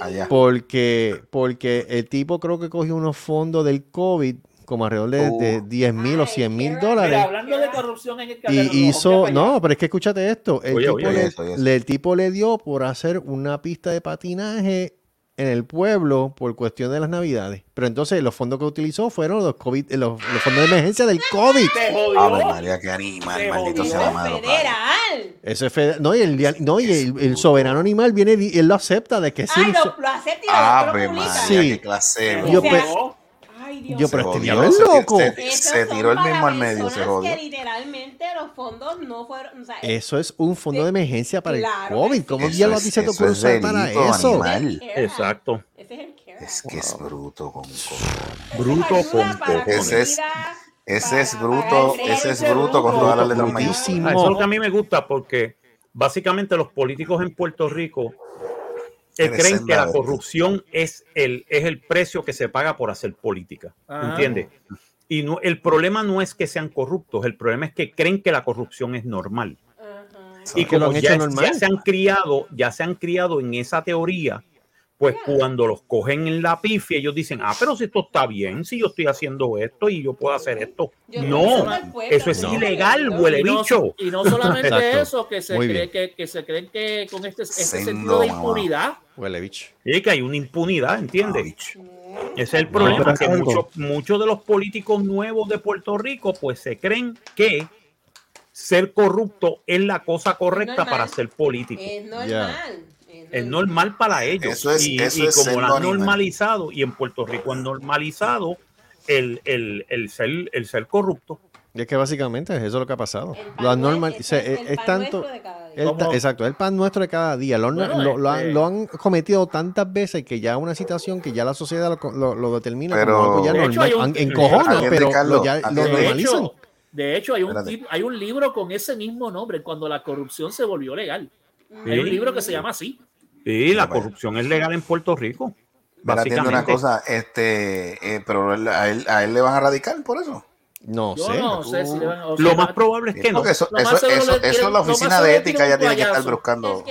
Speaker 5: Allá.
Speaker 4: Porque, porque el tipo creo que cogió unos fondos del COVID como alrededor de, de 10 mil o 100 mil
Speaker 9: Mira,
Speaker 4: dólares.
Speaker 9: hablando de corrupción en el Calderón
Speaker 4: Y
Speaker 9: Rojo,
Speaker 4: hizo,
Speaker 9: ¿qué
Speaker 4: no, pero es que escúchate esto, el,
Speaker 10: Oye,
Speaker 4: tipo,
Speaker 10: oye,
Speaker 4: le,
Speaker 10: eso, oye, eso.
Speaker 4: le- el tipo le dio por hacer una pista de patinaje en el pueblo por cuestión de las navidades. Pero entonces los fondos que utilizó fueron los COVID, eh, los, los fondos de emergencia del COVID.
Speaker 5: Ave María, qué animal,
Speaker 4: Se
Speaker 5: maldito
Speaker 4: jodió.
Speaker 5: sea la madre.
Speaker 11: Federal.
Speaker 4: Eso es fede- no, y el, dia- no, y el, el soberano animal viene y él lo acepta de que
Speaker 8: Ah,
Speaker 4: sí.
Speaker 11: Ay, Ah,
Speaker 4: so-
Speaker 8: pues,
Speaker 11: lo, lo acepta y lo
Speaker 5: Ah, Ave
Speaker 11: otro
Speaker 5: María,
Speaker 11: publica.
Speaker 5: qué clase.
Speaker 4: Yo,
Speaker 11: Se
Speaker 4: pe-
Speaker 11: jodió. Ay, Dios.
Speaker 4: yo, pero
Speaker 5: Se
Speaker 4: este
Speaker 5: jodió,
Speaker 4: diablo es
Speaker 5: se- se-
Speaker 4: loco.
Speaker 5: Se,
Speaker 11: Esos
Speaker 5: pues, se
Speaker 11: son
Speaker 5: tiró el
Speaker 11: para
Speaker 5: mismo al medio, se
Speaker 11: personas
Speaker 5: jodió.
Speaker 11: que literalmente los fondos no fueron, o sea,
Speaker 4: Eso es un fondo de emergencia para el
Speaker 11: Claro
Speaker 4: COVID. ¿Cómo diablos a ti se te ocurre usar para eso?
Speaker 10: Exacto.
Speaker 5: Es que es bruto con
Speaker 10: Bruto con
Speaker 5: Ese es, ese es bruto, ese es bruto con todas las letras mayúsculas.
Speaker 10: Ah, Eso es lo que a mí me gusta porque básicamente los políticos en Puerto Rico eh,
Speaker 5: Eres
Speaker 10: creen que la
Speaker 5: senda,
Speaker 10: corrupción es el, es el precio que se paga por hacer política.
Speaker 9: Ah.
Speaker 10: ¿Entiendes? Y no, el problema no es que sean corruptos, el problema es que creen que la corrupción es normal. Y
Speaker 4: Que lo
Speaker 10: como
Speaker 4: han
Speaker 10: ya,
Speaker 4: hecho normal.
Speaker 10: ya se han criado, ya se han criado en esa teoría, pues cuando los cogen en la pifia, ellos dicen, ah, pero si esto está bien, si yo estoy haciendo esto y yo puedo hacer esto.
Speaker 11: Yo
Speaker 10: no,
Speaker 11: estoy al pueblo,
Speaker 10: eso es
Speaker 11: no.
Speaker 10: ilegal, huele
Speaker 9: Y no-
Speaker 10: bicho.
Speaker 9: Y no solamente
Speaker 10: Exacto.
Speaker 9: eso, que se,
Speaker 10: Muy
Speaker 9: cree
Speaker 10: bien.
Speaker 9: que, que se creen que con este, este
Speaker 10: Sendo,
Speaker 9: sentido de
Speaker 10: mamá.
Speaker 9: impunidad.
Speaker 4: Huele bicho.
Speaker 10: Es que hay una impunidad,
Speaker 5: Ah,
Speaker 10: ¿entiendes? Ese es el
Speaker 4: No,
Speaker 10: problema,
Speaker 4: pero
Speaker 10: que
Speaker 4: algo.
Speaker 10: muchos muchos de los políticos nuevos de Puerto Rico, pues se creen que ser corrupto es la cosa correcta
Speaker 11: normal.
Speaker 10: para ser político.
Speaker 11: Es normal.
Speaker 10: Es normal para ellos.
Speaker 5: Eso es-
Speaker 10: y,
Speaker 5: eso
Speaker 10: y
Speaker 5: es
Speaker 10: como
Speaker 5: ser
Speaker 10: lo han
Speaker 5: animal.
Speaker 10: normalizado, y en Puerto Rico han normalizado el, el, el ser, el ser corrupto.
Speaker 4: Y es que básicamente eso es lo que ha pasado. Lo anormal, o sea, es, es tanto. el ta-
Speaker 10: Como-
Speaker 4: exacto, es el pan nuestro de cada día. Lo, han-
Speaker 10: Bueno,
Speaker 4: lo- lo han-
Speaker 10: este-
Speaker 4: lo han cometido tantas veces que ya una situación que ya la sociedad lo, co- lo- lo determina
Speaker 5: Pero-
Speaker 4: como algo ya
Speaker 5: De hecho,
Speaker 4: normal.
Speaker 5: hay un-
Speaker 4: An- en cojones,
Speaker 5: Atiende,
Speaker 4: pero
Speaker 5: Carlos,
Speaker 4: lo, ya, lo
Speaker 5: atiende.
Speaker 9: De
Speaker 4: normalizan.
Speaker 9: hecho, de hecho, hay, un
Speaker 5: Espérate.
Speaker 9: tip- hay un libro con ese mismo nombre, cuando la corrupción se volvió legal. Hay
Speaker 10: Sí.
Speaker 9: un libro que se llama así.
Speaker 10: Sí, la corrupción es legal en Puerto Rico.
Speaker 5: Mira, atiende una
Speaker 10: Básicamente.
Speaker 5: cosa, este, eh, pero él- a él, a él le van a radicar por eso. Eh,
Speaker 4: No
Speaker 9: Yo sé. no sé si le van- o
Speaker 10: sea, Lo más probable es que no.
Speaker 5: Porque Eso,
Speaker 10: Lo más
Speaker 5: eso, eso,
Speaker 10: seguro le
Speaker 5: eso
Speaker 10: tiran-
Speaker 5: la
Speaker 10: lo más
Speaker 5: oficina
Speaker 10: seguro
Speaker 5: de
Speaker 10: le
Speaker 5: ética
Speaker 10: tiran
Speaker 5: ya
Speaker 10: un
Speaker 5: tiene que estar
Speaker 10: guayazo.
Speaker 5: buscando.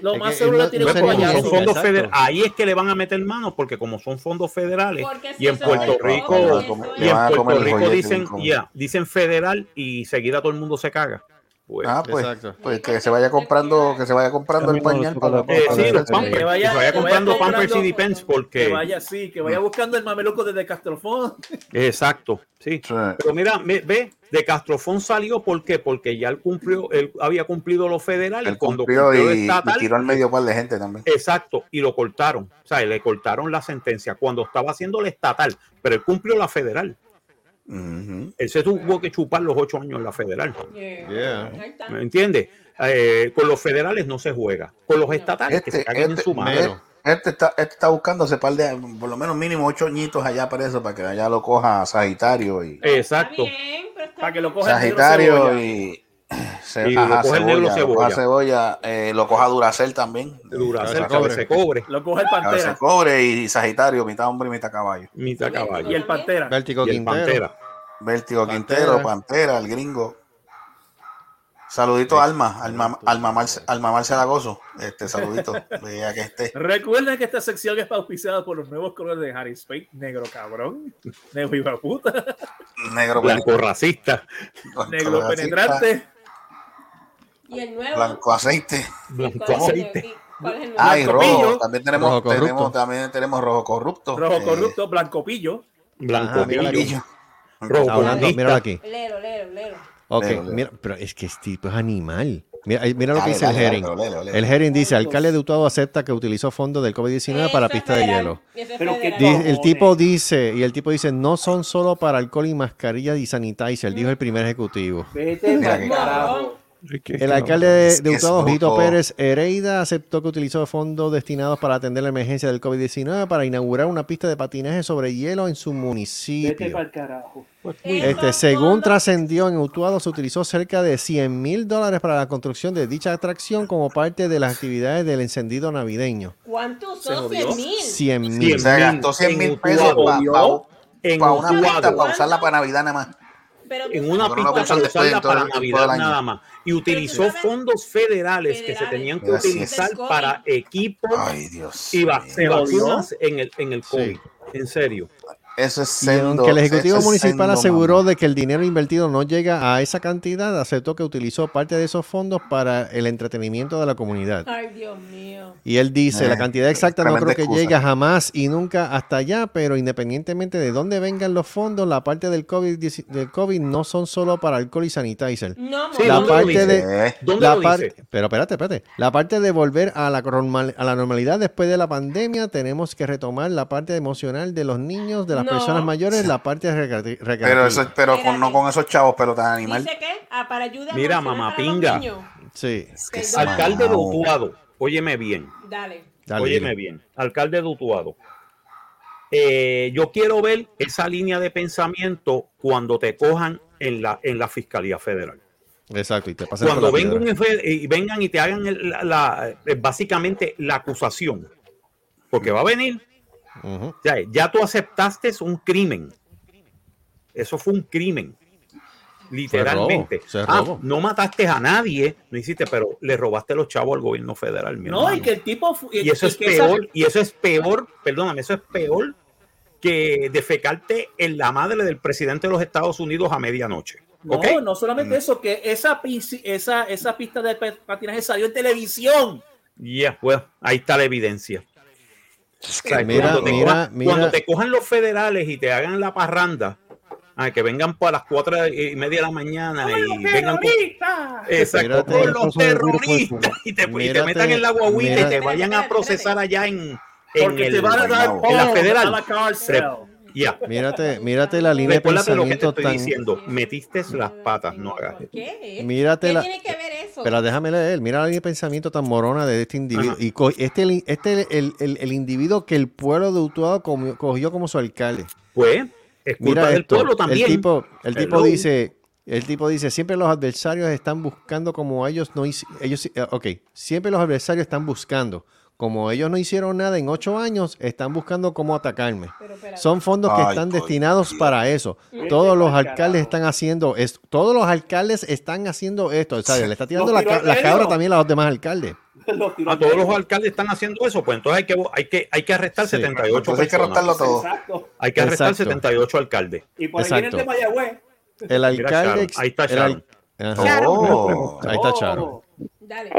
Speaker 9: Lo
Speaker 4: Es
Speaker 9: más
Speaker 4: que
Speaker 9: seguro
Speaker 4: no-
Speaker 9: le tiene
Speaker 4: no
Speaker 9: un
Speaker 4: se
Speaker 10: Como
Speaker 9: guayazo.
Speaker 10: son fondos
Speaker 4: Exacto.
Speaker 10: federales, ahí es que le van a meter mano, porque como son fondos federales
Speaker 11: Porque si
Speaker 10: y en
Speaker 11: eso
Speaker 10: Puerto
Speaker 11: es
Speaker 10: Rico,
Speaker 11: le van a comer-
Speaker 10: y
Speaker 11: le
Speaker 10: en
Speaker 11: van a
Speaker 10: Puerto
Speaker 11: comer el
Speaker 10: Rico
Speaker 11: joyete
Speaker 10: dicen,
Speaker 11: bien comido.
Speaker 10: ya, dicen federal y seguida todo el mundo se caga. Pues,
Speaker 5: Ah, pues, pues que se vaya comprando, que se vaya comprando el pañal para,
Speaker 10: Eh,
Speaker 5: para-
Speaker 10: sí, los
Speaker 5: para-
Speaker 10: Pampers,
Speaker 9: que vaya-
Speaker 10: que se vaya
Speaker 9: que vaya
Speaker 10: comprando Pampers y
Speaker 9: comprando-
Speaker 10: Depends
Speaker 9: Que
Speaker 10: porque
Speaker 9: vaya así, que vaya buscando el mameluco desde Castrofón.
Speaker 10: Exacto, sí. Pero mira, me- ve, de Castrofón salió ¿por qué? Porque ya él cumplió, él había cumplido lo federal y
Speaker 5: Él
Speaker 10: cuando
Speaker 5: cumplió
Speaker 10: cumplió
Speaker 5: y,
Speaker 10: estatal, eh,
Speaker 5: y tiró al medio par de gente también.
Speaker 10: Exacto, y lo cortaron. O sea, le cortaron la sentencia cuando estaba haciendo la estatal, pero él cumplió la federal. Él se tuvo que chupar los ocho años en la federal. ¿Me entiendes? Eh, con los federales no se juega. Con los estatales que se
Speaker 5: Este,
Speaker 10: caguen en
Speaker 5: este,
Speaker 10: su madre.
Speaker 5: este- este está, este está buscando ese par de, por lo menos mínimo ocho añitos allá para eso, para que allá lo coja Sagitario y
Speaker 10: Exacto.
Speaker 9: Para que lo coja el negro
Speaker 5: Sagitario
Speaker 9: cebolla.
Speaker 5: y, Ce-
Speaker 10: Y lo
Speaker 5: ajá,
Speaker 10: coge el negro
Speaker 5: cebolla, lo coja
Speaker 10: cebolla.
Speaker 5: cebolla, eh, lo coja Duracel también.
Speaker 10: Duracell, Cabeza Cobre.
Speaker 9: Lo coja el Pantera.
Speaker 5: Cabeza cobre y Sagitario, mitad hombre y mitad caballo.
Speaker 10: Mitad caballo.
Speaker 9: Y el Pantera.
Speaker 4: Vértigo
Speaker 5: Y el
Speaker 4: Quintero.
Speaker 5: Pantera. Vértigo Quintero, Pantera, el gringo. Saludito a Alma, Alma, Alma, Marce- Alma Marce Alagoso. Este saludito. *laughs* de ella que este esté.
Speaker 9: Recuerden que esta sección es auspiciada por los nuevos colores de Harry Spade, negro cabrón, negro hijo puta,
Speaker 5: Negro
Speaker 10: Blanco racista.
Speaker 9: negro penetrante.
Speaker 11: Y el nuevo.
Speaker 5: Blanco aceite.
Speaker 10: Blanco aceite.
Speaker 11: ¿Cuál es el nuevo?
Speaker 5: Ay,
Speaker 9: Blanco
Speaker 5: rojo.
Speaker 9: pillo.
Speaker 5: También tenemos,
Speaker 10: Rojo corrupto.
Speaker 5: tenemos, también tenemos rojo corrupto.
Speaker 9: Rojo
Speaker 5: Eh,
Speaker 9: corrupto, blanco pillo.
Speaker 10: Blanco
Speaker 4: míralo aquí.
Speaker 10: pillo.
Speaker 4: Está hablando,
Speaker 10: comunista.
Speaker 4: míralo aquí.
Speaker 11: Lero, lero, lero.
Speaker 4: Ok,
Speaker 5: Lelo, lelo.
Speaker 4: mira, pero es que este tipo es animal. Mira, eh, mira lo que
Speaker 5: Dale,
Speaker 4: dice
Speaker 5: dale,
Speaker 4: el
Speaker 5: dale,
Speaker 4: Herring.
Speaker 5: pero lelo, lelo.
Speaker 4: El Herring dice, alcalde de Utuado acepta que utilizó fondos del COVID-19 para pista de hielo.
Speaker 9: Pero que
Speaker 4: Di- el tipo dice, y el tipo dice, no son solo para alcohol y mascarilla y sanitizer, dijo el primer ejecutivo.
Speaker 9: Vete
Speaker 5: Mira
Speaker 9: para
Speaker 5: que
Speaker 9: carajo.
Speaker 4: El alcalde de, de
Speaker 5: Es
Speaker 4: Utuado,
Speaker 5: bruto.
Speaker 4: Jito Pérez Hereida, aceptó que utilizó fondos destinados para atender la emergencia del COVID-19 para inaugurar una pista de patinaje sobre hielo en su
Speaker 9: Vete
Speaker 4: municipio.
Speaker 9: para carajo.
Speaker 4: Este, según trascendió en Utuado, se utilizó cerca de 100 mil dólares para la construcción de dicha atracción como parte de las actividades del encendido navideño.
Speaker 11: ¿Cuántos
Speaker 9: ¿Se
Speaker 11: son?
Speaker 9: jodió?
Speaker 11: 100 mil.
Speaker 4: 100 mil.
Speaker 5: Se gastó 100 mil pesos para
Speaker 10: en
Speaker 5: una pista
Speaker 10: Utuado,
Speaker 5: para usarla para Navidad nada más.
Speaker 11: Pero tú
Speaker 10: en una
Speaker 5: Pero no
Speaker 10: pista
Speaker 5: usan
Speaker 10: para
Speaker 5: después
Speaker 10: usarla
Speaker 5: en todo-
Speaker 10: para
Speaker 5: en todo el
Speaker 10: Navidad
Speaker 5: año.
Speaker 10: nada más. Y utilizó
Speaker 11: sabes-
Speaker 10: fondos federales que se
Speaker 11: Federales.
Speaker 10: tenían que
Speaker 5: Gracias.
Speaker 10: utilizar
Speaker 11: Del COVID.
Speaker 10: para equipos
Speaker 5: Ay, Dios.
Speaker 10: y vac-
Speaker 9: Se
Speaker 10: vacunas en el, en el COVID. En serio.
Speaker 5: Eso es
Speaker 4: Y
Speaker 5: sendo,
Speaker 4: aunque el Ejecutivo
Speaker 5: eso es
Speaker 4: Municipal
Speaker 5: sendo,
Speaker 4: aseguró
Speaker 5: mamá.
Speaker 4: de que el dinero invertido no llega a esa cantidad, aceptó que utilizó parte de esos fondos para el entretenimiento de la comunidad.
Speaker 11: Ay, Dios mío.
Speaker 4: Y él dice,
Speaker 5: Eh,
Speaker 4: la cantidad exacta no creo
Speaker 5: tremenda
Speaker 4: que
Speaker 5: excusa.
Speaker 4: llegue jamás y nunca hasta allá, pero independientemente de dónde vengan los fondos, la parte del COVID, del COVID no son solo para alcohol y sanitizer.
Speaker 11: No,
Speaker 10: Sí,
Speaker 4: la
Speaker 10: ¿dónde lo
Speaker 4: parte
Speaker 10: dice?
Speaker 4: de...
Speaker 5: Eh,
Speaker 10: ¿Dónde
Speaker 4: la
Speaker 10: lo
Speaker 4: par-
Speaker 10: dice?
Speaker 4: Pero espérate, espérate. La parte de volver a la, normal- a la normalidad después de la pandemia, tenemos que retomar la parte emocional de los niños, de las
Speaker 11: No.
Speaker 4: personas mayores, la parte recreati- recreativa.
Speaker 5: pero eso, pero con, no con esos chavos, pero tan animal.
Speaker 11: Dice que ah, para ayuda
Speaker 10: Mira,
Speaker 11: emocional para
Speaker 10: mamapinga.
Speaker 11: los niños.
Speaker 4: Sí.
Speaker 5: Es que pues es
Speaker 11: Perdona.
Speaker 10: Alcalde de
Speaker 5: mamao.
Speaker 10: Utuado, óyeme bien.
Speaker 11: Dale.
Speaker 4: Dale,
Speaker 10: Óyeme
Speaker 4: dile.
Speaker 10: bien, alcalde de Utuado. eh, yo quiero ver esa línea de pensamiento cuando te cojan en la, en la Fiscalía Federal.
Speaker 4: Exacto, y te pasan
Speaker 10: Cuando
Speaker 4: por la
Speaker 10: venga un
Speaker 4: piedra.
Speaker 10: efe- y vengan y te hagan el- la, la- eh, básicamente la acusación, porque va a venir.
Speaker 4: Ujú.
Speaker 10: O sea, ya tú aceptaste un crimen. Eso fue un crimen. Literalmente.
Speaker 4: robo, se
Speaker 10: Ah,
Speaker 4: robó.
Speaker 10: no mataste a nadie, no hiciste, pero le robaste los chavos al gobierno federal. mi
Speaker 9: No, y
Speaker 10: hermano.
Speaker 9: que el tipo. fu-
Speaker 10: Y eso
Speaker 9: y
Speaker 10: es
Speaker 9: que esa-
Speaker 10: peor, y eso es peor, perdóname, eso es peor que defecarte en la madre del presidente de los Estados Unidos a medianoche.
Speaker 9: No,
Speaker 10: ¿Ok?
Speaker 9: no solamente eso, que esa, pis- esa, esa pista de pe- patinaje salió en televisión.
Speaker 10: Yeah, well, pues, ahí está la evidencia. O sea,
Speaker 4: Mira,
Speaker 10: cuando, te
Speaker 4: mira,
Speaker 10: cojan,
Speaker 4: mira.
Speaker 10: cuando te cojan los federales y te hagan la parranda, a que vengan para las cuatro y media de la mañana y vengan con-
Speaker 9: ¡Terrorista!
Speaker 10: Exacto,
Speaker 4: Mírate,
Speaker 10: con los
Speaker 4: esposo del virus
Speaker 10: terroristas y te, y te
Speaker 4: Mírate,
Speaker 10: metan en la guaguita y te
Speaker 4: mírate.
Speaker 10: vayan a procesar allá en, en
Speaker 9: Porque te
Speaker 10: el-
Speaker 9: van a dar
Speaker 10: en la
Speaker 9: polo,
Speaker 10: federal.
Speaker 9: a la cárcel.
Speaker 10: Yeah.
Speaker 4: Mírate, mírate la línea de
Speaker 10: Recuérdate lo que te
Speaker 4: pensamiento
Speaker 10: estoy
Speaker 4: tan...
Speaker 10: diciendo. Metiste las patas, no hagas. eso.
Speaker 11: ¿Qué?
Speaker 4: Mírate
Speaker 11: ¿Qué
Speaker 4: la-
Speaker 11: tiene que ver eso?
Speaker 4: Pero déjame leer, mira la línea de pensamiento tan morona de este individuo.
Speaker 10: Ajá.
Speaker 4: Y co- este, el- este el, el- el individuo que el pueblo de Utuado comió- cogió como su alcalde.
Speaker 10: Pues, es culpa
Speaker 4: Mira
Speaker 10: del
Speaker 4: esto,
Speaker 10: pueblo también.
Speaker 4: El tipo, el tipo
Speaker 10: Hello.
Speaker 4: dice, el tipo dice, siempre los adversarios están buscando como ellos no hici- ellos eh, ok, siempre los adversarios están buscando. Como ellos no hicieron nada en ocho años, están buscando cómo atacarme.
Speaker 11: Pero espérate.
Speaker 4: Son fondos que
Speaker 5: Ay,
Speaker 4: están
Speaker 5: coño.
Speaker 4: destinados para eso. Todos los alcaldes están haciendo esto. Todos los alcaldes están haciendo esto. O sea, le está tirando la,
Speaker 9: tiró
Speaker 4: ca-
Speaker 9: al
Speaker 4: la
Speaker 9: medio.
Speaker 4: cabra también a los demás alcaldes.
Speaker 9: Los tiró
Speaker 10: A todos los alcaldes están haciendo eso, pues entonces hay que, hay que, hay que arrestar
Speaker 4: Sí.
Speaker 10: 78
Speaker 5: Entonces hay que
Speaker 10: personas.
Speaker 5: rotarlo todo.
Speaker 9: Exacto.
Speaker 10: Hay que arrestar
Speaker 4: Exacto.
Speaker 10: 78 alcaldes.
Speaker 9: Y por ahí viene el de
Speaker 4: Exacto.
Speaker 9: Mayagüez.
Speaker 4: El
Speaker 10: Mira,
Speaker 4: alcalde.
Speaker 10: Sharon,
Speaker 4: ex-
Speaker 10: ahí está
Speaker 4: el al-
Speaker 10: Sharon.
Speaker 4: Ajá.
Speaker 5: Oh,
Speaker 4: Ahí está Charo.
Speaker 9: Oh,
Speaker 11: Dale.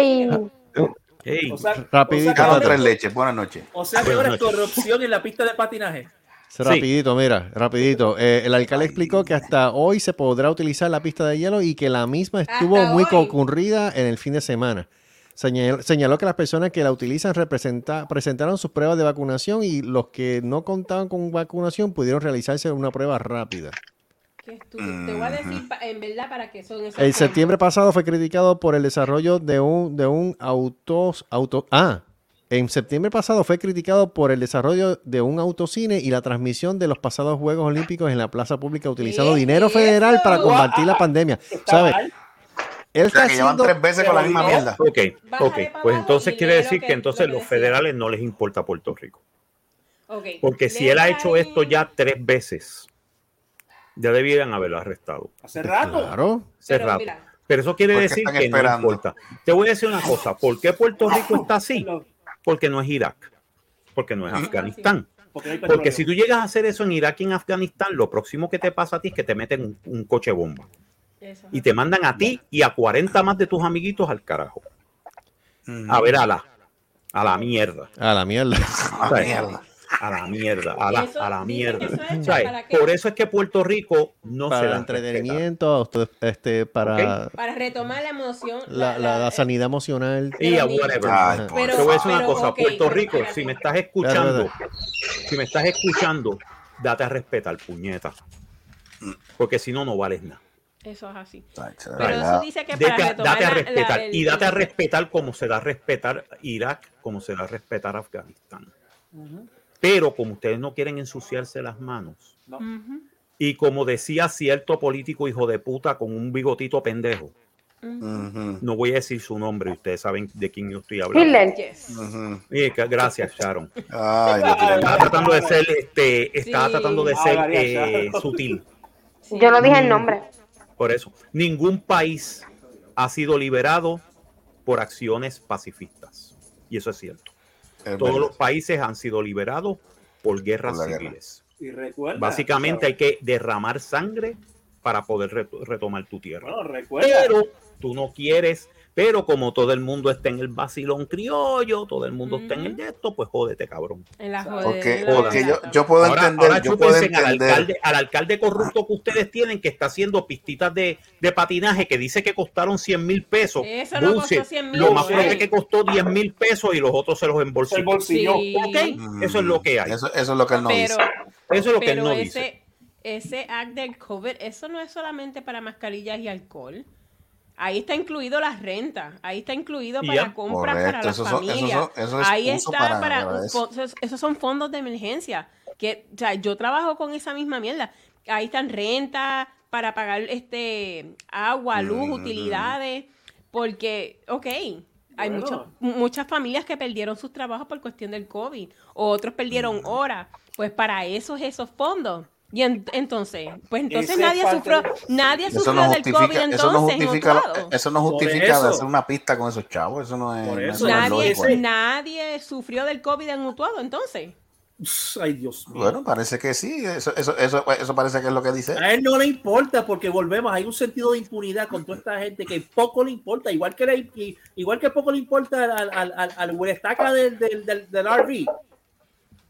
Speaker 10: Hey,
Speaker 9: o sea-
Speaker 4: Rapidito.
Speaker 9: o sea,
Speaker 5: Carlos
Speaker 9: ahora-
Speaker 5: Tres Leches, buenas noches.
Speaker 9: O sea que ahora es corrupción en la pista de patinaje.
Speaker 4: Sí. Rapidito, mira, rapidito. Eh, el alcalde explicó que hasta hoy se podrá utilizar la pista de hielo y que la misma estuvo
Speaker 11: Hasta
Speaker 4: muy
Speaker 11: hoy.
Speaker 4: concurrida en el fin de semana. Señal- señaló que las personas que la utilizan representa- presentaron sus pruebas de vacunación y los que no contaban con vacunación pudieron realizarse una prueba rápida.
Speaker 11: Qué estúpido. Te voy a decir pa- en verdad para qué son esos.
Speaker 4: El septiembre pasado fue criticado por el desarrollo de un, de un autos, auto... Ah, en septiembre pasado fue criticado por el desarrollo de un autocine y la transmisión de los pasados Juegos Olímpicos en la plaza pública utilizando
Speaker 11: ¿Qué
Speaker 4: dinero
Speaker 11: es
Speaker 4: federal para
Speaker 11: eso?
Speaker 4: combatir la pandemia.
Speaker 9: Está
Speaker 4: ¿Sabes?
Speaker 9: mal.
Speaker 4: Él
Speaker 5: O sea,
Speaker 4: está
Speaker 5: que llevan
Speaker 4: haciendo-
Speaker 5: tres veces con la misma mierda.
Speaker 10: Ok, ok.
Speaker 5: para
Speaker 10: Pues
Speaker 5: abajo
Speaker 10: entonces
Speaker 5: y
Speaker 10: quiere
Speaker 5: lee lo
Speaker 10: decir
Speaker 5: que-
Speaker 10: que entonces
Speaker 5: lo que
Speaker 10: los
Speaker 5: decía.
Speaker 10: federales no les importa Puerto Rico.
Speaker 8: Ok.
Speaker 10: Porque si
Speaker 8: Lee
Speaker 10: él ha
Speaker 8: ahí.
Speaker 10: hecho esto ya tres veces, ya debieran haberlo arrestado.
Speaker 9: Hace
Speaker 10: rato.
Speaker 4: Claro.
Speaker 10: Hace
Speaker 8: Pero
Speaker 10: rato.
Speaker 8: mira.
Speaker 10: Pero eso quiere
Speaker 5: ¿Por qué
Speaker 10: decir
Speaker 5: están
Speaker 10: que
Speaker 5: esperando?
Speaker 10: no importa. Te voy a decir una cosa. ¿Por qué Puerto Rico está así? Porque no es Irak. Porque no es Afganistán.
Speaker 9: Porque hay
Speaker 10: Porque
Speaker 9: petróleo.
Speaker 10: si tú llegas a hacer eso en Irak y en Afganistán, lo próximo que te pasa a ti es que te meten un, un coche bomba. Y te mandan a ti y a 40 más de tus amiguitos al carajo. A
Speaker 4: Mm.
Speaker 10: ver, a la, a la mierda.
Speaker 4: A la
Speaker 5: *laughs*
Speaker 4: mierda.
Speaker 5: Ah,
Speaker 10: A la mierda. A la mierda. A la, a la mierda.
Speaker 4: hecho
Speaker 10: ¿Sabes?
Speaker 4: para qué?
Speaker 10: Por eso es que Puerto Rico no se
Speaker 4: para
Speaker 10: da
Speaker 4: entretenimiento, usted- este, para
Speaker 8: Para retomar la emoción.
Speaker 4: la, la- la sanidad emocional.
Speaker 10: Y a whatever.
Speaker 4: Ajá.
Speaker 8: Pero-
Speaker 10: Te voy a decir una
Speaker 8: pero,
Speaker 10: cosa,
Speaker 8: ok,
Speaker 10: Puerto
Speaker 8: pero
Speaker 10: Rico,
Speaker 8: espérate.
Speaker 10: si me estás escuchando,
Speaker 4: Espérate,
Speaker 10: si me estás escuchando, date a respetar, puñeta. Porque si no, no vales nada.
Speaker 12: Eso es así.
Speaker 10: Date-
Speaker 12: Pero eso dice que para
Speaker 10: date,
Speaker 12: retomar
Speaker 10: a
Speaker 12: la- la
Speaker 10: respetar.
Speaker 12: del-
Speaker 10: y date a respetar como se da a respetar Irak, como se da a respetar Afganistán. Pero como ustedes no quieren ensuciarse las manos, y como decía cierto político hijo de puta con un bigotito pendejo, no voy a decir su nombre, ustedes saben de quién yo estoy hablando.
Speaker 13: Hitler.
Speaker 10: Sí, que- gracias, Sharon.
Speaker 5: yo quiero-
Speaker 10: estaba tratando de ser, este, estaba
Speaker 13: Sí.
Speaker 10: tratando de ser
Speaker 13: Ah, María
Speaker 10: eh,
Speaker 13: Sharon.
Speaker 10: sutil.
Speaker 13: Yo no dije el nombre.
Speaker 10: Por eso, ningún país ha sido liberado por acciones pacifistas. Y eso es cierto. Todos
Speaker 9: verdad.
Speaker 10: los países han sido liberados por guerras
Speaker 9: Por la guerra.
Speaker 10: civiles.
Speaker 9: Y recuerda.
Speaker 10: Básicamente hay que derramar sangre para poder reto- retomar tu tierra.
Speaker 9: Bueno, recuerda.
Speaker 10: Pero tú no quieres, pero como todo el mundo está en el vacilón criollo, todo el mundo está en el de esto, pues jódete, cabrón.
Speaker 12: En la
Speaker 5: Porque,
Speaker 12: joder.
Speaker 5: porque yo, yo puedo
Speaker 10: Ahora-
Speaker 5: entender,
Speaker 10: ahora
Speaker 5: yo puedo
Speaker 10: chúpense al alcalde,
Speaker 5: entender.
Speaker 10: al alcalde corrupto que ustedes tienen que está haciendo pistitas de, de patinaje que dice que costaron 100 mil pesos.
Speaker 8: Eso no
Speaker 10: Bullshit.
Speaker 8: costó 100 mil,
Speaker 10: Lo más
Speaker 8: sí.
Speaker 10: probable es que costó 10 mil pesos y los otros se los embolsilló.
Speaker 9: El bolsillo. Sí.
Speaker 10: ¿Ok? Eso es lo que hay.
Speaker 5: Eso, eso es lo que él no
Speaker 8: Pero-
Speaker 5: dice.
Speaker 10: Eso es lo que él
Speaker 8: Pero
Speaker 10: no
Speaker 8: ese,
Speaker 10: dice.
Speaker 8: ese act del COVID, eso no es solamente para mascarillas y alcohol. Ahí está incluido las rentas, ahí está incluido
Speaker 10: Y
Speaker 8: para
Speaker 10: ya.
Speaker 8: compras para
Speaker 5: Correcto,
Speaker 8: las
Speaker 5: eso son- eso
Speaker 8: familias.
Speaker 5: son- eso es
Speaker 8: ahí
Speaker 5: uso
Speaker 8: está
Speaker 5: para-
Speaker 8: para,
Speaker 5: para
Speaker 8: un
Speaker 5: eso.
Speaker 8: fo- esos, esos son fondos de emergencia. Que, o sea, yo trabajo con esa misma mierda. Ahí están rentas para pagar este agua, luz,
Speaker 12: Mm.
Speaker 8: utilidades, porque, ok. Hay
Speaker 12: Bueno.
Speaker 8: muchas- muchas familias que perdieron sus trabajos por cuestión del COVID, o otros
Speaker 5: Mm.
Speaker 8: perdieron horas, pues para eso es esos fondos. Y en- entonces, pues entonces
Speaker 12: Ese es
Speaker 8: nadie
Speaker 12: parte
Speaker 8: sufrió,
Speaker 12: de-
Speaker 8: nadie
Speaker 5: Eso
Speaker 8: sufrió
Speaker 5: no
Speaker 8: del COVID
Speaker 5: justifica,
Speaker 8: entonces.
Speaker 5: eso no justifica, lo-
Speaker 8: Utuado.
Speaker 5: eso no
Speaker 9: Por
Speaker 5: justifica
Speaker 9: eso.
Speaker 5: de hacer una pista con esos chavos. Eso no es,
Speaker 9: Por
Speaker 5: no es-
Speaker 9: eso.
Speaker 5: no es
Speaker 8: nadie,
Speaker 5: lógico ahí.
Speaker 8: nadie sufrió del COVID en Utuado entonces.
Speaker 9: Ay, Dios mío.
Speaker 5: Bueno, parece que sí. Eso, eso, eso, eso parece que es lo que dice.
Speaker 9: A él no le importa porque volvemos, hay un sentido de impunidad con toda esta gente que poco le importa, igual que, le- i- igual que poco le importa al, al, al, al huelestaca del, del, del, del RV.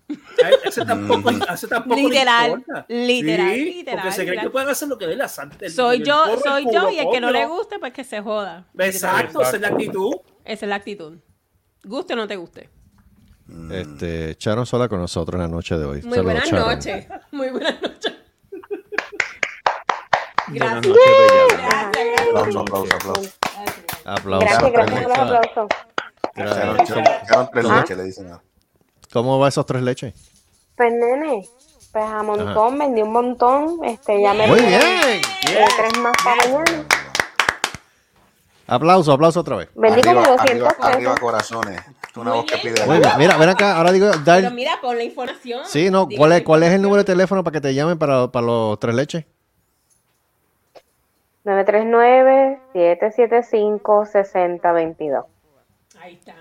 Speaker 9: A él- a ese tampoco, a ese tampoco
Speaker 8: Literal,
Speaker 9: le importa.
Speaker 8: literal,
Speaker 9: Sí,
Speaker 8: literal,
Speaker 9: Porque se cree que
Speaker 8: literal.
Speaker 9: pueden hacer lo que dé la santa.
Speaker 8: Soy
Speaker 9: el
Speaker 8: yo,
Speaker 9: porro,
Speaker 8: soy
Speaker 9: el
Speaker 8: yo
Speaker 9: culo,
Speaker 8: y el que no le
Speaker 9: coño.
Speaker 8: gusta, pues que se joda.
Speaker 9: Exacto, esa es la actitud.
Speaker 8: Esa es la actitud. Guste o no te guste.
Speaker 4: Este, Charon sola con nosotros en la noche de hoy.
Speaker 8: Muy
Speaker 4: Saludos,
Speaker 8: buenas
Speaker 4: Charon.
Speaker 8: noches. *laughs* Muy buenas noches.
Speaker 10: *laughs* Buenas
Speaker 8: Gracias.
Speaker 10: noches, bella.
Speaker 8: Gracias, gracias.
Speaker 5: Aplauso, aplauso, aplauso.
Speaker 4: Aplausos.
Speaker 13: Gracias, gracias por los
Speaker 4: Charon.
Speaker 13: aplausos.
Speaker 5: Echaron-
Speaker 4: Gracias.
Speaker 5: echaron- echaron tres
Speaker 4: ¿Ah?
Speaker 5: leches, le dicen. ahora.
Speaker 4: ¿Cómo va esos tres leches?
Speaker 13: Pues nene, pues a montón, vendí un montón. Este, ya me
Speaker 4: Muy
Speaker 13: quedan,
Speaker 4: bien.
Speaker 13: eh, tres más para mañana.
Speaker 4: Aplauso, aplauso otra vez.
Speaker 13: Vendí como
Speaker 5: Arriba,
Speaker 13: 200
Speaker 5: arriba, arriba,
Speaker 13: pesos.
Speaker 5: corazones. Es Una voz que pide.
Speaker 4: Muy bien. Mira, ven acá, ahora digo, dar-
Speaker 8: Pero mira, pon la información.
Speaker 4: sí, no, ¿cuál es, ¿cuál es el número de teléfono para que te llamen para, para los tres leches?
Speaker 13: 939-775-6022.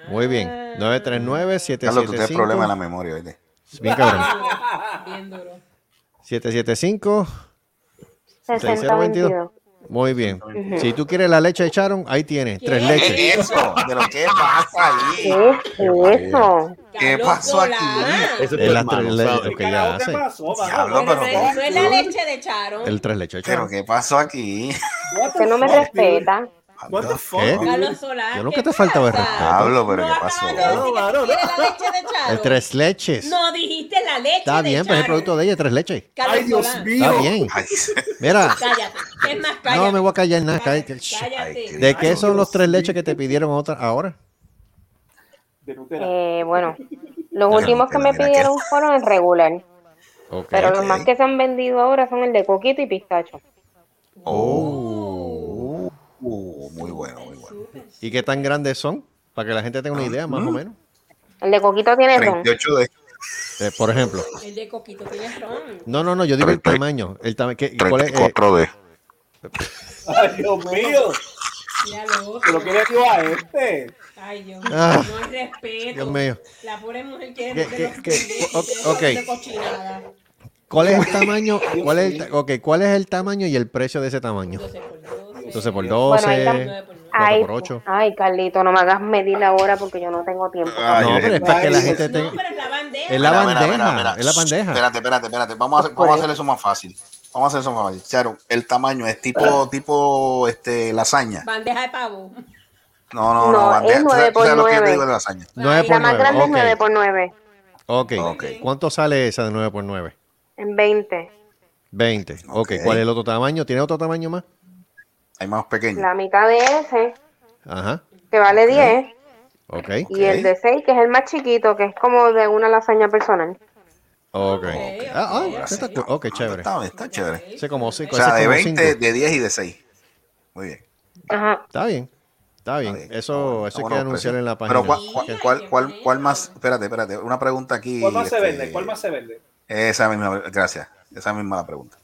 Speaker 4: Muy bien.
Speaker 8: Ah.
Speaker 4: 939
Speaker 5: Carlos, tú tienes
Speaker 4: 775
Speaker 5: problemas en la memoria, ¿viste?
Speaker 4: Bien cabrón.
Speaker 8: *laughs* Bien duro.
Speaker 4: 775 6022. Muy bien.
Speaker 13: Ujú.
Speaker 4: Si tú quieres la leche de Charon, ahí tienes, tres
Speaker 5: ¿Qué es
Speaker 4: leches.
Speaker 5: eso? ¿Pero qué
Speaker 13: *laughs*
Speaker 5: pasa ahí?
Speaker 13: ¿Qué es eso?
Speaker 5: ¿Qué pasó aquí?
Speaker 10: Eso es
Speaker 4: Es
Speaker 10: tu
Speaker 4: las
Speaker 10: hermano,
Speaker 4: tres leches,
Speaker 10: ¿sabes?
Speaker 4: ok, ya sé.
Speaker 5: Diablo, pero
Speaker 8: No
Speaker 5: ¿cómo?
Speaker 8: es la leche de Charon.
Speaker 4: El tres leches de
Speaker 5: ¿Pero
Speaker 4: Charon.
Speaker 5: qué pasó aquí?
Speaker 13: Que no me respeta.
Speaker 5: What the
Speaker 4: ¿Qué?
Speaker 8: Carlos Solá.
Speaker 4: Yo lo que te falta de respeto.
Speaker 5: Pablo, Ah, pero ¿qué pasó?
Speaker 8: No, dijiste la leche de Charon.
Speaker 4: El tres leches.
Speaker 8: No dijiste la leche
Speaker 4: Está
Speaker 8: de
Speaker 4: bien, pero es el
Speaker 8: Charon.
Speaker 4: producto de ella, tres leches.
Speaker 8: Carlos Ay, Dios Solá. mío.
Speaker 4: Está bien.
Speaker 13: *laughs*
Speaker 4: Mira,
Speaker 8: Cállate. Es más, cállate.
Speaker 4: no me voy a callar nada. cállate.
Speaker 8: Cállate.
Speaker 4: ¿De qué son los tres leches que te pidieron otra, ahora?
Speaker 13: Eh, bueno, los
Speaker 4: Mira,
Speaker 13: últimos que
Speaker 4: mira,
Speaker 13: me
Speaker 4: mira,
Speaker 13: pidieron fueron el regular.
Speaker 4: Ok.
Speaker 13: Pero los más que se han vendido ahora son el de coquito y pistacho.
Speaker 5: Oh. Uh, muy bueno, muy bueno.
Speaker 4: ¿Y qué tan grandes son? Para que la gente tenga una idea, más o menos.
Speaker 13: El de Coquito tiene ron.
Speaker 5: 38 de.
Speaker 4: Eh, por ejemplo.
Speaker 11: El de Coquito tiene ron.
Speaker 4: No, no, no, yo digo el tamaño. El tama- ¿qué- cuál es, eh,
Speaker 5: 34D.
Speaker 14: ¡Ay, Dios mío! ¿Te lo quería yo a este?
Speaker 11: Ay, Dios mío,
Speaker 4: Ah.
Speaker 11: no hay respeto.
Speaker 4: Dios mío.
Speaker 11: La pobre mujer quiere
Speaker 4: ¿Qué-
Speaker 11: meter
Speaker 4: qué-
Speaker 11: los
Speaker 4: qué?
Speaker 11: filetes
Speaker 4: O-
Speaker 11: y
Speaker 4: ok.
Speaker 11: hacer cochinada.
Speaker 4: ¿Cuál es el tamaño? ¿Cuál es el, ta- ok, ¿cuál es el tamaño y el precio de ese tamaño? 12 por 12,
Speaker 13: Bueno, ahí tam-
Speaker 4: 4
Speaker 13: Ay,
Speaker 4: por 8.
Speaker 13: ay, Carlito, no me hagas medir la hora porque yo no tengo tiempo.
Speaker 4: No, pero es para que la gente tenga... Es la
Speaker 5: Mira, mira,
Speaker 4: bandeja,
Speaker 5: mira, mira.
Speaker 4: es la bandeja.
Speaker 5: Espérate, espérate, espérate. Vamos a, hacer-
Speaker 13: Pues-
Speaker 5: vamos a hacer eso más fácil. Vamos a hacer eso más fácil. Charo, el tamaño es tipo, tipo este, lasaña.
Speaker 11: Bandeja de pavo.
Speaker 5: No, no, no.
Speaker 13: No, es
Speaker 5: bandeja. Tú sabes- tú sabes lo que yo te digo de
Speaker 13: 9x9.
Speaker 5: lasaña.
Speaker 13: Ay,
Speaker 4: 9
Speaker 13: la
Speaker 4: por
Speaker 13: más grande
Speaker 4: 9.
Speaker 13: es 9x9,
Speaker 4: ok, ok. ¿Cuánto sale esa de 9 por 9?
Speaker 13: en 20.
Speaker 4: 20. ok, ¿cuál es el otro tamaño? ¿Tiene otro tamaño más?
Speaker 5: Hay más pequeño.
Speaker 13: La mitad de ese,
Speaker 4: Ajá,
Speaker 13: que vale 10,
Speaker 4: ok.
Speaker 13: y el de 6, que es el más chiquito, que es como de una lasaña personal.
Speaker 4: Ok. Ah, ah, está cool. Ok, chévere.
Speaker 5: Está, está chévere.
Speaker 4: Ese como cinco,
Speaker 5: O sea,
Speaker 4: ese
Speaker 5: de
Speaker 4: como
Speaker 5: 20,
Speaker 4: cinco.
Speaker 5: de 10 y de 6. Muy bien.
Speaker 13: Ajá.
Speaker 4: Está bien. Está
Speaker 5: Ah,
Speaker 4: bien. Eso, eso hay que
Speaker 5: Vámonos,
Speaker 4: anunciar
Speaker 5: precio.
Speaker 4: en la página.
Speaker 5: Pero ¿cuál, cuál, cuál, cuál- cuál más? Espérate, espérate. Una pregunta
Speaker 14: *laughs*
Speaker 5: aquí.
Speaker 14: ¿Cuál más se
Speaker 5: este,
Speaker 14: vende? ¿Cuál más se vende?
Speaker 5: Esa misma, gracias. Esa misma la pregunta.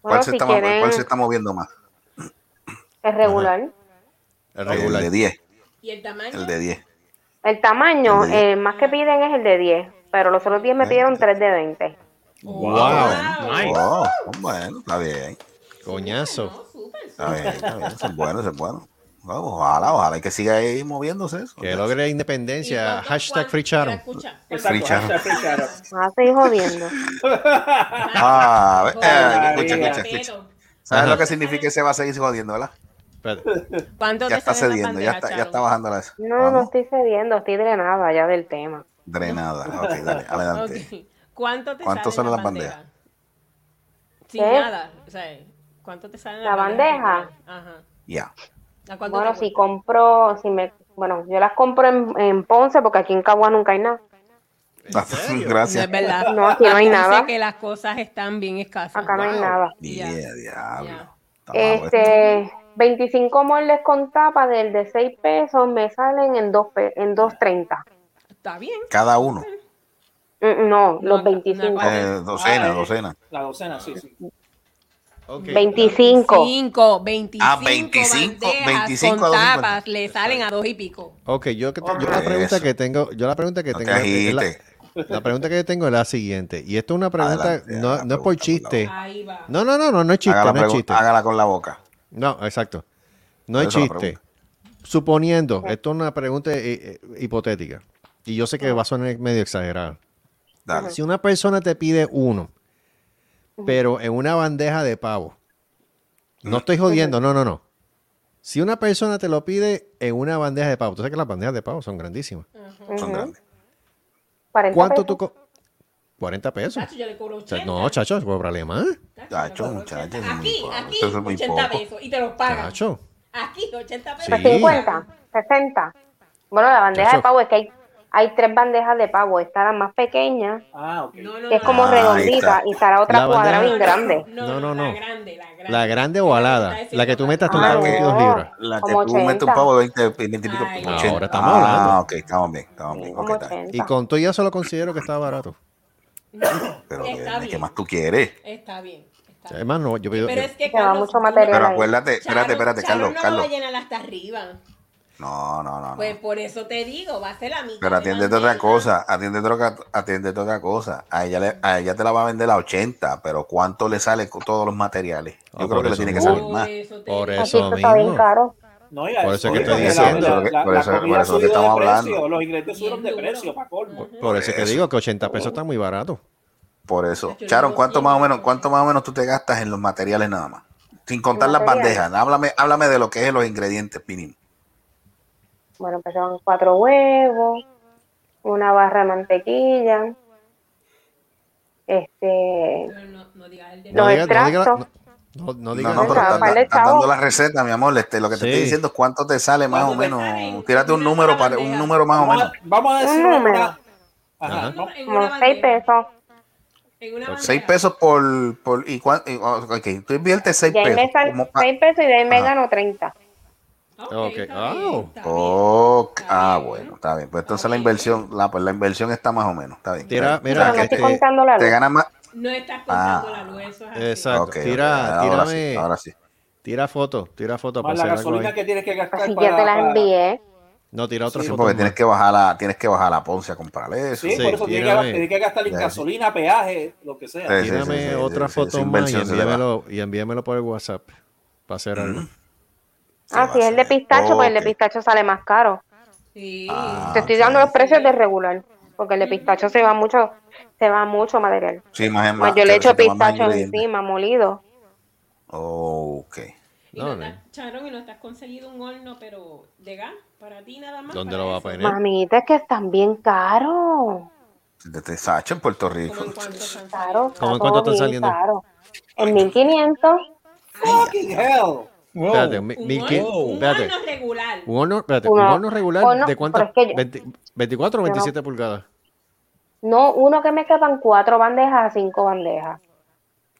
Speaker 5: ¿Cuál,
Speaker 13: Bueno,
Speaker 5: se,
Speaker 13: si
Speaker 5: está, ma-
Speaker 13: quieren,
Speaker 5: ¿Cuál se está moviendo más?
Speaker 13: es regular.
Speaker 4: El
Speaker 5: regular. El de 10.
Speaker 11: ¿Y el tamaño?
Speaker 5: El de 10.
Speaker 13: El tamaño,
Speaker 5: El de diez.
Speaker 13: el más que piden es el de 10, pero los otros 10 eh, me pidieron 3 de 20.
Speaker 11: Oh,
Speaker 5: Wow.
Speaker 11: Nice.
Speaker 5: Wow. Bueno, Oh, está bien.
Speaker 4: Coñazo.
Speaker 5: Está bien, está bien. Eso es bueno, eso es bueno. Wow, ojalá, ojalá y que siga ahí moviéndose eso.
Speaker 4: Que logre independencia. Hashtag Free Charo. Free
Speaker 14: Exacto, *laughs* hashtag Free Charo.
Speaker 13: Vas a seguir jodiendo.
Speaker 5: Ah, ve- eh,
Speaker 14: Joder,
Speaker 5: escucha, escucha,
Speaker 14: María.
Speaker 5: escucha. ¿Sabes
Speaker 4: Ajá.
Speaker 5: lo que significa que se va a seguir jodiendo, verdad?
Speaker 11: ¿Cuánto
Speaker 5: Ya
Speaker 11: te
Speaker 5: está
Speaker 11: sale la
Speaker 5: cediendo,
Speaker 11: bandeja,
Speaker 5: ya está, ya
Speaker 11: Charo?
Speaker 5: está bajando la
Speaker 13: No, no estoy cediendo, estoy drenada ya del tema.
Speaker 5: drenada. Ok, dale, adelante.
Speaker 11: Ok. ¿Cuánto te
Speaker 5: ¿Cuánto
Speaker 11: sale
Speaker 5: salen
Speaker 11: la
Speaker 5: las
Speaker 11: bandeja?
Speaker 5: bandejas?
Speaker 11: Sin
Speaker 13: ¿Qué?
Speaker 11: nada. O sea, ¿cuánto te sale
Speaker 13: ¿La bandeja?
Speaker 11: Ajá.
Speaker 5: Ya.
Speaker 11: ¿A cuánto
Speaker 13: Bueno,
Speaker 11: te
Speaker 13: si compro, si me, bueno, yo las compro en, en Ponce porque aquí en Cagua nunca hay nada.
Speaker 11: No
Speaker 5: Gracias.
Speaker 11: es verdad.
Speaker 13: No, aquí no hay
Speaker 11: Dice
Speaker 13: nada.
Speaker 11: que las cosas están bien escasas.
Speaker 13: Acá no hay nada.
Speaker 11: Ya.
Speaker 13: Este, 25 moldes con tapa del de 6 pesos me salen en 2 pe- en 2.30.
Speaker 11: Está bien.
Speaker 5: Cada uno.
Speaker 13: Mm, No, los 25.
Speaker 5: Eh, docena, docena.
Speaker 14: La docena, sí, sí.
Speaker 13: 25.
Speaker 11: 25, 25.
Speaker 5: Ah, 25,
Speaker 11: bandejas
Speaker 5: 25 a
Speaker 11: con
Speaker 5: 2.50.
Speaker 11: tapas le salen a dos y pico.
Speaker 4: Ok, yo, que te- yo la pregunta que tengo, yo la pregunta que tengo, es la,
Speaker 5: agites.
Speaker 4: la pregunta que yo tengo es la siguiente, y esto es una pregunta,
Speaker 5: Adelante,
Speaker 4: no, no es por chiste,
Speaker 11: Ahí va.
Speaker 4: no, no, no, no, no es chiste,
Speaker 5: Hágala,
Speaker 4: no es
Speaker 5: pregun-
Speaker 4: chiste,
Speaker 5: hágala con la boca.
Speaker 4: no, exacto, no
Speaker 5: Por
Speaker 4: es
Speaker 5: eso la
Speaker 4: chiste, suponiendo, esto es una pregunta eh, eh, hipotética, y yo sé que va a sonar medio exagerada,
Speaker 5: Dale.
Speaker 4: si una persona te pide uno, pero en una bandeja de pavo, no estoy jodiendo, no, no, no, si una persona te lo pide en una bandeja de pavo, tú sabes que las bandejas de pavo son grandísimas,
Speaker 5: Son
Speaker 13: Ujú.
Speaker 5: grandes.
Speaker 13: 40
Speaker 4: ¿Cuánto
Speaker 13: pesos.
Speaker 4: tú co- 40 pesos.
Speaker 11: Chacho, yo le cobro
Speaker 4: Cha-
Speaker 11: 80.
Speaker 4: No, chacho, por problema.
Speaker 5: Chacho, muchachos.
Speaker 11: Aquí, aquí,
Speaker 5: Eso es muy
Speaker 11: 80
Speaker 5: poco.
Speaker 11: pesos. Y te los pagan.
Speaker 4: Chacho.
Speaker 11: Aquí, 80 pesos.
Speaker 13: Pues 50, 60. Bueno, la bandeja
Speaker 4: Eso-
Speaker 13: de pavo es que hay, hay tres bandejas de pavo. Está la más pequeña, que es como
Speaker 4: no.
Speaker 5: Ah,
Speaker 13: redondita,
Speaker 4: Ah, Ahí está.
Speaker 13: y está la otra
Speaker 4: La
Speaker 13: cuadrada
Speaker 4: bandeja-
Speaker 13: bien grande.
Speaker 4: No, no, no. La grande, la grande ovalada. La que tú metas
Speaker 13: Ah,
Speaker 4: total
Speaker 13: no.
Speaker 4: 22 libras.
Speaker 5: La que
Speaker 13: Como
Speaker 5: tú metes un
Speaker 13: 80.
Speaker 5: pavo de 20, 20 y pico.
Speaker 4: Ay,
Speaker 5: 80.
Speaker 4: ahora estamos
Speaker 5: Ah,
Speaker 4: hablando.
Speaker 5: ok, estamos bien, estamos bien. ok,
Speaker 13: Como
Speaker 5: está bien.
Speaker 13: 80.
Speaker 4: Y con todo y eso lo considero que está barato.
Speaker 5: Pero
Speaker 11: Está
Speaker 5: ¿de- de ¿qué
Speaker 11: bien.
Speaker 5: más tú quieres?
Speaker 11: Está bien.
Speaker 4: Además, no, yo pido.
Speaker 11: Pero es que
Speaker 13: Te va
Speaker 11: Carlos,
Speaker 13: mucho
Speaker 11: tú
Speaker 13: material
Speaker 5: Pero
Speaker 13: ahí.
Speaker 5: acuérdate, espérate, espérate,
Speaker 11: Charo
Speaker 5: Carlos,
Speaker 11: no
Speaker 5: Carlos.
Speaker 11: va a llenar hasta arriba.
Speaker 5: No, no, no, no.
Speaker 11: Pues por eso te digo, va a ser la mitad.
Speaker 5: Pero
Speaker 11: de
Speaker 5: atiéndete
Speaker 11: bandeja.
Speaker 5: otra cosa, atiéndete otra, atiéndete otra cosa. A ella, le- a ella te la va a vender a 80, pero ¿cuánto le sale con todos los materiales? Yo creo
Speaker 4: Ah, por
Speaker 5: que le
Speaker 4: eso
Speaker 5: tiene que
Speaker 4: mismo.
Speaker 5: salir
Speaker 4: Por
Speaker 5: más.
Speaker 13: Aquí esto
Speaker 4: eso
Speaker 13: está bien
Speaker 4: mismo.
Speaker 13: caro.
Speaker 14: No, y
Speaker 4: Por eso es que
Speaker 14: porque
Speaker 4: estoy
Speaker 14: la-
Speaker 4: diciendo.
Speaker 14: la- la-
Speaker 5: Por
Speaker 14: la
Speaker 5: eso- por
Speaker 14: comida
Speaker 5: eso es que
Speaker 14: subió de
Speaker 5: estamos
Speaker 14: precio,
Speaker 5: hablando.
Speaker 14: Los ingredientes subieron de precio, pa' colmo.
Speaker 4: Por eso es que digo que 80 pesos está muy barato.
Speaker 5: Por eso. Charon, ¿cuánto más o menos, cuánto más o menos tú te gastas en los materiales nada más? Sin contar las
Speaker 13: Materiales.
Speaker 5: bandejas. Háblame, háblame de lo que es los ingredientes mínimo.
Speaker 13: Bueno, empezaron cuatro huevos, una barra de mantequilla, este, los
Speaker 4: digas- no digas-
Speaker 13: extractos.
Speaker 4: No, no
Speaker 5: No,
Speaker 4: digas
Speaker 5: no, pero
Speaker 13: Venga,
Speaker 5: estás
Speaker 13: par de
Speaker 5: estás dando
Speaker 13: chavos.
Speaker 5: la receta, mi amor. Este, lo que te
Speaker 4: Sí.
Speaker 5: estoy diciendo es cuánto te sale más o
Speaker 11: ¿Cuánto te
Speaker 5: menos.
Speaker 11: sale?
Speaker 5: Tírate un número para un número más o
Speaker 14: Vamos
Speaker 5: menos.
Speaker 14: a- Vamos a decir
Speaker 13: Un número.
Speaker 14: una. Ajá.
Speaker 5: Ajá.
Speaker 14: no,
Speaker 13: como seis pesos.
Speaker 5: Seis pesos por, por y cuán- y- oh, ok, tú inviertes seis
Speaker 13: Y ahí
Speaker 5: pesos.
Speaker 13: me salen
Speaker 4: Ah.
Speaker 5: como pa-
Speaker 13: seis pesos y de ahí me
Speaker 5: Ajá.
Speaker 13: gano 30.
Speaker 5: Ok. Oh. Oh, ah, bueno, está bien. Pues entonces la inversión, la, pues la inversión está más o menos, está bien.
Speaker 4: Tira,
Speaker 5: Está bien.
Speaker 4: mira,
Speaker 5: O sea, que
Speaker 4: este-
Speaker 5: Te gana más.
Speaker 11: No estás
Speaker 5: Ah.
Speaker 11: contando la luz, eso es así.
Speaker 4: Exacto.
Speaker 5: Ok, ok,
Speaker 4: tira,
Speaker 5: ahora sí,
Speaker 4: tírame.
Speaker 5: ahora sí.
Speaker 4: Tira foto, tira foto para
Speaker 14: Más la
Speaker 4: hacer algo
Speaker 14: gasolina
Speaker 4: ahí.
Speaker 14: que tienes que gastar
Speaker 13: Así
Speaker 14: para-
Speaker 13: ya te las
Speaker 14: para-
Speaker 13: envié.
Speaker 4: No, tira otra
Speaker 5: Sí,
Speaker 4: foto.
Speaker 5: porque
Speaker 4: más.
Speaker 5: tienes que bajar la, tienes que bajar la Ponce a comprar eso.
Speaker 14: Sí, por eso tienes que,
Speaker 4: tírame.
Speaker 14: tienes que gastar en
Speaker 5: Ya, sí.
Speaker 14: gasolina, peaje, lo que sea.
Speaker 5: Sí, sí,
Speaker 4: Tírame
Speaker 5: sí, sí,
Speaker 4: otra
Speaker 5: sí,
Speaker 4: foto
Speaker 5: esa
Speaker 4: más y
Speaker 5: inversión se le va.
Speaker 4: envíamelo, y envíamelo por el WhatsApp para hacer algo.
Speaker 13: Ah, sí, el de pistacho, pues el de
Speaker 4: Ok. Ah,
Speaker 13: pistacho sale más caro. Te estoy dando los precios de regular, porque el de pistacho se va mucho, se va mucho material.
Speaker 5: Sí, más es
Speaker 13: Más
Speaker 5: más.
Speaker 13: yo le
Speaker 5: se-
Speaker 13: echo
Speaker 5: se te va más
Speaker 13: pistacho
Speaker 5: ingrediente.
Speaker 13: encima, molido.
Speaker 5: Oh, ok.
Speaker 11: Charon, y no te has conseguido un horno, pero de gas, para ti nada más.
Speaker 5: ¿Dónde lo va a poner?
Speaker 13: Mamita, es que están bien caros.
Speaker 5: Desde Sacho en Puerto Rico.
Speaker 13: Caro,
Speaker 5: ¿Cómo en
Speaker 13: está
Speaker 5: cuánto
Speaker 13: todo
Speaker 5: están
Speaker 13: bien
Speaker 5: saliendo?
Speaker 13: Caro. En 1500.
Speaker 14: Fucking hell.
Speaker 4: Espérate, mi-
Speaker 11: Un
Speaker 4: mil quin-
Speaker 11: horno- un
Speaker 4: espérate. Uh,
Speaker 11: horno regular.
Speaker 4: Un horno, espérate,
Speaker 13: Una-
Speaker 4: un horno regular
Speaker 13: horno,
Speaker 4: de cuántas?
Speaker 13: pero es que yo-
Speaker 4: 20 24 o
Speaker 13: yo no-
Speaker 4: 27 pulgadas.
Speaker 13: No, uno que me quepan cuatro bandejas a cinco bandejas.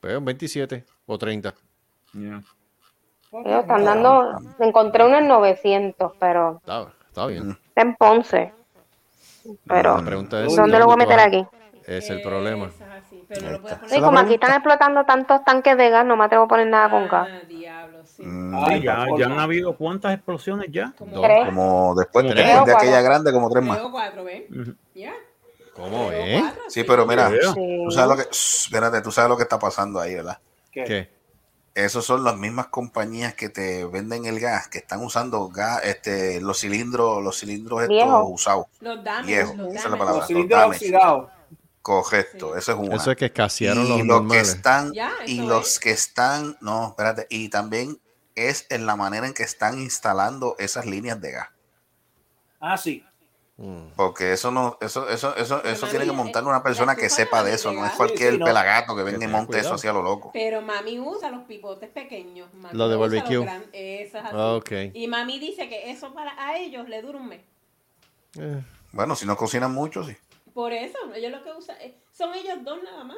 Speaker 4: Pues un 27 o 30.
Speaker 13: Ellos están dando. Encontré uno en 900, pero.
Speaker 4: Está, está bien.
Speaker 13: está en Ponce. Pero,
Speaker 4: La pregunta es,
Speaker 13: ¿dónde lo voy a meter
Speaker 4: tú vas?
Speaker 13: aquí?
Speaker 4: Es el problema.
Speaker 13: Sí, como aquí están explotando tantos tanques de gas, no me atrevo a poner nada con
Speaker 11: Ah,
Speaker 13: gas.
Speaker 5: Mm,
Speaker 10: Sí, ya, ya han habido cuántas explosiones ya.
Speaker 11: *laughs*
Speaker 13: tres.
Speaker 5: Como después,
Speaker 10: Como
Speaker 5: después de
Speaker 10: tres.
Speaker 5: aquella grande, como tres más.
Speaker 11: Luego cuatro, ¿ves?
Speaker 4: ¿Cómo, eh?
Speaker 5: Sí, pero mira,
Speaker 13: Sí.
Speaker 5: tú sabes lo que, shh, espérate, tú sabes lo que está pasando ahí, ¿verdad?
Speaker 14: ¿Qué?
Speaker 5: Esos son las mismas compañías que te venden el gas, que están usando gas, este, los cilindros, los cilindros estos
Speaker 14: Viejo.
Speaker 5: usados.
Speaker 11: Los damage,
Speaker 5: Viejos,
Speaker 11: los
Speaker 5: esa es la
Speaker 11: damage.
Speaker 5: palabra.
Speaker 14: Los cilindros
Speaker 5: damage.
Speaker 14: oxidados.
Speaker 5: Correcto, eso es una.
Speaker 4: Eso es que escasearon
Speaker 5: y
Speaker 4: los
Speaker 5: los
Speaker 4: normales.
Speaker 5: que están
Speaker 11: Ya,
Speaker 5: y
Speaker 11: eso
Speaker 5: los que están, no, espérate, y también es en la manera en que están instalando esas líneas de gas,
Speaker 14: Ah, sí.
Speaker 4: Mm.
Speaker 5: porque eso no eso eso eso eso tiene que
Speaker 11: mami,
Speaker 5: montar una persona eh, que sepa de eso, no es cualquier
Speaker 11: Sí, sí, no.
Speaker 5: pelagato que venga y
Speaker 4: tenga
Speaker 5: monte eso
Speaker 4: cuidado.
Speaker 5: hacia lo loco.
Speaker 11: Pero mami usa los pipotes pequeños. Mami
Speaker 4: Los de
Speaker 11: usa
Speaker 4: barbecue.
Speaker 11: los gran- eso es así.
Speaker 5: Ah, ok.
Speaker 11: Y mami dice que eso para a ellos le dura un mes.
Speaker 4: Eh,
Speaker 5: Bueno, si no cocinan mucho, sí.
Speaker 11: Por eso, ellos lo que usan eh, son ellos dos nada más.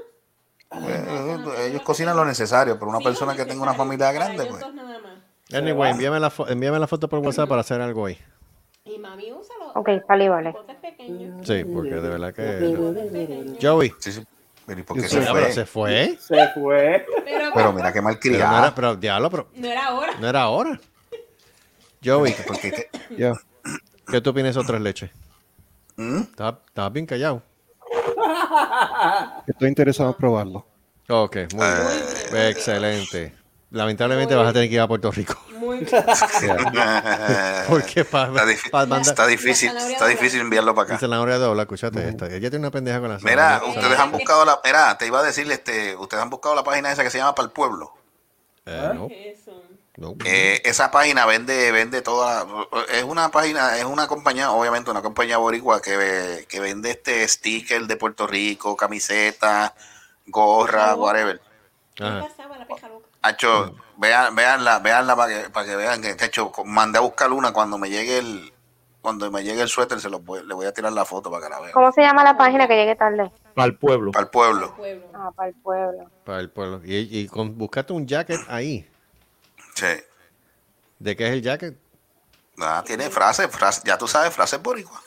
Speaker 5: Eh, Ellos cocinan lo necesario, pero una persona que tenga una familia grande, pues.
Speaker 4: Anyway, envíame la, fo- envíame la foto por WhatsApp para hacer algo ahí.
Speaker 11: Y mami usa los
Speaker 13: Ok, vale, vale.
Speaker 4: Sí, porque de verdad que. Joey.
Speaker 5: ¿Y por qué
Speaker 4: Sí,
Speaker 5: se
Speaker 4: pero
Speaker 5: fue?
Speaker 4: se fue.
Speaker 14: Se fue.
Speaker 5: Pero mira qué mal
Speaker 4: Pero no era, pero diablo, pero
Speaker 11: No era ahora.
Speaker 4: no era ahora. Joey.
Speaker 5: Porque que-
Speaker 4: Yo. ¿Qué tú opinas de otras leches?
Speaker 5: ¿Mm?
Speaker 4: Estás estabas bien callado.
Speaker 15: Estoy interesado en probarlo.
Speaker 4: Ok, muy
Speaker 5: Eh,
Speaker 4: bien. Excelente. Lamentablemente vas a tener que ir a Puerto Rico. *laughs*
Speaker 11: Muy
Speaker 5: *laughs*
Speaker 4: Porque para
Speaker 5: Está difícil, está difícil enviarlo para acá.
Speaker 4: Se la hora de hablar, escúchate esta. Ella tiene una pendeja con la
Speaker 5: Mira,
Speaker 4: zanahoria.
Speaker 5: ustedes han buscado la, mira, te iba a decirle, este, ustedes han buscado la página esa que se llama Para el Pueblo.
Speaker 4: Eh, no.
Speaker 5: Eh, esa página vende, vende toda, es una página, es una compañía, obviamente una compañía boricua que, que vende este sticker de Puerto Rico, camiseta, gorra, whatever.
Speaker 4: Ah.
Speaker 5: Hacho, vean, veanla, veanla para que, para que vean que, de hecho, mandé a buscar una cuando me llegue el, cuando me llegue el suéter, se lo voy, le voy a tirar la foto para que la vean.
Speaker 13: ¿Cómo se llama la página que llegué tarde?
Speaker 10: Para el pueblo.
Speaker 5: Para el pueblo.
Speaker 13: Ah, para el pueblo.
Speaker 4: Para el pueblo. Y, y con, buscaste un jacket ahí.
Speaker 5: Sí.
Speaker 4: ¿De qué es el jacket?
Speaker 5: Ah, tiene frases, frases, ya tú sabes, frases boricuas.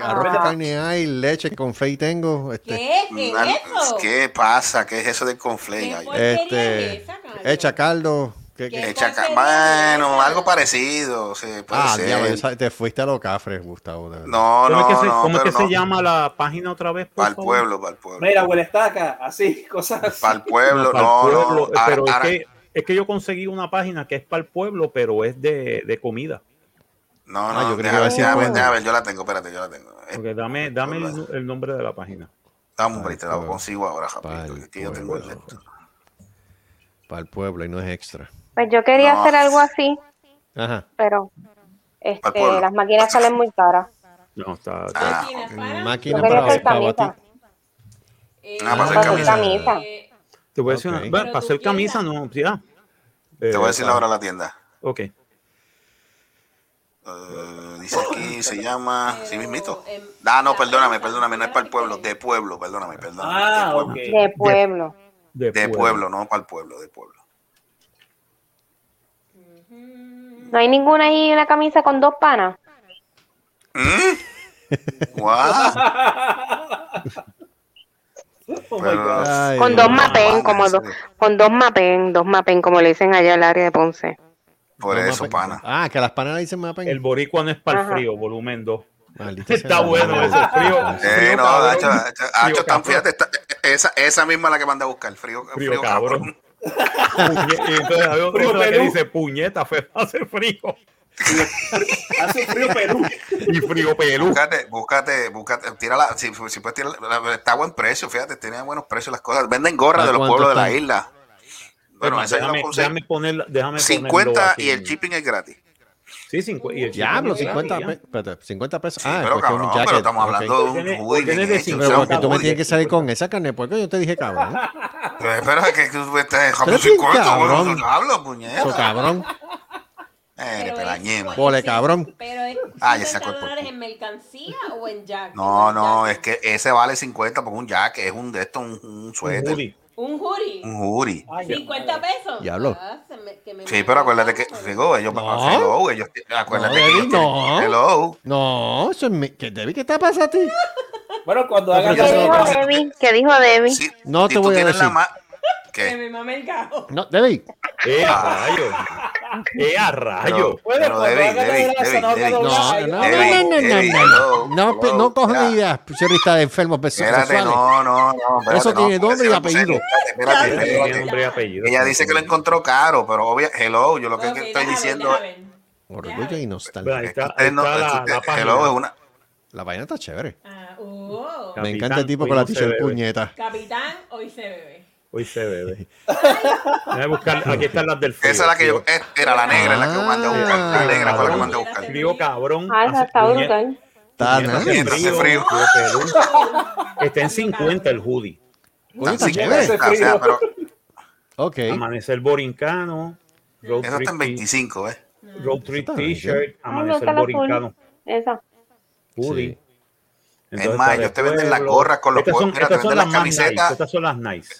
Speaker 4: Arroz, carne hay, leche con fe tengo. Este,
Speaker 11: ¿Qué
Speaker 5: es eso? ¿Qué pasa? ¿Qué es eso del conflate? gallo?
Speaker 4: este, hecha caldo. ¿Qué- qué?
Speaker 5: Echa ca- bueno, algo parecido. sí, puede
Speaker 4: Ah,
Speaker 5: ser.
Speaker 4: diablo, esa- te fuiste a los cafres, Gustavo. de verdad.
Speaker 5: No,
Speaker 10: ¿Cómo es
Speaker 5: no,
Speaker 10: que se,
Speaker 5: no,
Speaker 10: cómo es
Speaker 5: pero
Speaker 10: que se
Speaker 5: no.
Speaker 10: llama la página otra vez? Para el
Speaker 5: pueblo, para el pueblo.
Speaker 14: Mira, huele estaca, así, cosas así.
Speaker 5: Para el pueblo,
Speaker 10: Para el
Speaker 5: no, no.
Speaker 10: Ah, pueblo,
Speaker 5: ahora-
Speaker 10: pero es,
Speaker 5: ahora-
Speaker 10: que, es que yo conseguí una página que es para el pueblo, pero es de, de comida.
Speaker 5: No,
Speaker 10: Ah,
Speaker 5: no,
Speaker 10: yo creo que iba a
Speaker 5: déjame,
Speaker 10: decir
Speaker 5: déjame,
Speaker 10: pueblo.
Speaker 5: déjame ver, yo la tengo, espérate, yo la tengo. Eh,
Speaker 10: Porque dame dame el, el nombre de la página.
Speaker 5: Dame un brito,
Speaker 10: Ah,
Speaker 5: la consigo ahora, rapidito, que yo tengo el resto.
Speaker 4: Para el pueblo y no es extra.
Speaker 13: Pues yo quería
Speaker 4: No.
Speaker 13: hacer algo así,
Speaker 4: Ajá.
Speaker 13: pero
Speaker 4: pueblo.
Speaker 13: este, las máquinas salen muy caras.
Speaker 10: No, está.
Speaker 5: Ah,
Speaker 4: Mm, Máquina
Speaker 13: Yo quería
Speaker 4: para,
Speaker 13: hacer
Speaker 4: para
Speaker 13: camisa.
Speaker 4: batir.
Speaker 11: Eh,
Speaker 5: para hacer
Speaker 13: Para hacer camisa.
Speaker 10: Te voy a decir una- bueno, para hacer camisa, no, ya.
Speaker 5: Te voy a decir
Speaker 10: para-
Speaker 5: ahora la tienda.
Speaker 10: Ok.
Speaker 5: Eh, dice aquí, se llama, sí mismito. Ah, no, perdóname, perdóname, no es para el pueblo, de pueblo, perdóname, perdóname.
Speaker 14: Ah,
Speaker 5: de pueblo.
Speaker 14: ok.
Speaker 13: De pueblo.
Speaker 5: De, pueblo. no para el pueblo, de pueblo.
Speaker 13: No hay ninguna ahí una camisa con dos panas.
Speaker 5: ¿Mm?
Speaker 10: *laughs*
Speaker 14: Oh
Speaker 13: con dos mapen, como dos, con dos mapen, dos mapen, como le dicen allá al área de Ponce.
Speaker 5: Por eso, pana.
Speaker 4: Ah, que las panas le dicen mapen.
Speaker 10: El boricua no es para el
Speaker 5: Ajá.
Speaker 10: frío, volumen 2.
Speaker 4: sea,
Speaker 10: Está bueno ese
Speaker 4: maldita sea.
Speaker 10: frío.
Speaker 5: Eh,
Speaker 10: frío,
Speaker 5: no,
Speaker 10: cabrón.
Speaker 5: Hacho, Hacho,
Speaker 10: Frío,
Speaker 5: Hacho, tan-
Speaker 10: cabrón.
Speaker 5: fíjate, está- eh, esa, esa misma es la que mandé a buscar, frío,
Speaker 10: Frío,
Speaker 5: frío,
Speaker 10: cabrón.
Speaker 5: cabrón.
Speaker 10: Puñe- y entonces había
Speaker 5: Frío
Speaker 10: otra que
Speaker 5: Perú.
Speaker 10: dice puñeta, fe- *laughs* hace frío.
Speaker 5: Hace frío Perú.
Speaker 10: Y frío Perú.
Speaker 5: *laughs* Búscate, búscate, búscate. Tírala, si, si puedes tirar, está a buen precio, fíjate, tiene buenos precios las cosas. Venden gorras
Speaker 10: ¿A
Speaker 5: de los
Speaker 10: cuánto
Speaker 5: pueblos de la
Speaker 10: están?
Speaker 5: isla. Bueno,
Speaker 4: Pues
Speaker 10: Bueno,
Speaker 5: esa yo la
Speaker 10: déjame,
Speaker 5: puse.
Speaker 10: déjame poner, déjame
Speaker 5: 50
Speaker 10: ponerlo
Speaker 5: y el
Speaker 10: aquí.
Speaker 5: shipping es gratis.
Speaker 10: Sí, 50. Y el
Speaker 4: Diablo,
Speaker 10: chico,
Speaker 4: 50
Speaker 10: ya.
Speaker 4: pesos. Espérate, 50 pesos.
Speaker 10: Sí,
Speaker 4: ah,
Speaker 10: pero
Speaker 4: es cuestión de
Speaker 10: cabrón, pero
Speaker 5: estamos hablando
Speaker 4: ok.
Speaker 5: de un Tiene- hoodie tiene bien de hecho, 50
Speaker 4: Pero porque tú me
Speaker 5: hoodie.
Speaker 4: tienes que salir con esa carne de puerco. Yo te dije, cabrón.
Speaker 5: Pero espera, que tú estás
Speaker 4: Pero
Speaker 5: dejando
Speaker 4: sí,
Speaker 5: 50,
Speaker 4: cabrón.
Speaker 5: bueno, no hablo,
Speaker 4: Eso,
Speaker 5: puñeta. Eh,
Speaker 4: cabrón.
Speaker 5: Eres pelañema.
Speaker 4: Pole, cabrón.
Speaker 8: Pero es
Speaker 5: Ah, ya
Speaker 8: 50
Speaker 5: sacó el
Speaker 8: dólares en mercancía o en jack.
Speaker 5: No, no, es que ese vale 50 por un jack, es un de estos, un, un suéter.
Speaker 10: hoodie.
Speaker 8: Un hoodie.
Speaker 5: Un hoodie.
Speaker 8: Ah, 50 pesos.
Speaker 5: Diablo.
Speaker 8: Ah, se me- que me
Speaker 5: Sí, pero acuérdate que, digo, ellos, hello, ellos,
Speaker 4: No,
Speaker 5: acuérdate que
Speaker 4: Debbie,
Speaker 5: ellos
Speaker 4: no.
Speaker 5: tienen- hello.
Speaker 4: No, eso es mi... ¿Qué, Debbie, ¿qué te pasa a ti?
Speaker 14: Bueno, cuando
Speaker 4: hagan
Speaker 13: ¿Qué dijo Debbie? ¿Qué dijo Debbie?
Speaker 4: No te
Speaker 5: tú
Speaker 4: voy a
Speaker 5: tienes la
Speaker 4: decir.
Speaker 5: ma-
Speaker 8: Que me mame el gajo.
Speaker 4: No, Debbie.
Speaker 10: ¡Eh, a
Speaker 5: Ah.
Speaker 10: rayo! ¡Eh, a rayo!
Speaker 4: Pero- pero Debbie, Debbie,
Speaker 14: Debbie, Debbie,
Speaker 4: No, no, no, no,
Speaker 5: Debbie,
Speaker 4: no, no,
Speaker 5: Debbie,
Speaker 4: no, no. No, pe- no cojan ideas, señorita de enfermos, personas
Speaker 5: Espérate, no, no, no. espérate,
Speaker 4: Eso
Speaker 5: no,
Speaker 4: tiene nombre y
Speaker 5: espérate,
Speaker 4: apellido.
Speaker 5: Espérate, espérate,
Speaker 10: Tiene
Speaker 5: espérate.
Speaker 10: nombre y apellido.
Speaker 5: Ella dice que lo encontró caro, pero obvio, hello, yo lo que estoy diciendo
Speaker 4: Orgullo y
Speaker 10: Ahí
Speaker 4: nostalgia.
Speaker 10: está, ahí está la, la página.
Speaker 5: eh, hello es una
Speaker 4: La vaina está chévere. Me
Speaker 8: Ah,
Speaker 10: Capitán,
Speaker 4: encanta el tipo
Speaker 10: hoy
Speaker 4: con la
Speaker 10: no se
Speaker 4: t-shirt
Speaker 10: bebe.
Speaker 4: puñeta.
Speaker 8: oh. Capitán, hoy se bebe.
Speaker 10: Hoy se bebe. Déjame buscar, aquí están las del frío.
Speaker 5: Esa es la que yo, eh, era la negra, es la que mandé a buscar. La negra fue la que mandé a buscar.
Speaker 10: Frío cabrón.
Speaker 13: Ah, esa está
Speaker 10: puñe-
Speaker 13: brutal.
Speaker 4: Está
Speaker 10: puñeta,
Speaker 4: nice.
Speaker 5: Hace frío.
Speaker 10: Perú. *laughs* Está en 50 el hoodie.
Speaker 4: Oye, está
Speaker 5: Así que,
Speaker 4: chévere.
Speaker 5: o sea, pero
Speaker 4: Ok.
Speaker 10: Amanecer borincano. Road
Speaker 5: eso
Speaker 10: trip
Speaker 5: está en 25, ¿eh?
Speaker 10: t- Road trip t-shirt.
Speaker 13: Ay, Ah, no
Speaker 10: Amanecer
Speaker 13: está la azul.
Speaker 10: borincano.
Speaker 13: Esa.
Speaker 10: Hoodie.
Speaker 5: Es más, ellos te venden las gorras con los
Speaker 10: Estas son,
Speaker 5: pueblos. Mira, te
Speaker 10: estas son
Speaker 5: venden
Speaker 10: las
Speaker 5: las
Speaker 10: más nice.
Speaker 5: camisetas.
Speaker 10: Estas son las nice.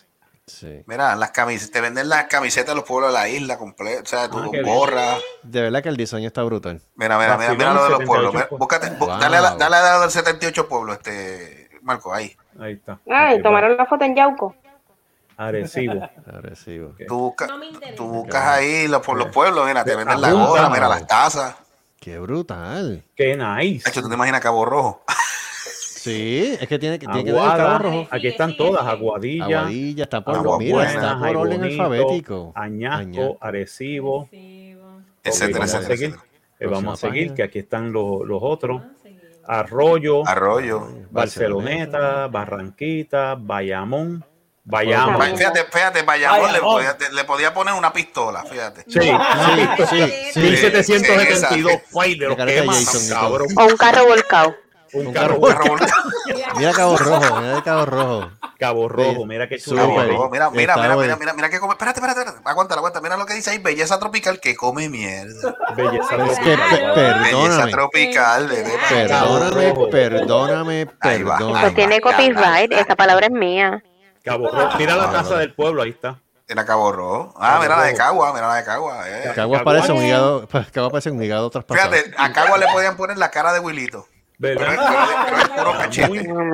Speaker 4: Sí.
Speaker 5: Mira, las camisetas, te venden las camisetas de los pueblos de la isla completa, o sea, tu
Speaker 10: qué bien.
Speaker 5: gorra.
Speaker 4: De verdad que el diseño está brutal.
Speaker 5: Mira, mira, mira, mira lo de los pueblos. Mira, búscate, bú-
Speaker 4: Wow.
Speaker 5: dale, a la, dale a la del 78 pueblo, este, Marco, ahí.
Speaker 10: Ahí está.
Speaker 13: Ay,
Speaker 10: Ok,
Speaker 13: tomaron la foto en Yauco.
Speaker 10: va. Arecibo.
Speaker 4: Agresivo.
Speaker 5: Tú, busca-
Speaker 13: No me interesa.
Speaker 5: tú buscas ahí los, por los pueblos, mira, te
Speaker 10: De-
Speaker 5: venden la
Speaker 10: apunta.
Speaker 5: gorra, mira, las tazas.
Speaker 4: Qué brutal.
Speaker 10: Qué nice.
Speaker 5: De hecho, tú te imaginas Cabo Rojo.
Speaker 4: Sí, es que tiene que, tiene que tener el cabo
Speaker 10: Aguada.
Speaker 4: rojo.
Speaker 10: Aquí están todas. Aguadilla.
Speaker 4: Aguadilla, está por,
Speaker 10: Agua
Speaker 4: mira,
Speaker 10: Buena,
Speaker 4: está por
Speaker 10: Jai
Speaker 4: orden
Speaker 10: Bonito,
Speaker 4: alfabético.
Speaker 10: Añasco,
Speaker 4: Añasco.
Speaker 10: Arecibo. Ok,
Speaker 5: Etcétera,
Speaker 10: vamos a
Speaker 5: etcétera,
Speaker 10: seguir.
Speaker 5: etcétera.
Speaker 10: Eh, vamos a
Speaker 5: Próxima
Speaker 10: seguir,
Speaker 5: página.
Speaker 10: que aquí están los, los otros.
Speaker 8: Ah,
Speaker 10: Arroyo,
Speaker 5: Arroyo.
Speaker 10: Barceloneta, Barranquita, Bayamón. Bayamón.
Speaker 5: Va- Ah, pues, Fíjate, fíjate, Bayamón le
Speaker 4: oh.
Speaker 10: Bayamón.
Speaker 5: podía, te- le podía poner una pistola, fíjate.
Speaker 10: Sí,
Speaker 4: Ah,
Speaker 10: sí, sí, sí. 1772, fue de los
Speaker 4: careta de
Speaker 10: que más,
Speaker 4: Jason y todo.
Speaker 10: cabrón.
Speaker 13: O un carro volcado.
Speaker 10: Un
Speaker 4: carro
Speaker 10: carro,
Speaker 4: *laughs*
Speaker 5: *laughs*
Speaker 4: Mira Cabo Rojo, mira el Cabo Rojo.
Speaker 10: Cabo Rojo,
Speaker 4: Sí,
Speaker 10: mira qué
Speaker 5: Cabo
Speaker 10: chulo.
Speaker 5: Rojo, oh, mira, mira,
Speaker 4: Está
Speaker 5: mira,
Speaker 4: bueno.
Speaker 5: mira, mira, mira que come. Espérate, espérate, espérate. Aguanta, aguanta. Mira lo que dice ahí, belleza tropical que come mierda.
Speaker 10: Belleza
Speaker 4: Pero es que, pe-
Speaker 5: Belleza
Speaker 4: perdóname,
Speaker 5: tropical, bebé.
Speaker 4: perdóname, perdóname,
Speaker 5: Ahí va.
Speaker 13: Eso
Speaker 4: perdóname.
Speaker 13: Pues tiene copyright. Esa palabra es mía.
Speaker 10: Cabo Rojo. Mira la
Speaker 5: Ah,
Speaker 10: taza
Speaker 5: no.
Speaker 10: del pueblo, ahí está.
Speaker 5: Era Cabo Rojo. Ah, mira la de Cagua, mira la de Cagua. eh.
Speaker 4: Caguas parece un hígado, Caguas parece un hígado traspasado.
Speaker 5: Fíjate, a Cagua le podían poner la cara de Wilito.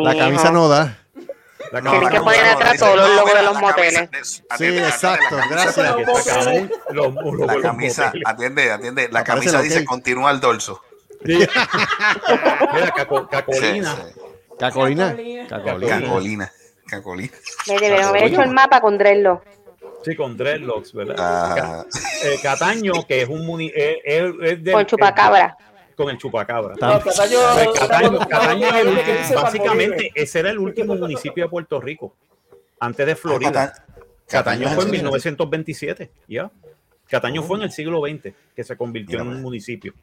Speaker 4: La camisa no da.
Speaker 10: La
Speaker 5: No,
Speaker 13: Tienen
Speaker 5: la
Speaker 13: que
Speaker 5: camisa
Speaker 13: poner
Speaker 5: no,
Speaker 13: atrás
Speaker 5: dice,
Speaker 13: todos los
Speaker 5: no,
Speaker 13: logos
Speaker 5: mira,
Speaker 13: de los
Speaker 5: la camisa
Speaker 13: moteles.
Speaker 5: de-
Speaker 4: Sí,
Speaker 5: atiende, atiende, la
Speaker 4: exacto,
Speaker 5: camisa
Speaker 4: gracias.
Speaker 5: de los moteles.
Speaker 10: Los muros
Speaker 5: La
Speaker 10: de los
Speaker 5: camisa,
Speaker 10: moteles.
Speaker 5: atiende, atiende. La
Speaker 4: Aparece
Speaker 5: camisa
Speaker 4: el
Speaker 5: dice
Speaker 4: hotel.
Speaker 5: continúa al dorso.
Speaker 10: Mira, Caco- Cacolina.
Speaker 5: Sí,
Speaker 4: Cacolina.
Speaker 5: sí.
Speaker 4: Cacolina.
Speaker 5: Cacolina. Cacolina.
Speaker 13: Me deberían haber hecho el mapa con Drello.
Speaker 10: Sí, con dreadlocks, ¿verdad?
Speaker 5: Ah.
Speaker 10: Ca- eh, Cataño, que es un muni... eh, eh, es del-
Speaker 13: Con chupacabra.
Speaker 10: con el chupacabra.
Speaker 4: Tam-
Speaker 10: Pues Cataño, Cataño es el
Speaker 14: que dice
Speaker 10: último- básicamente
Speaker 14: Valmovive.
Speaker 10: ese era el último municipio de Puerto Rico, antes de
Speaker 5: Cata-
Speaker 10: Florida. Cataño
Speaker 5: Cataño
Speaker 10: fue en
Speaker 5: es-
Speaker 10: 1927, ¿ya? Cataño fue en el siglo XX que se convirtió en un
Speaker 5: pues.
Speaker 10: municipio.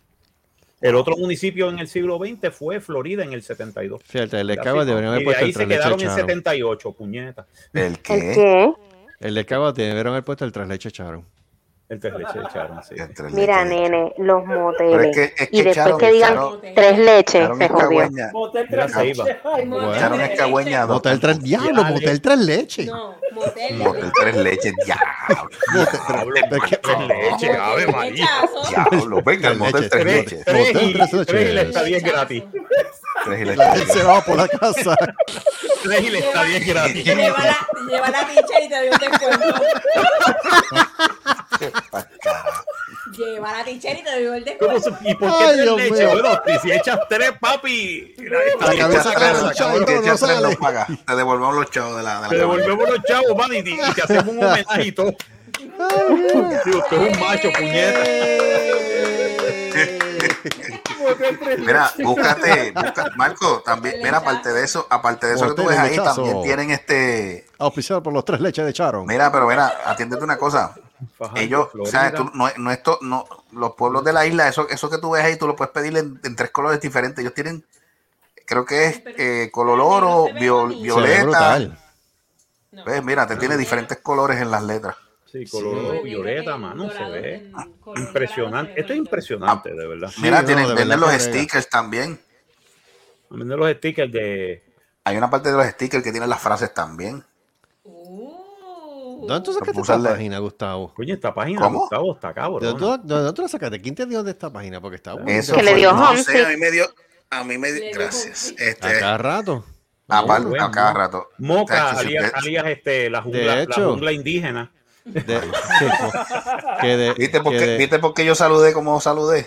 Speaker 10: El otro municipio en el siglo XX fue Florida en el 72.
Speaker 4: Fíjate, el de
Speaker 10: Ya,
Speaker 4: Caguas
Speaker 10: sí.
Speaker 4: debería haber
Speaker 10: Y de
Speaker 4: puesto
Speaker 10: ahí
Speaker 4: el
Speaker 10: se
Speaker 4: tres leches
Speaker 10: quedaron en
Speaker 4: Charo.
Speaker 10: 78, puñeta.
Speaker 5: ¿El
Speaker 13: ¿El
Speaker 5: qué?
Speaker 13: qué?
Speaker 4: El de Caguas deberían haber puesto el tres leches Charo.
Speaker 10: Entre leche de Charon, sí.
Speaker 13: Mira, nene, los
Speaker 10: Pero
Speaker 13: moteles.
Speaker 10: es que- es
Speaker 13: y
Speaker 10: que
Speaker 13: después
Speaker 10: Charo-
Speaker 13: que digan
Speaker 10: Charo-
Speaker 13: tres leches,
Speaker 10: Charo
Speaker 13: se
Speaker 10: es
Speaker 13: jodió.
Speaker 10: cagüeña. Mira, se iba.
Speaker 5: Echaron escagüeña.
Speaker 4: Motel tres diablos, motel tres leches.
Speaker 5: Motel tres leches, diablo.
Speaker 10: Motel tres leches, ave María.
Speaker 5: Diablo, venga, el motel tres leches.
Speaker 10: Tres y- tres y le está bien gratis.
Speaker 5: Tres y
Speaker 4: La gente se va por la *laughs* casa.
Speaker 10: Tres y le está bien gratis.
Speaker 11: Lleva
Speaker 5: *laughs*
Speaker 11: la, lleva la ticha y te doy un descuento. lleva la ticha y te doy el descuento.
Speaker 10: ¿Y por qué
Speaker 11: Ay,
Speaker 10: tres
Speaker 11: Dios
Speaker 10: leches?
Speaker 11: mío.
Speaker 10: Bueno, y si echas tres, papi. La, está
Speaker 5: Si
Speaker 10: bien.
Speaker 5: echas tres,
Speaker 10: Te
Speaker 5: cabrón, si echas tres, no pagas. Te devolvemos los chavos de la. de la cabaña.
Speaker 10: devolvemos los chavos, man, y, y te hacemos un homenaje y todo. Sí, usted es un macho,
Speaker 5: ¡Eh!
Speaker 10: puñeta.
Speaker 5: Mira, búscate, busca- Marco, también, mira, aparte de eso, aparte de eso que tú ves
Speaker 4: Motel
Speaker 5: ahí,
Speaker 4: lechazo.
Speaker 5: también tienen este.
Speaker 4: Auspiciado por los tres leches de Charon.
Speaker 5: Mira, pero mira, atiéndete una cosa. Ellos, ¿sabes? Tú, no, no esto, no, los pueblos de la isla, eso, eso que tú ves ahí, tú lo puedes pedir en, en tres colores diferentes. Ellos tienen, creo que es eh, color oro, viol- violeta. ¿Ves? Mira, te tiene diferentes colores en las letras.
Speaker 10: Sí, color violeta, mano, se ve. Impresionante. Esto es
Speaker 5: Ah.
Speaker 10: impresionante, de verdad.
Speaker 5: Mira, tienen, venden los stickers también.
Speaker 10: Venden los stickers de.
Speaker 5: Hay una parte de los stickers que tienen las frases también.
Speaker 4: ¿Dónde tú sacaste esta
Speaker 5: Usarle-
Speaker 4: página, Gustavo?
Speaker 10: Coño, esta página, Gustavo, está
Speaker 4: ¿De
Speaker 10: cabrón.
Speaker 4: dónde, de dónde tú la sacaste? ¿Quién te dio de esta página? Porque está buena.
Speaker 5: Eso fue- no sé, a mí me dio, a mí me dio, gracias. Este,
Speaker 4: A cada rato.
Speaker 5: Ah, a, par-
Speaker 4: Bueno,
Speaker 5: a cada rato.
Speaker 10: Moca,
Speaker 5: Tacho, si
Speaker 10: alias,
Speaker 5: usted-
Speaker 10: alias, este, la jungla,
Speaker 4: De
Speaker 10: la
Speaker 4: hecho.
Speaker 10: jungla indígena.
Speaker 5: ¿Viste, por
Speaker 4: que
Speaker 5: qué,
Speaker 4: de-
Speaker 5: ¿Viste por qué yo saludé como saludé?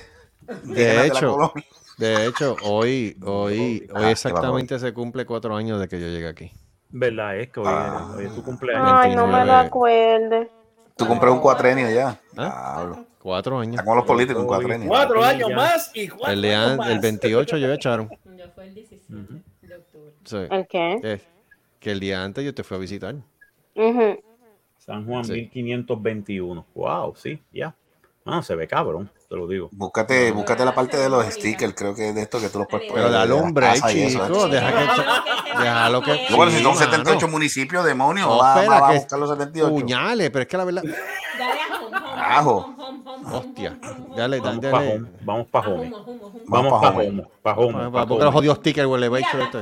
Speaker 5: Indígenas
Speaker 4: De
Speaker 5: de la
Speaker 4: hecho,
Speaker 5: Colombia.
Speaker 4: de hecho, hoy, hoy, hoy
Speaker 10: Ah,
Speaker 4: exactamente se cumple cuatro años de que yo llegué aquí.
Speaker 10: ¿Verdad? Es que hoy,
Speaker 5: Ah.
Speaker 10: hoy es tu
Speaker 4: Ah.
Speaker 10: cumpleaños.
Speaker 13: Ay, no me lo
Speaker 4: 29.
Speaker 13: acuerdes.
Speaker 5: Tú compré un cuatrenio ya.
Speaker 4: ¿Ah? Cuatro años.
Speaker 5: Está como los políticos, un cuatrenio.
Speaker 14: Cuatro años más y cuatro
Speaker 4: El, día-
Speaker 14: años más.
Speaker 4: el 28 yo echaron.
Speaker 11: Uh, Yo fue el 16 de octubre.
Speaker 13: ¿El qué?
Speaker 4: que el día antes yo te fui a visitar.
Speaker 13: Ujú.
Speaker 10: San Juan
Speaker 4: Sí.
Speaker 10: 1521. Wow, sí, ya. Ah, se ve cabrón, te lo digo.
Speaker 5: Búscate, búscate la parte de los stickers, creo que es de esto que tú los puedes
Speaker 4: Pero dale hombre,
Speaker 5: Asa Eh, y eso,
Speaker 4: chico.
Speaker 5: ¿eh?
Speaker 4: Deja que. Deja lo que.
Speaker 5: No, bueno, si son
Speaker 4: sí,
Speaker 5: 78
Speaker 4: mano.
Speaker 5: municipios, demonios,
Speaker 4: No,
Speaker 5: va,
Speaker 4: espera,
Speaker 5: va- va a
Speaker 4: que-
Speaker 5: buscar los 78.
Speaker 4: Puñales, pero es que la verdad.
Speaker 11: Dale a home, home,
Speaker 5: Carajo.
Speaker 11: home, home, home, home,
Speaker 4: Hostia.
Speaker 11: home, home, Ah,
Speaker 4: Dale, dale,
Speaker 10: Vamos pa'
Speaker 4: dale.
Speaker 10: home, Vamos pa' home.
Speaker 5: Vamos
Speaker 10: Vamos
Speaker 5: pa'
Speaker 10: pa'
Speaker 5: home.
Speaker 10: home. Pa' home. pa'
Speaker 4: Porque los
Speaker 10: home.
Speaker 4: jodidos stickers huele bicho. esto.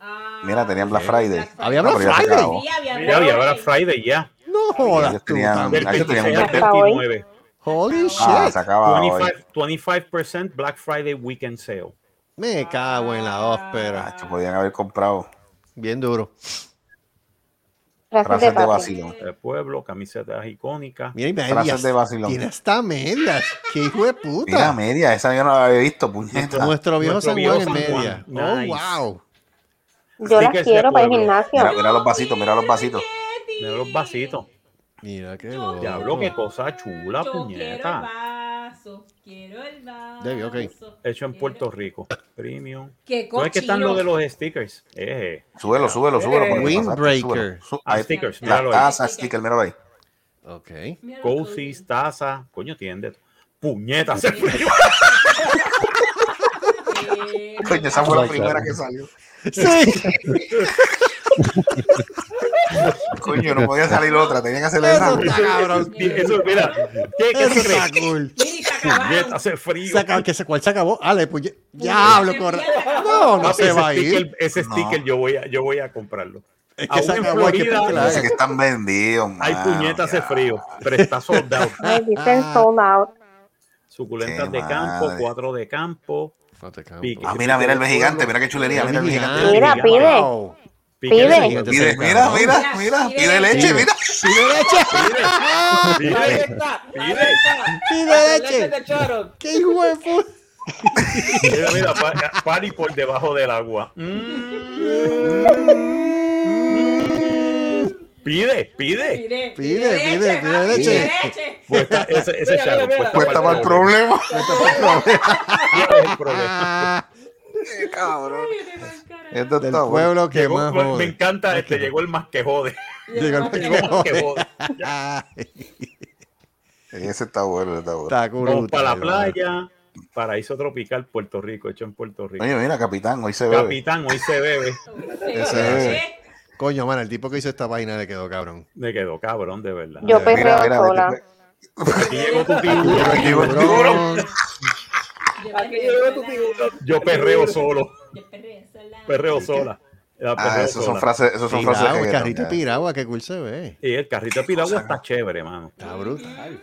Speaker 11: Ah,
Speaker 5: Mira, tenían Black Friday.
Speaker 4: Había
Speaker 5: No,
Speaker 4: Black
Speaker 5: pero ya se
Speaker 4: Friday.
Speaker 5: acabó.
Speaker 11: Sí, había
Speaker 10: Ya había Black Friday ya.
Speaker 4: No jodas
Speaker 5: Ellos
Speaker 4: tú.
Speaker 5: tenían-
Speaker 10: Del
Speaker 5: ellos tenían
Speaker 10: 26 al
Speaker 5: Black Friday.
Speaker 10: 29.
Speaker 4: Holy
Speaker 5: Ah, se
Speaker 4: shit.
Speaker 5: acaba hoy.
Speaker 10: 25 25% Black Friday Weekend Sale.
Speaker 4: Me cago en la ópera.
Speaker 5: Chacho, podían haber comprado
Speaker 4: Bien duro.
Speaker 5: frases de vacilón.
Speaker 10: El pueblo, camisetas icónicas.
Speaker 4: Mira, y
Speaker 5: Frases
Speaker 4: medias.
Speaker 5: de vacilón.
Speaker 4: Tiene hasta medias. Qué hijo de
Speaker 5: Mira,
Speaker 4: puta.
Speaker 5: media, esa yo no la había visto, puñeta.
Speaker 4: Nuestro viejo
Speaker 10: Nuestro
Speaker 4: San
Speaker 10: viejo
Speaker 4: Juan en
Speaker 10: San
Speaker 4: media.
Speaker 10: Juan.
Speaker 4: Oh,
Speaker 10: Nice.
Speaker 4: wow.
Speaker 13: Yo las
Speaker 10: Stickers de
Speaker 13: quiero para el
Speaker 10: pueblo.
Speaker 13: gimnasio.
Speaker 5: Mira, mira los vasitos, mira los vasitos.
Speaker 10: Mira los vasitos.
Speaker 4: Mira qué loco.
Speaker 10: Diablo, qué cosa chula, puñeta.
Speaker 11: vaso, quiero el vaso.
Speaker 4: Debbie, ok.
Speaker 10: Hecho en Puerto Rico. Premium.
Speaker 11: Qué
Speaker 10: No es que están
Speaker 11: cochino.
Speaker 10: lo de los stickers. Eh,
Speaker 5: Súbelo, súbelo, súbelo. porque
Speaker 4: Windbreaker.
Speaker 5: pasaste, súbelo. Sú-
Speaker 10: Ah,
Speaker 5: ahí-
Speaker 10: stickers,
Speaker 5: la
Speaker 10: míralo ahí.
Speaker 5: taza, sticker, míralo ahí.
Speaker 4: Ok.
Speaker 10: cozy, taza. Coño, tiende. Puñeta, se fue. *laughs*
Speaker 8: Eh,
Speaker 5: Coño, esa fue la
Speaker 10: Ay,
Speaker 5: primera
Speaker 10: claro.
Speaker 5: que salió. *laughs*
Speaker 4: Sí.
Speaker 5: Coño, no podía salir otra, tenía que hacerle esa.
Speaker 10: *laughs* Eso, mira. ¿Qué, qué
Speaker 4: Eso
Speaker 10: se cree?
Speaker 4: está cool.
Speaker 10: Puñeta, hace frío.
Speaker 4: Se acabó, que se, ¿Cuál se acabó? Ale, pues ya- diablo, corre.
Speaker 13: *laughs*
Speaker 4: No, no
Speaker 10: Papi,
Speaker 4: se
Speaker 10: ese
Speaker 4: va a ir.
Speaker 10: sticker- Ese sticker yo, voy a, yo voy a comprarlo.
Speaker 4: Es que
Speaker 10: Aún
Speaker 4: se
Speaker 10: en
Speaker 4: acabó, hay que
Speaker 10: Florida,
Speaker 4: pintarla.
Speaker 5: Dice que están vendidos,
Speaker 10: Hay
Speaker 5: mano.
Speaker 10: puñetas hace frío, pero está soldado.
Speaker 13: Ay, dicen sold out.
Speaker 10: Suculentas
Speaker 5: Qué
Speaker 10: de campo,
Speaker 5: madre.
Speaker 10: cuadro de campo.
Speaker 4: No te cago.
Speaker 10: pique-
Speaker 5: Ah, mira, mira el gigante, mira qué chulería, mira el gigante.
Speaker 13: Mira, pide.
Speaker 4: Wow.
Speaker 10: pique-
Speaker 13: pide.
Speaker 10: pique-
Speaker 4: Gigante
Speaker 5: Mira,
Speaker 4: se
Speaker 5: mira,
Speaker 4: acabó.
Speaker 5: mira, mira, pide leche, mira.
Speaker 4: Pide leche.
Speaker 14: Ahí
Speaker 10: pide,
Speaker 14: está, ahí
Speaker 10: pide.
Speaker 14: está.
Speaker 13: *laughs*
Speaker 4: Pide
Speaker 14: Leche
Speaker 4: leche.
Speaker 14: de Charo.
Speaker 4: Qué hijo de puta.
Speaker 10: Mira, mira, pa- Pari por debajo del agua. Mm. Pide, pide.
Speaker 11: Pide,
Speaker 4: Pide, pide, pide leche.
Speaker 10: Cuesta, ese
Speaker 14: Mira,
Speaker 10: ese
Speaker 14: mira,
Speaker 10: Shadow pues
Speaker 14: mira.
Speaker 5: Cuesta más
Speaker 10: problema.
Speaker 5: pues problema.
Speaker 10: Ese es el problema.
Speaker 4: Ah,
Speaker 5: Qué *laughs* Cabrón. Esto
Speaker 4: Del
Speaker 5: está bueno. pues,
Speaker 4: pueblo que
Speaker 10: Llegó-
Speaker 4: más
Speaker 10: me
Speaker 4: jode.
Speaker 10: encanta este, llegó el más que jode.
Speaker 4: Llegó el
Speaker 10: Llegó el más que
Speaker 4: pequeño.
Speaker 10: jode.
Speaker 5: Ese está bueno, ese está bueno.
Speaker 4: Ah, Está
Speaker 10: Vamos
Speaker 4: brutal,
Speaker 10: para la
Speaker 4: mano.
Speaker 10: playa, paraíso tropical, Puerto Rico, hecho en Puerto Rico.
Speaker 5: Oye, mira, capitán, hoy se ve.
Speaker 10: Capitán, hoy se bebe.
Speaker 5: Ese es. *laughs*
Speaker 4: Coño, man, el tipo que hizo esta vaina le quedó cabrón.
Speaker 10: Me quedó cabrón, de verdad.
Speaker 13: Yo
Speaker 4: Mira,
Speaker 13: perreo
Speaker 5: mira,
Speaker 13: sola.
Speaker 5: mira.
Speaker 10: Aquí llegó tu tiburón. Aquí llegó tu tiburón.
Speaker 14: Aquí llegó tu tiburón.
Speaker 10: Yo perreo solo. Perreo sola. Ya,
Speaker 5: Ah,
Speaker 10: perreo
Speaker 5: esas son
Speaker 10: sola.
Speaker 5: frases, esas son frases
Speaker 4: Piragua,
Speaker 5: de
Speaker 4: el carrito de
Speaker 5: reggaetón,
Speaker 4: piragua, qué cool se ve.
Speaker 10: Y el carrito de piragua está chévere, mano.
Speaker 4: Está brutal.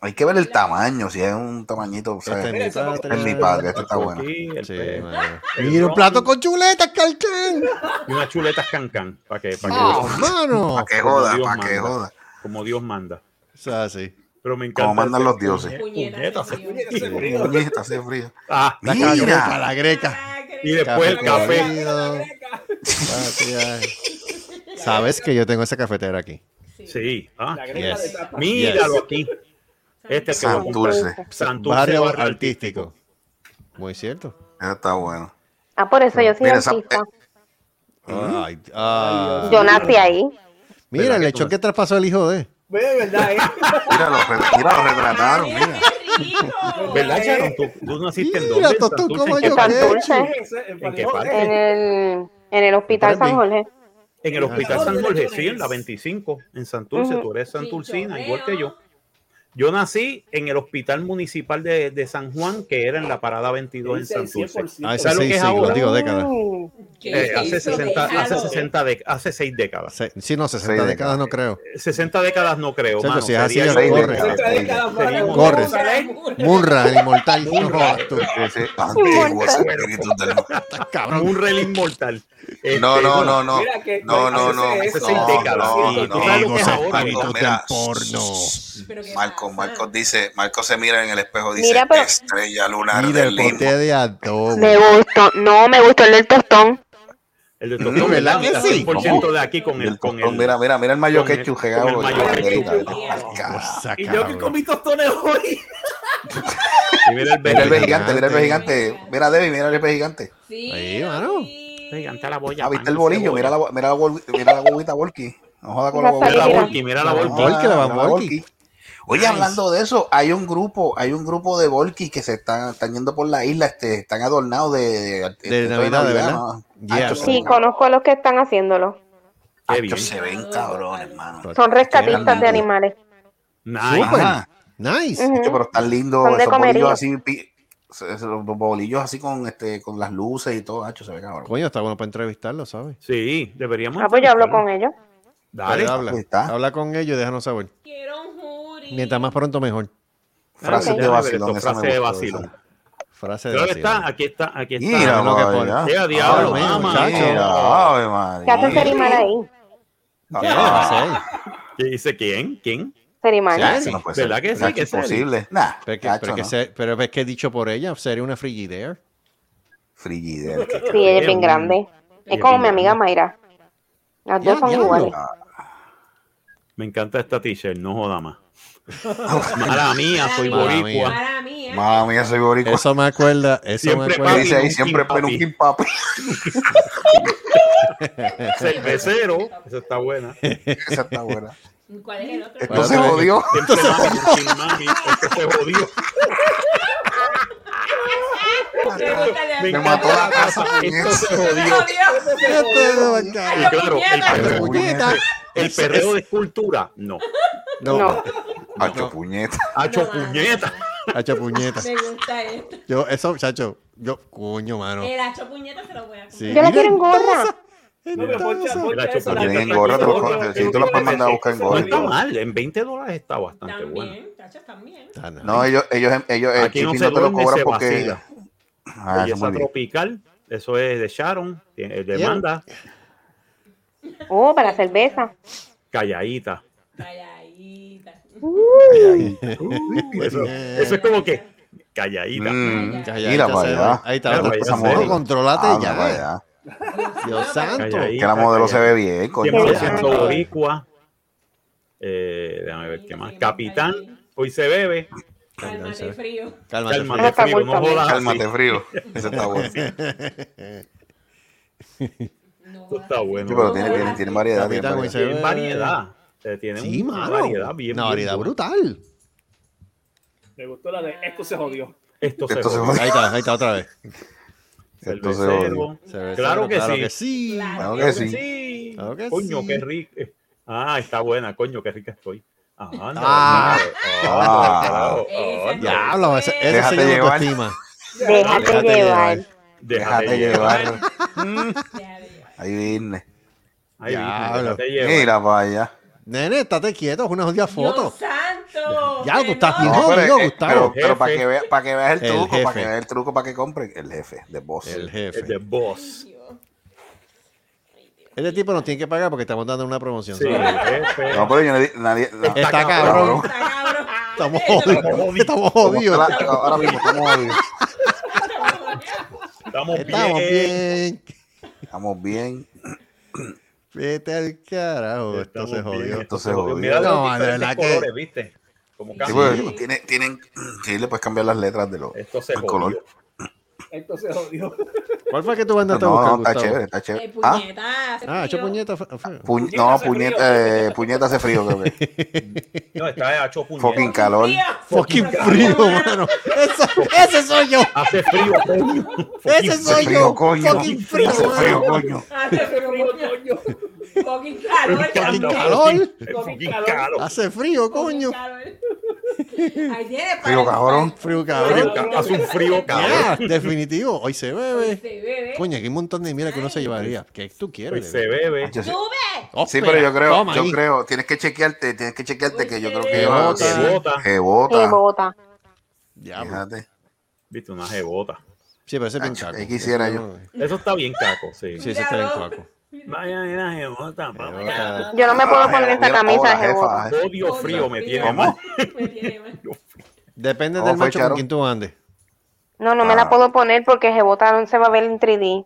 Speaker 5: Hay que ver el tamaño, si es un tamañito, o sea,
Speaker 4: Este es mi padre.
Speaker 5: es mi padre, este está bueno.
Speaker 4: Sí, mano. Mira un plato con chuletas,
Speaker 5: *laughs*
Speaker 4: calcán.
Speaker 10: Y unas chuletas cancán. Para que, para
Speaker 4: Ah, mano.
Speaker 5: Pa' que joda, pa' que
Speaker 10: joda. Como Dios manda.
Speaker 4: O sea, sí.
Speaker 10: Pero me encanta.
Speaker 5: Como mandan
Speaker 10: este-
Speaker 5: los dioses.
Speaker 10: Puñetas, hace frío.
Speaker 5: Puñeta, hace frío.
Speaker 10: Ah,
Speaker 4: La
Speaker 5: Mira.
Speaker 4: greca, la greca.
Speaker 10: Y después el café.
Speaker 4: molido. Ah, sí, ay. Sabes que yo tengo esa cafetera aquí.
Speaker 10: Sí. Ah,
Speaker 4: greca de tapa.
Speaker 10: Míralo
Speaker 4: Yes.
Speaker 10: aquí. Este es
Speaker 5: Santurce.
Speaker 10: Santurce
Speaker 4: Barrio
Speaker 10: Barrio
Speaker 4: artístico. Muy cierto.
Speaker 5: Eso está bueno.
Speaker 13: Ah, por
Speaker 10: Mm,
Speaker 13: eso yo soy
Speaker 5: Mira, esa-
Speaker 13: artista.
Speaker 10: eh,
Speaker 4: Ay, ah.
Speaker 13: Yo nací
Speaker 10: mm.
Speaker 13: ahí.
Speaker 4: Mira, el hecho que traspasó el hijo de.
Speaker 14: Ve, de verdad, ¿eh?
Speaker 5: Mira, lo, re- mira, lo retrataron, mira.
Speaker 10: ¿Verdad, Sharon? ¿Tú, tú naciste en
Speaker 4: Mira,
Speaker 10: dónde? ¿En
Speaker 4: Totó,
Speaker 10: Santurce?
Speaker 4: cómo
Speaker 10: ¿En qué
Speaker 4: yo
Speaker 10: parte?
Speaker 4: qué.
Speaker 10: ¿En qué
Speaker 13: En
Speaker 10: parte?
Speaker 13: el, en el hospital San Jorge.
Speaker 10: En el Hospital San Jorge, sí, en la 25, en Santurce.
Speaker 13: Ujú.
Speaker 10: Tú eres santurcina, igual que yo. Yo nací en el Hospital Municipal de, de San Juan, que era en la Parada 22 en Santurce.
Speaker 4: Ah, ese
Speaker 10: ¿Sabes lo
Speaker 4: seis
Speaker 10: que es
Speaker 4: siglos,
Speaker 10: ahora?
Speaker 4: digo décadas.
Speaker 13: Mm.
Speaker 10: Eh, hace, 60, hace, 60 de- hace seis décadas.
Speaker 4: Se- sí, no, 60
Speaker 5: Seis
Speaker 4: décadas
Speaker 10: eh,
Speaker 4: no creo.
Speaker 10: 60 décadas no creo.
Speaker 4: Chacho,
Speaker 10: mano.
Speaker 4: si es así,
Speaker 10: Sería
Speaker 4: ya
Speaker 10: yo-
Speaker 4: corre.
Speaker 10: Seríamos-
Speaker 4: Corre.
Speaker 10: eh,
Speaker 4: Murra, el inmortal. No jodas tú.
Speaker 5: Ese antiguo espíritu del-
Speaker 4: Ah, Cabrón.
Speaker 10: Un rel inmortal. Este,
Speaker 5: No, no,
Speaker 10: bueno,
Speaker 5: no, no.
Speaker 14: Mira que-
Speaker 5: No, no, no.
Speaker 14: Hace
Speaker 10: seis décadas.
Speaker 5: No,
Speaker 10: Y tú sabes lo que es ahora.
Speaker 5: Marcos, mira, Marcos, Marcos dice, Marcos se mira en el espejo, dice,
Speaker 13: Mira, pero-
Speaker 5: estrella lunar
Speaker 4: Mira
Speaker 5: del
Speaker 4: el
Speaker 5: limbo.
Speaker 4: pote de adobo.
Speaker 13: Me gustó, no, me gustó el del tostón.
Speaker 10: El de Totó,
Speaker 4: ¿Verdad que
Speaker 10: Mira,
Speaker 4: sí?
Speaker 10: 100% de aquí con el. Con
Speaker 5: Oh,
Speaker 10: el
Speaker 5: mira, mira, mira el mayo
Speaker 10: con el-
Speaker 5: quechu
Speaker 10: con
Speaker 5: regado.
Speaker 10: el mayo quechu.
Speaker 4: Cosa,
Speaker 14: Y yo que
Speaker 4: Ah, cabrón.
Speaker 14: comí tostones hoy.
Speaker 10: *laughs* Y mira el
Speaker 5: Mira
Speaker 10: verde.
Speaker 5: el pez gigante, mira el pez gigante. Mira, Debbie, mira el pez gigante.
Speaker 4: Ahí, mano.
Speaker 10: Gigante la boya.
Speaker 5: Ah, ¿viste
Speaker 10: pan,
Speaker 5: el bolillo?
Speaker 10: cebolla.
Speaker 5: Mira la, mira la, bol- mira la bobita Volky. No joda con la
Speaker 13: Mira,
Speaker 5: bobita.
Speaker 10: Mira la
Speaker 13: Mira.
Speaker 10: Volky, mira la Volky.
Speaker 4: Volky, la van Volky.
Speaker 5: Oye, hablando de eso, hay un grupo, hay un grupo de Volky que se están, están yendo por la isla, este, están adornados de, de,
Speaker 4: De Navidad, ¿verdad? Yeah.
Speaker 5: Achos,
Speaker 13: Sí, conozco a los que están haciéndolo.
Speaker 10: Qué bien.
Speaker 5: se ven cabrones, hermano.
Speaker 13: Son rescatistas
Speaker 5: Qué
Speaker 13: de
Speaker 5: lindo.
Speaker 13: animales.
Speaker 10: Nice.
Speaker 5: Ajá.
Speaker 4: Nice.
Speaker 13: Ujú.
Speaker 5: Oye, pero están lindos
Speaker 13: Son de
Speaker 5: esos bolillos
Speaker 13: comería.
Speaker 5: así, pi- esos bolillos así con este, con las luces y todo, Acho, se ve cabrón.
Speaker 4: Coño, está bueno para entrevistarlo, ¿sabes?
Speaker 10: Sí, deberíamos.
Speaker 13: Ah, pues yo hablo con ellos.
Speaker 10: Dale.
Speaker 4: Pero habla,
Speaker 5: ahí está.
Speaker 4: habla con ellos y déjanos saber. Mientras más pronto, mejor.
Speaker 5: Frases
Speaker 13: ok.
Speaker 5: de vacilón,
Speaker 10: Esto,
Speaker 5: esa
Speaker 10: frase de
Speaker 5: me gustó,
Speaker 10: vacilón.
Speaker 5: esa.
Speaker 4: Frase de
Speaker 10: Pero
Speaker 4: vacío.
Speaker 10: está, aquí está, aquí está.
Speaker 5: Mira,
Speaker 4: lo que
Speaker 5: vaya.
Speaker 4: pone.
Speaker 10: Mira,
Speaker 5: Ave
Speaker 10: diablo,
Speaker 4: Ahora mismo,
Speaker 10: mamá.
Speaker 4: muchacho.
Speaker 5: Mira, Ave María.
Speaker 13: ¿Qué hace Serimal ahí?
Speaker 5: Ah,
Speaker 4: ¿Qué va a ser?
Speaker 10: ¿Qué dice quién? ¿Quién?
Speaker 13: Serimal.
Speaker 5: Ya, eso no puede ser.
Speaker 10: ¿Verdad que sí,
Speaker 5: Nah,
Speaker 10: que
Speaker 5: es
Speaker 10: sí?
Speaker 5: imposible. Nah,
Speaker 4: Pero, que,
Speaker 5: Ah, cacho,
Speaker 4: pero, que
Speaker 5: no.
Speaker 4: se- pero es que dicho por ella, sería una frigidera.
Speaker 5: Frigidel, qué
Speaker 13: Sí, ella es bien
Speaker 10: Mm.
Speaker 13: grande. Es como mi amiga Mayra. Las dos
Speaker 4: Ya,
Speaker 13: son
Speaker 4: diablo.
Speaker 13: iguales.
Speaker 10: Me encanta esta t-shirt, no joda
Speaker 5: *laughs*
Speaker 10: más. Mala mía, soy
Speaker 4: Mala
Speaker 10: boricua.
Speaker 4: mía.
Speaker 11: ¿eh?
Speaker 5: Mala mía, soy boricua.
Speaker 4: Eso me acuerda. Eso
Speaker 10: Siempre
Speaker 4: me
Speaker 5: Me
Speaker 4: acuerda.
Speaker 10: papi,
Speaker 5: dice ahí
Speaker 10: nunca
Speaker 5: siempre
Speaker 10: papi.
Speaker 5: pero un King Papi.
Speaker 10: Cervecero, esa está
Speaker 5: *laughs*
Speaker 10: buena.
Speaker 5: Esa está buena.
Speaker 11: ¿Cuál es el otro?
Speaker 5: Esto
Speaker 4: Bueno,
Speaker 5: se
Speaker 4: pero-
Speaker 5: jodió.
Speaker 10: Siempre mami, sin mami, esto se jodió. Me
Speaker 5: Me
Speaker 10: encanta
Speaker 5: mató la
Speaker 10: la
Speaker 5: casa.
Speaker 10: casa, esto se jodió. Y claro, el perreo,
Speaker 4: Puñeta.
Speaker 10: el perreo de escultura, no.
Speaker 13: No.
Speaker 5: Hacho puñeta.
Speaker 10: Hacho puñeta.
Speaker 4: Hacha puñeta.
Speaker 11: Me gusta esto.
Speaker 4: Yo, eso, chacho. Yo, coño, mano.
Speaker 11: El hacho puñeta se lo voy a
Speaker 4: Sí.
Speaker 11: comer.
Speaker 13: Eh, Yo la
Speaker 4: Mira,
Speaker 13: quiero en gorra.
Speaker 9: No, pero poncha,
Speaker 4: entonces-
Speaker 9: poncha
Speaker 10: La
Speaker 9: eso,
Speaker 10: chocolate.
Speaker 9: la-
Speaker 5: Tienen gorra,
Speaker 9: la-
Speaker 5: pero
Speaker 9: la-
Speaker 5: con-
Speaker 9: la-
Speaker 5: si tú la puedes mandar a buscar en
Speaker 9: Eso
Speaker 10: No
Speaker 5: gorra.
Speaker 9: es
Speaker 10: está
Speaker 9: verdad.
Speaker 10: mal, en 20 dólares está bastante Ah, bueno.
Speaker 11: También, tachas, también.
Speaker 4: Está nada.
Speaker 5: No, ellos, ellos, ellos, el
Speaker 10: Aquí no
Speaker 5: shipping
Speaker 10: se
Speaker 5: no te lo
Speaker 10: duerme,
Speaker 5: cobran
Speaker 10: se
Speaker 5: porque.
Speaker 10: vacila.
Speaker 5: Ah, eso
Speaker 10: Belleza
Speaker 5: muy bien.
Speaker 10: tropical, eso es de Sharon, tiene- de
Speaker 4: Yeah.
Speaker 10: Manda,
Speaker 13: Oh, para cerveza.
Speaker 5: *laughs*
Speaker 10: calladita.
Speaker 11: Calladita.
Speaker 10: Uh, eso, eso es como que calladita.
Speaker 5: Mm,
Speaker 4: Calla,
Speaker 5: Mira
Speaker 4: ya
Speaker 5: para
Speaker 4: se
Speaker 5: allá.
Speaker 4: ve. Ahí está.
Speaker 10: Mira
Speaker 4: otro
Speaker 10: para allá,
Speaker 4: pasamonte.
Speaker 10: se ve.
Speaker 4: Controlate
Speaker 5: Habla
Speaker 4: ya. ¿eh?
Speaker 5: para allá.
Speaker 4: Dios santo.
Speaker 10: Calladita,
Speaker 5: Que la modelo se ve
Speaker 10: calladita.
Speaker 5: bien, coño.
Speaker 10: 100%
Speaker 13: Calladita.
Speaker 10: boricua. Eh, déjame ver qué más. Capitán, hoy se bebe.
Speaker 11: Cálmate frío.
Speaker 4: Cálmate.
Speaker 10: Calma
Speaker 13: Ah,
Speaker 10: de
Speaker 13: está
Speaker 10: frío,
Speaker 13: bueno
Speaker 10: no
Speaker 13: también.
Speaker 10: jodas así.
Speaker 5: Cálmate, frío. Eso está bueno. Sí,
Speaker 11: No,
Speaker 10: Esto está bueno.
Speaker 5: pero tiene, tiene, tiene variedad. tiene
Speaker 4: Capitán,
Speaker 5: variedad.
Speaker 4: se ve.
Speaker 10: Tiene variedad. Eh, tiene
Speaker 4: *laughs* Sí,
Speaker 10: una
Speaker 4: mano.
Speaker 10: variedad bien.
Speaker 4: Una
Speaker 10: bien
Speaker 4: variedad
Speaker 10: buena.
Speaker 4: brutal.
Speaker 9: Me gustó la de esto se jodió.
Speaker 10: Esto se
Speaker 5: Esto se
Speaker 10: jodió.
Speaker 5: jodió.
Speaker 4: Ahí está, ahí está otra vez.
Speaker 5: Esto se
Speaker 10: Cervecero.
Speaker 5: jodió.
Speaker 4: Se ve
Speaker 10: Claro
Speaker 4: solo,
Speaker 10: que sí.
Speaker 4: sí.
Speaker 5: Claro
Speaker 10: Claro
Speaker 5: que
Speaker 10: que
Speaker 5: sí.
Speaker 10: sí.
Speaker 4: Claro que
Speaker 10: Coño,
Speaker 4: sí.
Speaker 10: qué rico. Ah, está buena, coño, qué rica estoy. Anda,
Speaker 4: Ah.
Speaker 10: anda, anda,
Speaker 4: Ah.
Speaker 10: anda.
Speaker 4: Diablo, ese- ese Déjate se llama llevar. autoestima.
Speaker 10: Déjate
Speaker 4: Déjate
Speaker 10: llevar.
Speaker 4: llevar.
Speaker 10: Déjate llevar.
Speaker 5: Ahí viene.
Speaker 10: Ahí viene,
Speaker 4: Diablo.
Speaker 10: déjate llevar.
Speaker 5: Mira para allá.
Speaker 4: Nene, estate quieto, es una jodida foto.
Speaker 11: santo!
Speaker 4: Ya, tú estás bien
Speaker 5: No, pero,
Speaker 4: jodido,
Speaker 5: eh,
Speaker 4: Gustavo.
Speaker 5: pero- pero para que veas para que veas el
Speaker 4: El
Speaker 5: truco, para
Speaker 4: jefe.
Speaker 5: que veas el truco para que compren el jefe de boss.
Speaker 4: El jefe.
Speaker 10: de boss.
Speaker 4: Este tipo nos tiene que pagar porque estamos dando una promoción.
Speaker 10: Sí,
Speaker 4: ¿sabes?
Speaker 10: jefe.
Speaker 5: No, pero yo no di- nadie. no.
Speaker 4: Está cabrón. Estamos jodidos. Estamos jodidos.
Speaker 5: Estamos claros, Ahora mismo estamos jodidos.
Speaker 10: Estamos
Speaker 4: Estamos bien.
Speaker 5: Estamos bien.
Speaker 4: Vete al carajo. Esto
Speaker 5: Estamos
Speaker 4: se jodió.
Speaker 5: bien, esto se jodió.
Speaker 10: Mira los
Speaker 4: No, de
Speaker 10: diferentes
Speaker 4: verdad
Speaker 10: colores,
Speaker 4: que.
Speaker 10: ¿viste? Como
Speaker 5: Sí, pues,
Speaker 10: cambia.
Speaker 5: porque tiene- tienen, sí, le puedes cambiar las letras de los
Speaker 10: Esto se
Speaker 5: del color.
Speaker 14: Entonces jodió.
Speaker 4: ¿Cuál fue que tú andaste a
Speaker 5: No,
Speaker 4: buscar,
Speaker 5: no, está
Speaker 4: Gustavo?
Speaker 5: chévere, está chévere.
Speaker 11: Eh,
Speaker 5: Ah,
Speaker 11: puñetas.
Speaker 4: Ah, hecho puñeta. fue- fue.
Speaker 5: puñ- no, puñeta, eh, puñeta hace frío, creo que.
Speaker 10: No, está hecho puñeta.
Speaker 5: Fucking calor.
Speaker 4: Fucking frío, mano. Eso- ese soy yo.
Speaker 10: Hace
Speaker 5: *laughs*
Speaker 10: frío, coño.
Speaker 4: Ese
Speaker 10: Fucking
Speaker 4: soy
Speaker 10: frío,
Speaker 4: yo.
Speaker 10: coño.
Speaker 4: Fucking frío,
Speaker 10: Hace frío,
Speaker 4: mano.
Speaker 10: coño.
Speaker 11: Ah, Hace frío, coño. Fucking calor.
Speaker 4: Fucking
Speaker 11: cabrón.
Speaker 4: calor.
Speaker 11: Fucking
Speaker 4: Hace frío, coño.
Speaker 11: Ahí tiene para
Speaker 4: Frío cabrón. Frío
Speaker 10: Frío
Speaker 4: cabrón.
Speaker 10: ca- hace un frío cabrón.
Speaker 4: Ya, definitivo. Hoy se bebe.
Speaker 11: bebé.
Speaker 4: Coño, aquí hay un montón de mira que uno se llevaría. ¿Qué tú quieres?
Speaker 10: Hoy se bebe.
Speaker 5: Ah, yo sé.
Speaker 11: ¡Sube!
Speaker 4: Oh,
Speaker 5: Sí, pero yo creo, yo creo, tienes que chequearte, tienes que chequearte que yo creo que
Speaker 10: Rebota.
Speaker 5: sí,
Speaker 10: Rebota.
Speaker 5: rebota.
Speaker 13: Rebota.
Speaker 5: Fíjate.
Speaker 10: Viste, una jebota.
Speaker 4: Sí, pero ese es bien
Speaker 5: Ach,
Speaker 4: caco.
Speaker 5: ahí quisiera yo.
Speaker 10: Eso está bien caco, sí.
Speaker 4: Sí, ese está bien caco.
Speaker 10: Vaya, mira, jebota, papá.
Speaker 13: Yo no me puedo
Speaker 5: Ah,
Speaker 13: poner esta camisa de jebota.
Speaker 10: Odio frío me tiene.
Speaker 5: ¿Cómo?
Speaker 10: mal.
Speaker 4: Depende
Speaker 5: ¿Cómo
Speaker 4: del
Speaker 5: fue,
Speaker 4: macho
Speaker 5: Charo?
Speaker 4: con quien tú andes.
Speaker 13: No, no me
Speaker 5: Ah.
Speaker 13: la puedo poner porque Jebota no se va a ver en 3D.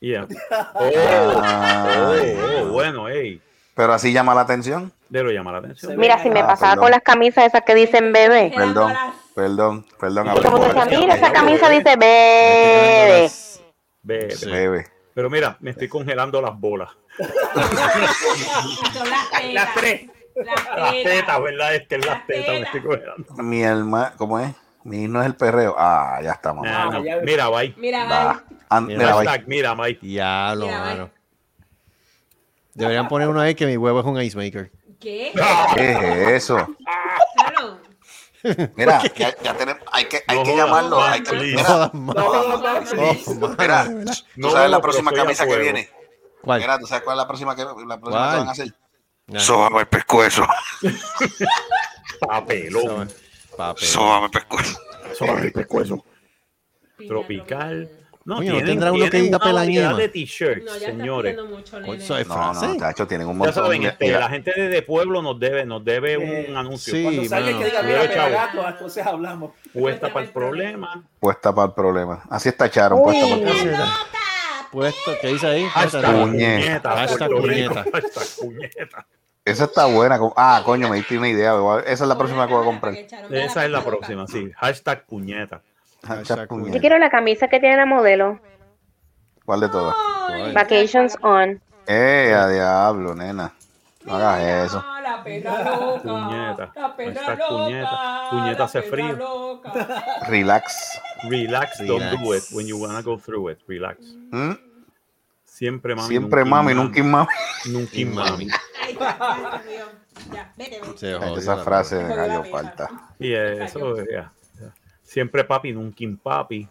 Speaker 10: Yeah. Oh,
Speaker 5: Ay.
Speaker 10: oh, oh, bueno, ey.
Speaker 5: Ah, Pero así llama la atención.
Speaker 10: Debo llamar la atención.
Speaker 13: Mira, si me
Speaker 5: Ah,
Speaker 13: pasaba
Speaker 5: perdón.
Speaker 13: con las camisas esas que dicen bebé.
Speaker 5: Perdón, perdón, perdón.
Speaker 13: Y como decía,
Speaker 5: hablé.
Speaker 13: mira, esa camisa dice Eh. bebé.
Speaker 10: Bebe.
Speaker 5: Bebe.
Speaker 10: Pero mira, me estoy congelando las bolas.
Speaker 11: Son las tetas.
Speaker 10: Las tres.
Speaker 11: Las
Speaker 10: Las
Speaker 11: tetas.
Speaker 10: tetas, ¿verdad? Es que es las tetas, me estoy congelando.
Speaker 5: Mi hermana, ¿cómo es? Mi himno es el perreo. Ah, ya está, mamá.
Speaker 10: Ah, no. Mira, bye.
Speaker 11: Mira,
Speaker 5: Va. An-
Speaker 4: Mira,
Speaker 5: mira, bye.
Speaker 10: Hashtag, mira, Mike.
Speaker 4: Diablo,
Speaker 11: Mira,
Speaker 4: mano. Deberían poner uno ahí que mi huevo es un ice maker.
Speaker 10: *laughs*
Speaker 11: ¿Qué?
Speaker 5: ¿Qué es eso?
Speaker 11: Claro.
Speaker 5: Mira, ya, ya tenemos, hay que, hay
Speaker 10: No
Speaker 5: que
Speaker 10: jodas,
Speaker 5: llamarlo.
Speaker 10: Juan,
Speaker 5: Hay que,
Speaker 10: please.
Speaker 5: mira,
Speaker 4: No jodas más.
Speaker 5: no,
Speaker 4: mano,
Speaker 5: mira,
Speaker 4: de verdad.
Speaker 5: tú sabes la
Speaker 10: No,
Speaker 5: próxima
Speaker 10: pero estoy a
Speaker 5: camisa que
Speaker 10: fuego.
Speaker 5: viene.
Speaker 4: ¿Cuál?
Speaker 5: Mira, ¿tú sabes cuál es la próxima que, la próxima que
Speaker 4: ¿Cuál?
Speaker 5: van a hacer?
Speaker 4: Ya.
Speaker 5: Sóbame el pescuezo.
Speaker 10: Papelón.
Speaker 4: Papel.
Speaker 5: Sóbame el pescuezo.
Speaker 10: Sobre el pescuezo. Tropical. No,
Speaker 4: Coño,
Speaker 10: tienen,
Speaker 4: tendrá uno que
Speaker 10: tienen
Speaker 4: diga
Speaker 10: una variedad
Speaker 4: pelañema.
Speaker 10: de
Speaker 11: No,
Speaker 10: t-shirts,
Speaker 11: ya está
Speaker 10: señores.
Speaker 11: pidiendo mucho,
Speaker 4: Coño,
Speaker 11: nene.
Speaker 4: Eso es
Speaker 5: No,
Speaker 4: frase.
Speaker 5: no, tacho, tienen un
Speaker 10: Ya
Speaker 5: montón.
Speaker 10: saben,
Speaker 5: Mira,
Speaker 10: este,
Speaker 5: mira.
Speaker 10: la gente de, de pueblo nos debe, nos debe un anuncio.
Speaker 4: Sí,
Speaker 10: Cuando
Speaker 14: Cuando salga
Speaker 4: mano.
Speaker 14: que diga,
Speaker 10: Mira,
Speaker 14: mira,
Speaker 10: chavo.
Speaker 14: gato, entonces hablamos.
Speaker 10: Puesta para el problema.
Speaker 5: Puesta para el problema. Así está Charon, puesta para el problema.
Speaker 4: Puesto, ¿qué dice ahí?
Speaker 10: Hashtag
Speaker 5: Puñeta.
Speaker 10: puñeta.
Speaker 4: Hashtag
Speaker 10: Puerto Rico,
Speaker 4: puñeta.
Speaker 10: *laughs* hashtag puñeta.
Speaker 5: Esa está buena. como- Ah, coño, me diste una idea. voy a- Esa es la próxima que voy a comprar.
Speaker 10: Esa es la próxima, sí. Hashtag puñeta.
Speaker 5: Hashtag
Speaker 13: Yo
Speaker 5: Ah, puñeta.
Speaker 13: quiero la camisa que tiene la modelo.
Speaker 5: ¿Cuál de todas?
Speaker 13: Vacations on.
Speaker 5: Eh, a diablo, nena. No hagas eso.
Speaker 11: Ah, la perra loca.
Speaker 10: Puñeta.
Speaker 11: La perra
Speaker 10: Hashtag
Speaker 11: loca.
Speaker 10: puñeta. Puñeta
Speaker 11: la
Speaker 10: hace
Speaker 11: perra
Speaker 10: frío.
Speaker 11: loca.
Speaker 5: Relax.
Speaker 10: Relax,
Speaker 4: Relax.
Speaker 10: don't do it when you wanna go through it. Relax.
Speaker 5: ¿Mm?
Speaker 10: Siempre mami.
Speaker 5: Siempre mami, nunca y mami.
Speaker 10: Nunca y mami.
Speaker 11: Ahí está, ya, Dios mío. Ya, vete, vete.
Speaker 4: Se jodió
Speaker 5: Esa
Speaker 4: la-
Speaker 5: frase
Speaker 11: Jodió
Speaker 5: me
Speaker 11: la
Speaker 5: cayó
Speaker 11: vida.
Speaker 5: falta.
Speaker 10: Y eso, ya, ya. Siempre papi, nunca y papi.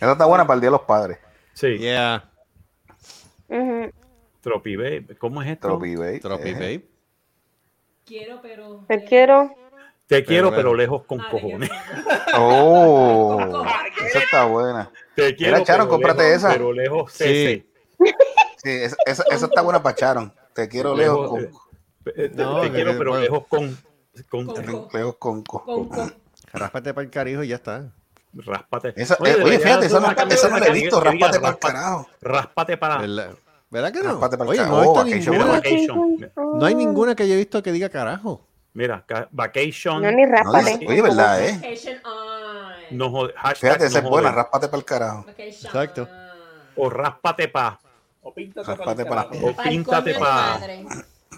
Speaker 5: Esa está buena para el Día de los Padres.
Speaker 10: Sí.
Speaker 4: Yeah.
Speaker 13: Ujú.
Speaker 10: Tropi babe. ¿Cómo es esto?
Speaker 5: Tropi, babe.
Speaker 4: Tropi,
Speaker 5: Eh,
Speaker 4: babe.
Speaker 11: Quiero, pero.
Speaker 13: Te quiero.
Speaker 10: Te quiero,
Speaker 4: Pero,
Speaker 10: pero lejos con cojones.
Speaker 11: *laughs*
Speaker 5: Oh, esa está buena.
Speaker 10: Te quiero.
Speaker 5: Mira, Charon,
Speaker 10: pero
Speaker 5: cómprate
Speaker 10: lejos-
Speaker 5: esa.
Speaker 10: Pero lejos,
Speaker 4: Sí.
Speaker 10: CC.
Speaker 5: Sí, esa, esa- esa está buena para Charon. Te quiero lejos
Speaker 10: Lejos,
Speaker 5: con.
Speaker 10: eh, te-
Speaker 4: No,
Speaker 10: te
Speaker 4: que-
Speaker 10: quiero, pero
Speaker 4: bueno.
Speaker 10: lejos con. con-
Speaker 5: Lejos con. con-
Speaker 11: Con, con-
Speaker 4: Ráspate para el carijo y ya está.
Speaker 10: Ráspate.
Speaker 5: Esa- eh, oye,
Speaker 10: debería
Speaker 5: fíjate, esa
Speaker 10: hacer
Speaker 5: no,
Speaker 10: una
Speaker 5: esa no la he
Speaker 10: camisa
Speaker 5: visto.
Speaker 10: que diga
Speaker 5: Ráspate para el
Speaker 10: raspa-
Speaker 5: carajo.
Speaker 10: Ráspate para.
Speaker 4: ¿Verdad, ¿Verdad que no?
Speaker 5: Ráspate pa'l
Speaker 4: Oye,
Speaker 5: carajo.
Speaker 4: no he visto
Speaker 5: Oh, vacation,
Speaker 10: Mira,
Speaker 4: ninguna,
Speaker 10: vacation.
Speaker 4: no hay ninguna que yo he visto que diga carajo.
Speaker 10: Mira, ca- vacation.
Speaker 13: No, ni
Speaker 5: No,
Speaker 13: rápate.
Speaker 5: dice- oye, ¿verdad, eh?
Speaker 11: Vacation on.
Speaker 10: No jode- hashtag
Speaker 5: Fíjate, esa
Speaker 10: no
Speaker 5: es buena.
Speaker 10: joder.
Speaker 5: Ráspate para el carajo.
Speaker 11: Vacation.
Speaker 4: Exacto.
Speaker 10: O ráspate pa.
Speaker 14: O píntate
Speaker 5: Ráspate
Speaker 14: para
Speaker 5: para
Speaker 14: el
Speaker 5: las.
Speaker 10: O píntate pa.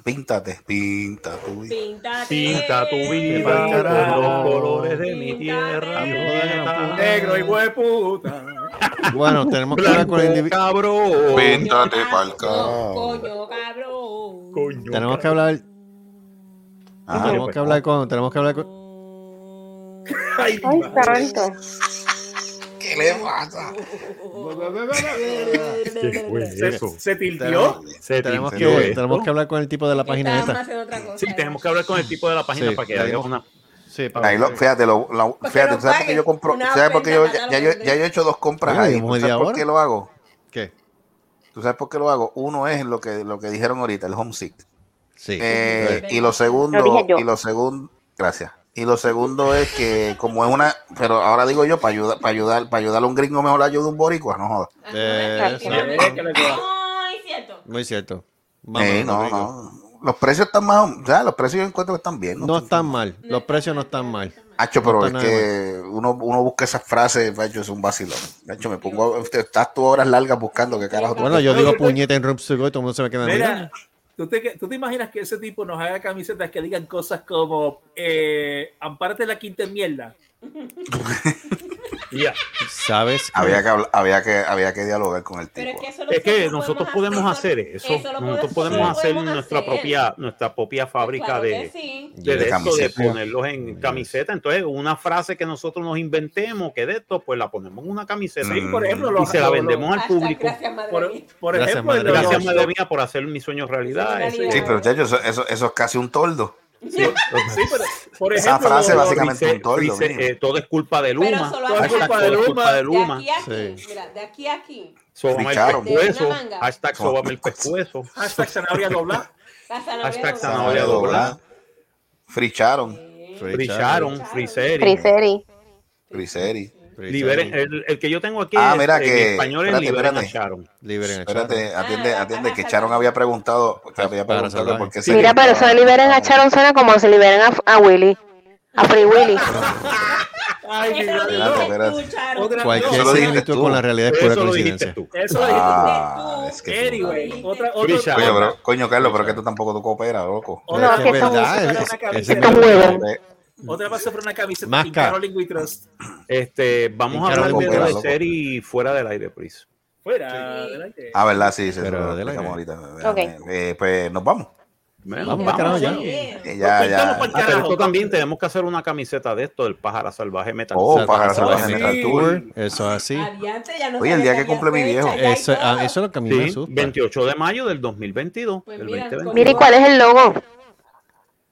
Speaker 5: Píntate, pinta tu vida.
Speaker 11: Píntate.
Speaker 10: Pinta tu
Speaker 4: pa'l
Speaker 10: vida
Speaker 4: carajo.
Speaker 10: con los colores de mi
Speaker 11: Píntate.
Speaker 10: tierra.
Speaker 14: carajo.
Speaker 10: puñeta.
Speaker 14: Negro y hueputa.
Speaker 4: Bueno, tenemos que hablar con el individuo.
Speaker 10: Cabrón.
Speaker 5: Píntate para el
Speaker 11: No,
Speaker 5: carajo.
Speaker 11: *laughs* Coño, cabrón.
Speaker 10: Coño,
Speaker 4: Tenemos que hablar.
Speaker 5: Ah,
Speaker 4: tenemos
Speaker 5: pues.
Speaker 4: que hablar con, tenemos que hablar con.
Speaker 5: Ay,
Speaker 13: santo.
Speaker 5: ¿Qué le pasa?
Speaker 4: ¿Qué fue
Speaker 9: Se-
Speaker 4: eso?
Speaker 9: se tilteó.
Speaker 10: Se
Speaker 4: tenemos que,
Speaker 10: tilteó esto.
Speaker 4: tenemos que hablar con el tipo de la página
Speaker 8: Estábamos
Speaker 4: esta.
Speaker 8: haciendo otra cosa.
Speaker 10: Sí, tenemos que hablar con el tipo de la página
Speaker 4: Sí,
Speaker 10: para que
Speaker 4: le
Speaker 10: haga
Speaker 4: dimos-
Speaker 10: una.
Speaker 4: Sí,
Speaker 5: Ahí lo- fíjate, lo- la-
Speaker 10: Porque
Speaker 5: fíjate,
Speaker 10: no
Speaker 5: tú ¿sabes por qué
Speaker 10: pague
Speaker 5: yo compro?
Speaker 10: una
Speaker 5: ¿Sabes por qué yo
Speaker 10: ofrenda,
Speaker 5: ya,
Speaker 10: para
Speaker 5: ya yo, ya yo he hecho dos compras
Speaker 4: Oye,
Speaker 5: ahí?
Speaker 4: llevamos
Speaker 5: ¿Tú
Speaker 4: media
Speaker 5: ¿Sabes por
Speaker 4: hora.
Speaker 5: qué lo hago?
Speaker 4: ¿Qué?
Speaker 5: ¿Tú sabes por qué lo hago? Uno es lo que, lo que dijeron ahorita, el homesick.
Speaker 4: Sí.
Speaker 5: Eh,
Speaker 4: Correcto.
Speaker 5: y lo segundo,
Speaker 4: Lo dije yo.
Speaker 5: y lo segundo, gracias. Y lo segundo es que como es una, pero ahora digo yo, para ayudar, para ayudar, para ayudar a un gringo mejor ayuda a un boricua, no jodas.
Speaker 4: Eh, sí.
Speaker 8: Ay, cierto.
Speaker 4: Muy cierto.
Speaker 5: Eh, no, no. Los precios están más, o sea, los precios yo encuentro que están bien.
Speaker 4: No están mal. Los precios no están mal.
Speaker 5: Hacho, pero
Speaker 4: No
Speaker 5: es
Speaker 4: está
Speaker 5: que uno, uno busca esas frases, macho, es un vacilón. Hacho, me pongo, te- estás tú horas largas buscando qué carajo. tú-
Speaker 4: Bueno, yo digo puñeta en Rooms to Go y todo el mundo se me queda mirando.
Speaker 9: Mira, ¿tú te, tú te imaginas que ese tipo nos haga camisetas que digan cosas como eh, Ampárate la quinta mierda?
Speaker 4: ¿Sabes?
Speaker 5: Había que, hablar- había que, había que dialogar con el tipo.
Speaker 10: Es que nosotros podemos hacer eso. Nosotros podemos hacer nuestra propia nuestra propia fábrica
Speaker 11: Claro
Speaker 10: de
Speaker 11: que sí.
Speaker 10: de
Speaker 5: De
Speaker 10: esto, de
Speaker 5: camisetas.
Speaker 10: ponerlos en camiseta. Entonces, una frase que nosotros nos inventemos, que de esto, pues la ponemos en una camiseta
Speaker 9: Sí,
Speaker 10: y,
Speaker 9: por ejemplo,
Speaker 10: Mm. y
Speaker 9: los-
Speaker 10: se la
Speaker 9: los-
Speaker 10: vendemos al
Speaker 9: Hashtag
Speaker 10: público.
Speaker 9: gracias, madre Por- mía. por
Speaker 10: gracias,
Speaker 9: ejemplo,
Speaker 10: madre,
Speaker 9: los-
Speaker 10: gracias, madre mía, por hacer mis sueños realidad. Eso
Speaker 5: Sí,
Speaker 10: ya-
Speaker 5: pero ya eso, eso, eso es casi un toldo.
Speaker 9: Sí, pero, por
Speaker 5: Esa
Speaker 9: ejemplo,
Speaker 5: frase
Speaker 9: los-
Speaker 5: básicamente
Speaker 10: Freezer-
Speaker 5: un toldo.
Speaker 10: Freezer,
Speaker 5: mira.
Speaker 10: eh, todo es culpa de Luma.
Speaker 11: Pero solo
Speaker 10: Hashtag
Speaker 11: hace-
Speaker 10: todo es culpa de Luma.
Speaker 11: De aquí a aquí,
Speaker 10: Sí.
Speaker 11: mira, de aquí a aquí.
Speaker 10: Sóbame
Speaker 5: Ficharon.
Speaker 10: el pescuezo.
Speaker 11: De una manga.
Speaker 10: Hashtag sóbame el pescuezo.
Speaker 9: Hashtag zanahoria doblada.
Speaker 11: La zanahoria
Speaker 10: Hashtag
Speaker 11: doblada.
Speaker 10: zanahoria doblada.
Speaker 5: Fricharon.
Speaker 10: Fricharon. Friseri.
Speaker 13: Friseri.
Speaker 5: Friseri.
Speaker 10: Liberen- el, el que yo tengo aquí
Speaker 5: Ah,
Speaker 10: es,
Speaker 5: mira
Speaker 10: en
Speaker 5: que.
Speaker 10: español es
Speaker 5: espérate,
Speaker 10: liberen
Speaker 5: espérate.
Speaker 10: a Sharon.
Speaker 4: Liberen a
Speaker 5: Espérate, atiende, atiende, que Charon había preguntado, que había preguntado por qué se
Speaker 13: Mira, pero
Speaker 5: quitaba.
Speaker 13: eso de liberan a Charon suena como si liberan a, a Willy. A Free Willy.
Speaker 9: Ay, mi
Speaker 5: lo
Speaker 9: Dios.
Speaker 5: dijiste Espérate, tú,
Speaker 9: Otra-
Speaker 4: Cualquier
Speaker 5: Eso lo dijiste
Speaker 4: similitud
Speaker 5: tú.
Speaker 4: con la realidad es pura
Speaker 10: Pues Eso lo
Speaker 4: coincidencia.
Speaker 9: Eso lo
Speaker 5: Ah,
Speaker 9: dijiste
Speaker 5: es
Speaker 9: tú.
Speaker 5: que sí.
Speaker 9: Anyway, otra, otra,
Speaker 5: Coño, pero, coño, Carlos, pero que tú tampoco tú cooperas, loco.
Speaker 9: otra
Speaker 4: es que es verdad,
Speaker 9: frase
Speaker 4: es-
Speaker 9: para una
Speaker 4: es- es
Speaker 9: camiseta.
Speaker 4: huevo.
Speaker 9: Otra pasa por una camiseta.
Speaker 4: Masca.
Speaker 9: y Carolyn We Trust.
Speaker 10: Este, vamos a
Speaker 4: Ficharon
Speaker 10: hablar de
Speaker 5: completo,
Speaker 10: la
Speaker 5: loco.
Speaker 10: serie fuera del aire, please.
Speaker 9: Fuera. adelante.
Speaker 5: Ah, ¿verdad? Sí, sí,
Speaker 4: Pero
Speaker 5: pero lo
Speaker 4: adelante.
Speaker 5: explicamos ahorita.
Speaker 13: Ok.
Speaker 5: Eh, pues nos vamos.
Speaker 10: Bueno,
Speaker 4: para carajo ya.
Speaker 5: Eh, ya, ya.
Speaker 10: Ah, pero esto también tenemos que hacer una camiseta de esto, del pájaro salvaje metal.
Speaker 5: Oh,
Speaker 10: Salvaje
Speaker 5: pájaro salvaje
Speaker 10: metal.
Speaker 5: metal tour.
Speaker 4: Eso es así.
Speaker 11: Adiante, ya no
Speaker 5: Oye,
Speaker 11: sabía
Speaker 5: el día que
Speaker 11: había
Speaker 5: cumple mi
Speaker 11: fecha,
Speaker 5: viejo.
Speaker 11: ya hay
Speaker 4: Eso,
Speaker 11: todo.
Speaker 4: ah, eso es lo que a mí
Speaker 10: Sí,
Speaker 4: me asusta.
Speaker 10: 28 de mayo del 2022.
Speaker 9: Pues
Speaker 10: del
Speaker 11: mira,
Speaker 10: 2020.
Speaker 13: Mira, ¿y cuál es el logo?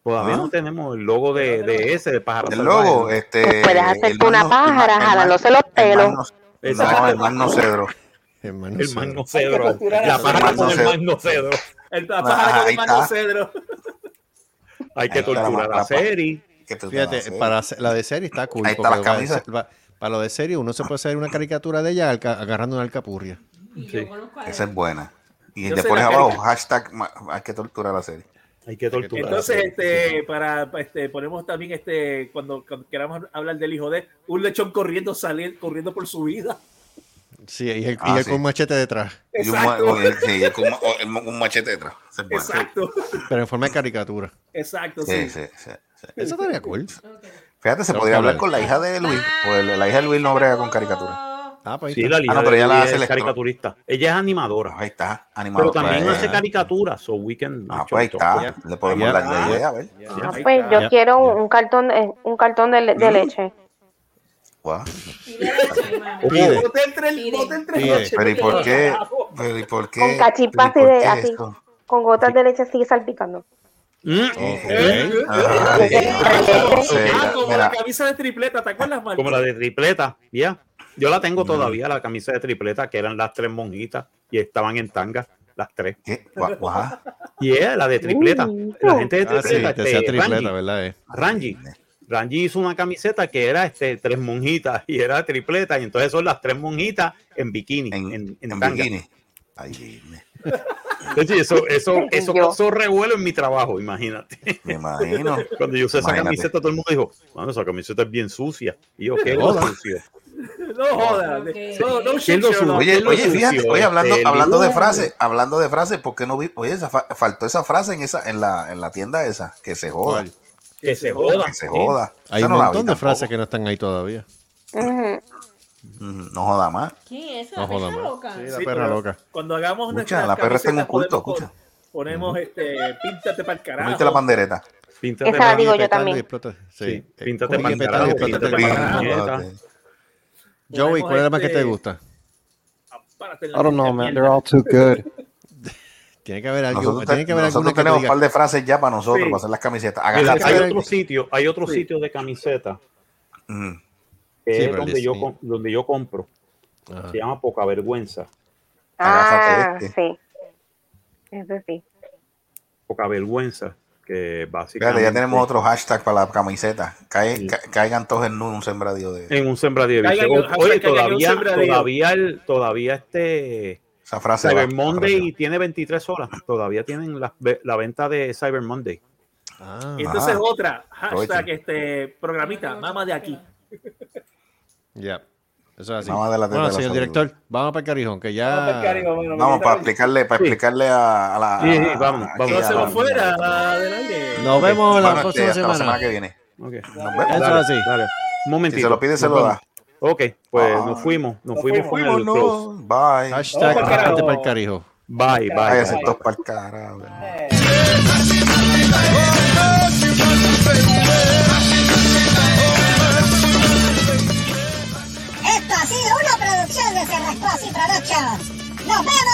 Speaker 10: Todavía
Speaker 5: Ah.
Speaker 10: no tenemos el logo de, de ese, de pájaro
Speaker 5: El
Speaker 10: salvaje.
Speaker 5: logo, este.
Speaker 13: Pues Puedes
Speaker 5: el
Speaker 13: hacerte
Speaker 5: man
Speaker 13: una
Speaker 5: no-
Speaker 13: pájara,
Speaker 5: el man-
Speaker 13: jalándose los
Speaker 5: el man
Speaker 13: pelos.
Speaker 5: no- No, el man no cedro.
Speaker 4: Hermano,
Speaker 10: El
Speaker 5: eh,
Speaker 4: sí.
Speaker 10: Magno
Speaker 9: Hay que
Speaker 10: Cedro.
Speaker 9: facturar
Speaker 10: La
Speaker 9: eso.
Speaker 10: pájara
Speaker 5: El
Speaker 10: con el
Speaker 5: Magno
Speaker 10: Magno Cedro.
Speaker 9: El
Speaker 5: Ah,
Speaker 9: papá con
Speaker 5: ahí
Speaker 9: el mano
Speaker 5: está.
Speaker 9: cedro.
Speaker 10: Hay que
Speaker 5: Ahí está la
Speaker 10: torturar
Speaker 5: mapa.
Speaker 10: a Seri.
Speaker 5: Que tú ¿eh? te
Speaker 4: Fíjate,
Speaker 5: vas a hacer.
Speaker 4: para hacer- la de serie está cool.
Speaker 5: Ahí está
Speaker 4: porque
Speaker 5: la
Speaker 4: para-
Speaker 5: camisa.
Speaker 4: Para, para lo de serie, uno se puede hacer una caricatura de ella alca- agarrando una alcapurria.
Speaker 10: Sí.
Speaker 5: Esa es buena. Y
Speaker 9: Yo
Speaker 5: le
Speaker 9: sé
Speaker 5: pones
Speaker 9: la
Speaker 5: abajo,
Speaker 9: carica-
Speaker 5: hashtag, ma- hay que torturar la serie.
Speaker 10: Hay que torturar a
Speaker 9: Entonces,
Speaker 10: Seri.
Speaker 9: este, para, para, este, ponemos también este, cuando, cuando queramos hablar del hijo de un lechón corriendo, salir corriendo por su vida.
Speaker 4: Sí, y el, y
Speaker 5: Ah,
Speaker 4: el
Speaker 5: sí.
Speaker 4: con machete detrás.
Speaker 5: Y un, ma-
Speaker 9: Exacto.
Speaker 5: o el- sí, con ma- o el- un machete detrás. Esa es buena.
Speaker 9: Exacto,
Speaker 4: Pero en forma de caricatura.
Speaker 9: exacto, sí.
Speaker 5: Sí, sí, sí, sí.
Speaker 4: Eso estaría cool.
Speaker 5: Fíjate, se
Speaker 4: Tengo
Speaker 5: podría
Speaker 4: que
Speaker 5: hablar
Speaker 4: hablar.
Speaker 5: con la hija de Luis. Pues la hija de Luis no brega con caricatura.
Speaker 4: Ah, pues ahí
Speaker 10: Sí,
Speaker 4: está.
Speaker 10: la Lisa
Speaker 5: no, pero
Speaker 10: de
Speaker 5: ella la
Speaker 10: Lisa
Speaker 5: hace
Speaker 10: es
Speaker 5: electro-
Speaker 10: caricaturista. Ella es animadora.
Speaker 5: Ahí está, animado.
Speaker 10: Pero también
Speaker 5: pues,
Speaker 10: hace caricaturas. So we can.
Speaker 5: Ah, pues ahí está. Le podemos
Speaker 10: Ya.
Speaker 5: dar la idea, a ver.
Speaker 13: Ah,
Speaker 10: Ahí
Speaker 13: pues
Speaker 10: está.
Speaker 13: yo
Speaker 4: Ya.
Speaker 13: quiero un, un cartón, eh, un cartón de, le- de leche.
Speaker 5: Guau.
Speaker 9: *laughs*
Speaker 10: Pide.
Speaker 9: Boté el tren, boté el tren
Speaker 4: Pide.
Speaker 9: noche,
Speaker 5: Pero ¿y por
Speaker 9: porque-
Speaker 5: qué? Pero ¿y por qué?
Speaker 13: Con cachipas
Speaker 5: ¿Pero y
Speaker 13: y
Speaker 5: por
Speaker 13: de-
Speaker 5: qué
Speaker 13: así.
Speaker 5: esto?
Speaker 13: Con gotas de leche sigue salpicando.
Speaker 10: Mm,
Speaker 5: Oh. Ok.
Speaker 13: Ah,
Speaker 5: Ay, entonces,
Speaker 9: Ah, como
Speaker 5: mira,
Speaker 9: la camisa de tripleta, ¿te acuerdas, Marco?
Speaker 10: Como la de tripleta. Ya. Yo la
Speaker 5: Mm.
Speaker 10: tengo todavía, la camisa de tripleta, que eran las tres monjitas y estaban en tanga, las tres.
Speaker 5: ¿qué? Gua- guau.
Speaker 10: Y es la de tripleta. La gente de
Speaker 4: Ah, sí,
Speaker 10: tripleta.
Speaker 4: te
Speaker 10: este,
Speaker 4: hacía tripleta,
Speaker 10: Rangi.
Speaker 4: ¿verdad? eh?
Speaker 10: Rangi. Rangi hizo una camiseta que era este, tres monjitas y era tripleta. Y entonces son las tres monjitas en bikini. En, en,
Speaker 5: En
Speaker 10: tanga.
Speaker 5: bikini. Ay, dime.
Speaker 10: Entonces, eso, eso, eso
Speaker 13: Yo.
Speaker 10: causó revuelo en mi trabajo, imagínate.
Speaker 5: me imagino.
Speaker 10: Cuando yo usé esa
Speaker 5: Imagínate.
Speaker 10: camiseta, todo el mundo dijo, mano, esa camiseta es bien sucia. Y yo, ¿qué
Speaker 4: No
Speaker 10: lo
Speaker 4: jodas.
Speaker 5: *laughs*
Speaker 10: sucio?
Speaker 9: No jodas. No, no,
Speaker 10: ¿Quién lo
Speaker 9: shit,
Speaker 10: subió?
Speaker 9: no.
Speaker 10: ¿Quién
Speaker 5: Oye,
Speaker 10: lo
Speaker 5: oye,
Speaker 10: sucio?
Speaker 5: fíjate, oye, hablando,
Speaker 10: Este,
Speaker 5: hablando de
Speaker 10: Luma.
Speaker 5: frases, hablando de frases, ¿por qué no vi? Oye, esa fa- faltó esa frase en esa, en la, en la tienda esa, que se joda,
Speaker 4: ¿Cuál?
Speaker 10: Que se joda.
Speaker 5: que se joda.
Speaker 4: Hay
Speaker 5: Esa
Speaker 4: un
Speaker 5: no la vi
Speaker 4: montón de
Speaker 5: tampoco.
Speaker 4: frases que no están ahí todavía.
Speaker 13: Ujú.
Speaker 5: Mm, No joda más.
Speaker 11: ¿Quién es esa?
Speaker 4: No jodas
Speaker 11: Esa
Speaker 4: más.
Speaker 11: loca.
Speaker 4: Sí, la
Speaker 9: Sí,
Speaker 4: perra
Speaker 9: pero
Speaker 4: loca.
Speaker 9: Cuando hagamos
Speaker 5: Escucha,
Speaker 9: nuestras
Speaker 5: la perra está en un
Speaker 9: camisetas,
Speaker 5: culto,
Speaker 9: podemos-
Speaker 5: escucha.
Speaker 9: Ponemos este, píntate para el
Speaker 5: Ponerte la
Speaker 9: carajo.
Speaker 5: pandereta.
Speaker 10: Píntate
Speaker 16: Esa la
Speaker 10: para-
Speaker 16: digo yo
Speaker 10: píntate
Speaker 16: también.
Speaker 10: y
Speaker 4: explota-
Speaker 10: Sí,
Speaker 4: sí. Eh,
Speaker 10: píntate
Speaker 4: oye,
Speaker 10: para
Speaker 4: píntate,
Speaker 10: carajo,
Speaker 4: píntate
Speaker 10: píntate
Speaker 4: para
Speaker 10: para
Speaker 4: carajo.
Speaker 10: carajo.
Speaker 4: Joey, ¿cuál es la más que te
Speaker 8: Este-
Speaker 4: gusta?
Speaker 5: I don't know, man. They're all too good.
Speaker 4: *laughs* Tiene que haber
Speaker 5: Nosotros
Speaker 4: algo.
Speaker 5: te-
Speaker 4: Tiene que haber
Speaker 5: nosotros
Speaker 4: alguna que te
Speaker 5: tenemos
Speaker 4: diga.
Speaker 5: un par de frases ya para nosotros,
Speaker 10: Sí.
Speaker 5: para hacer las camisetas.
Speaker 10: Mira,
Speaker 5: Agárrate.
Speaker 10: hay otro sitio, hay otro sitio de camiseta que
Speaker 5: Sí, Ah.
Speaker 10: es
Speaker 5: pero
Speaker 10: donde
Speaker 5: el
Speaker 10: yo,
Speaker 5: diseño.
Speaker 10: com- donde yo compro.
Speaker 4: Ajá.
Speaker 10: Se llama Poca Vergüenza.
Speaker 16: Ah,
Speaker 10: Agárrate
Speaker 16: sí. Eso sí.
Speaker 10: Poca Vergüenza, que básicamente...
Speaker 5: Fíjate, ya tenemos otro hashtag para la camiseta. Cae- ca- Caigan todos en un sembradío de.
Speaker 10: En un sembradío. de
Speaker 5: Caigan
Speaker 10: bicho.
Speaker 5: en-
Speaker 10: Oye,
Speaker 5: hashtag caigan en un
Speaker 10: todavía,
Speaker 5: sembradío.
Speaker 10: todavía, el- todavía este...
Speaker 5: Esa frase
Speaker 10: Cyber
Speaker 5: va, esa
Speaker 10: Monday
Speaker 5: frase
Speaker 10: tiene 23 horas. Todavía tienen la, la venta de Cyber Monday.
Speaker 4: Ah,
Speaker 8: Entonces otra, hashtag
Speaker 10: Aprovechen.
Speaker 8: este programita, mamá de aquí.
Speaker 4: Ya. Eso es así.
Speaker 5: Vamos a adelantar
Speaker 4: bueno,
Speaker 5: de la
Speaker 4: señor
Speaker 5: salud.
Speaker 4: director, vamos para el carijón, que ya.
Speaker 8: Vamos pa'l carijón, bueno,
Speaker 5: Vamos para explicarle, para
Speaker 4: Sí.
Speaker 5: explicarle a, a la.
Speaker 4: Sí, sí, vamos,
Speaker 5: a-
Speaker 4: vamos.
Speaker 5: aquí a-
Speaker 4: No se nos fue.
Speaker 8: Fuera del aire.
Speaker 4: Nos vemos la
Speaker 5: Bueno, este,
Speaker 4: próxima
Speaker 5: hasta la
Speaker 4: semana.
Speaker 5: semana que viene. Nos vemos.
Speaker 10: Eso
Speaker 5: Dale.
Speaker 10: así. Ah, Un momentito.
Speaker 5: Si se lo pide, se
Speaker 10: Nos
Speaker 5: lo da.
Speaker 10: vemos. Ok, pues
Speaker 5: Ah.
Speaker 10: nos fuimos. Nos
Speaker 5: Nos
Speaker 10: fuimos, con
Speaker 5: fuimos,
Speaker 10: el
Speaker 5: no.
Speaker 10: close.
Speaker 5: Bye.
Speaker 10: Vamos
Speaker 4: Hashtag
Speaker 10: pa'l
Speaker 4: bastante
Speaker 10: carajo.
Speaker 4: para el carijo.
Speaker 10: Bye, bye.
Speaker 5: Ay,
Speaker 10: bye.
Speaker 5: excepto para el carajo.
Speaker 13: Esto ha sido una producción de Cerrascoas y Productions. ¡Nos vemos! *laughs*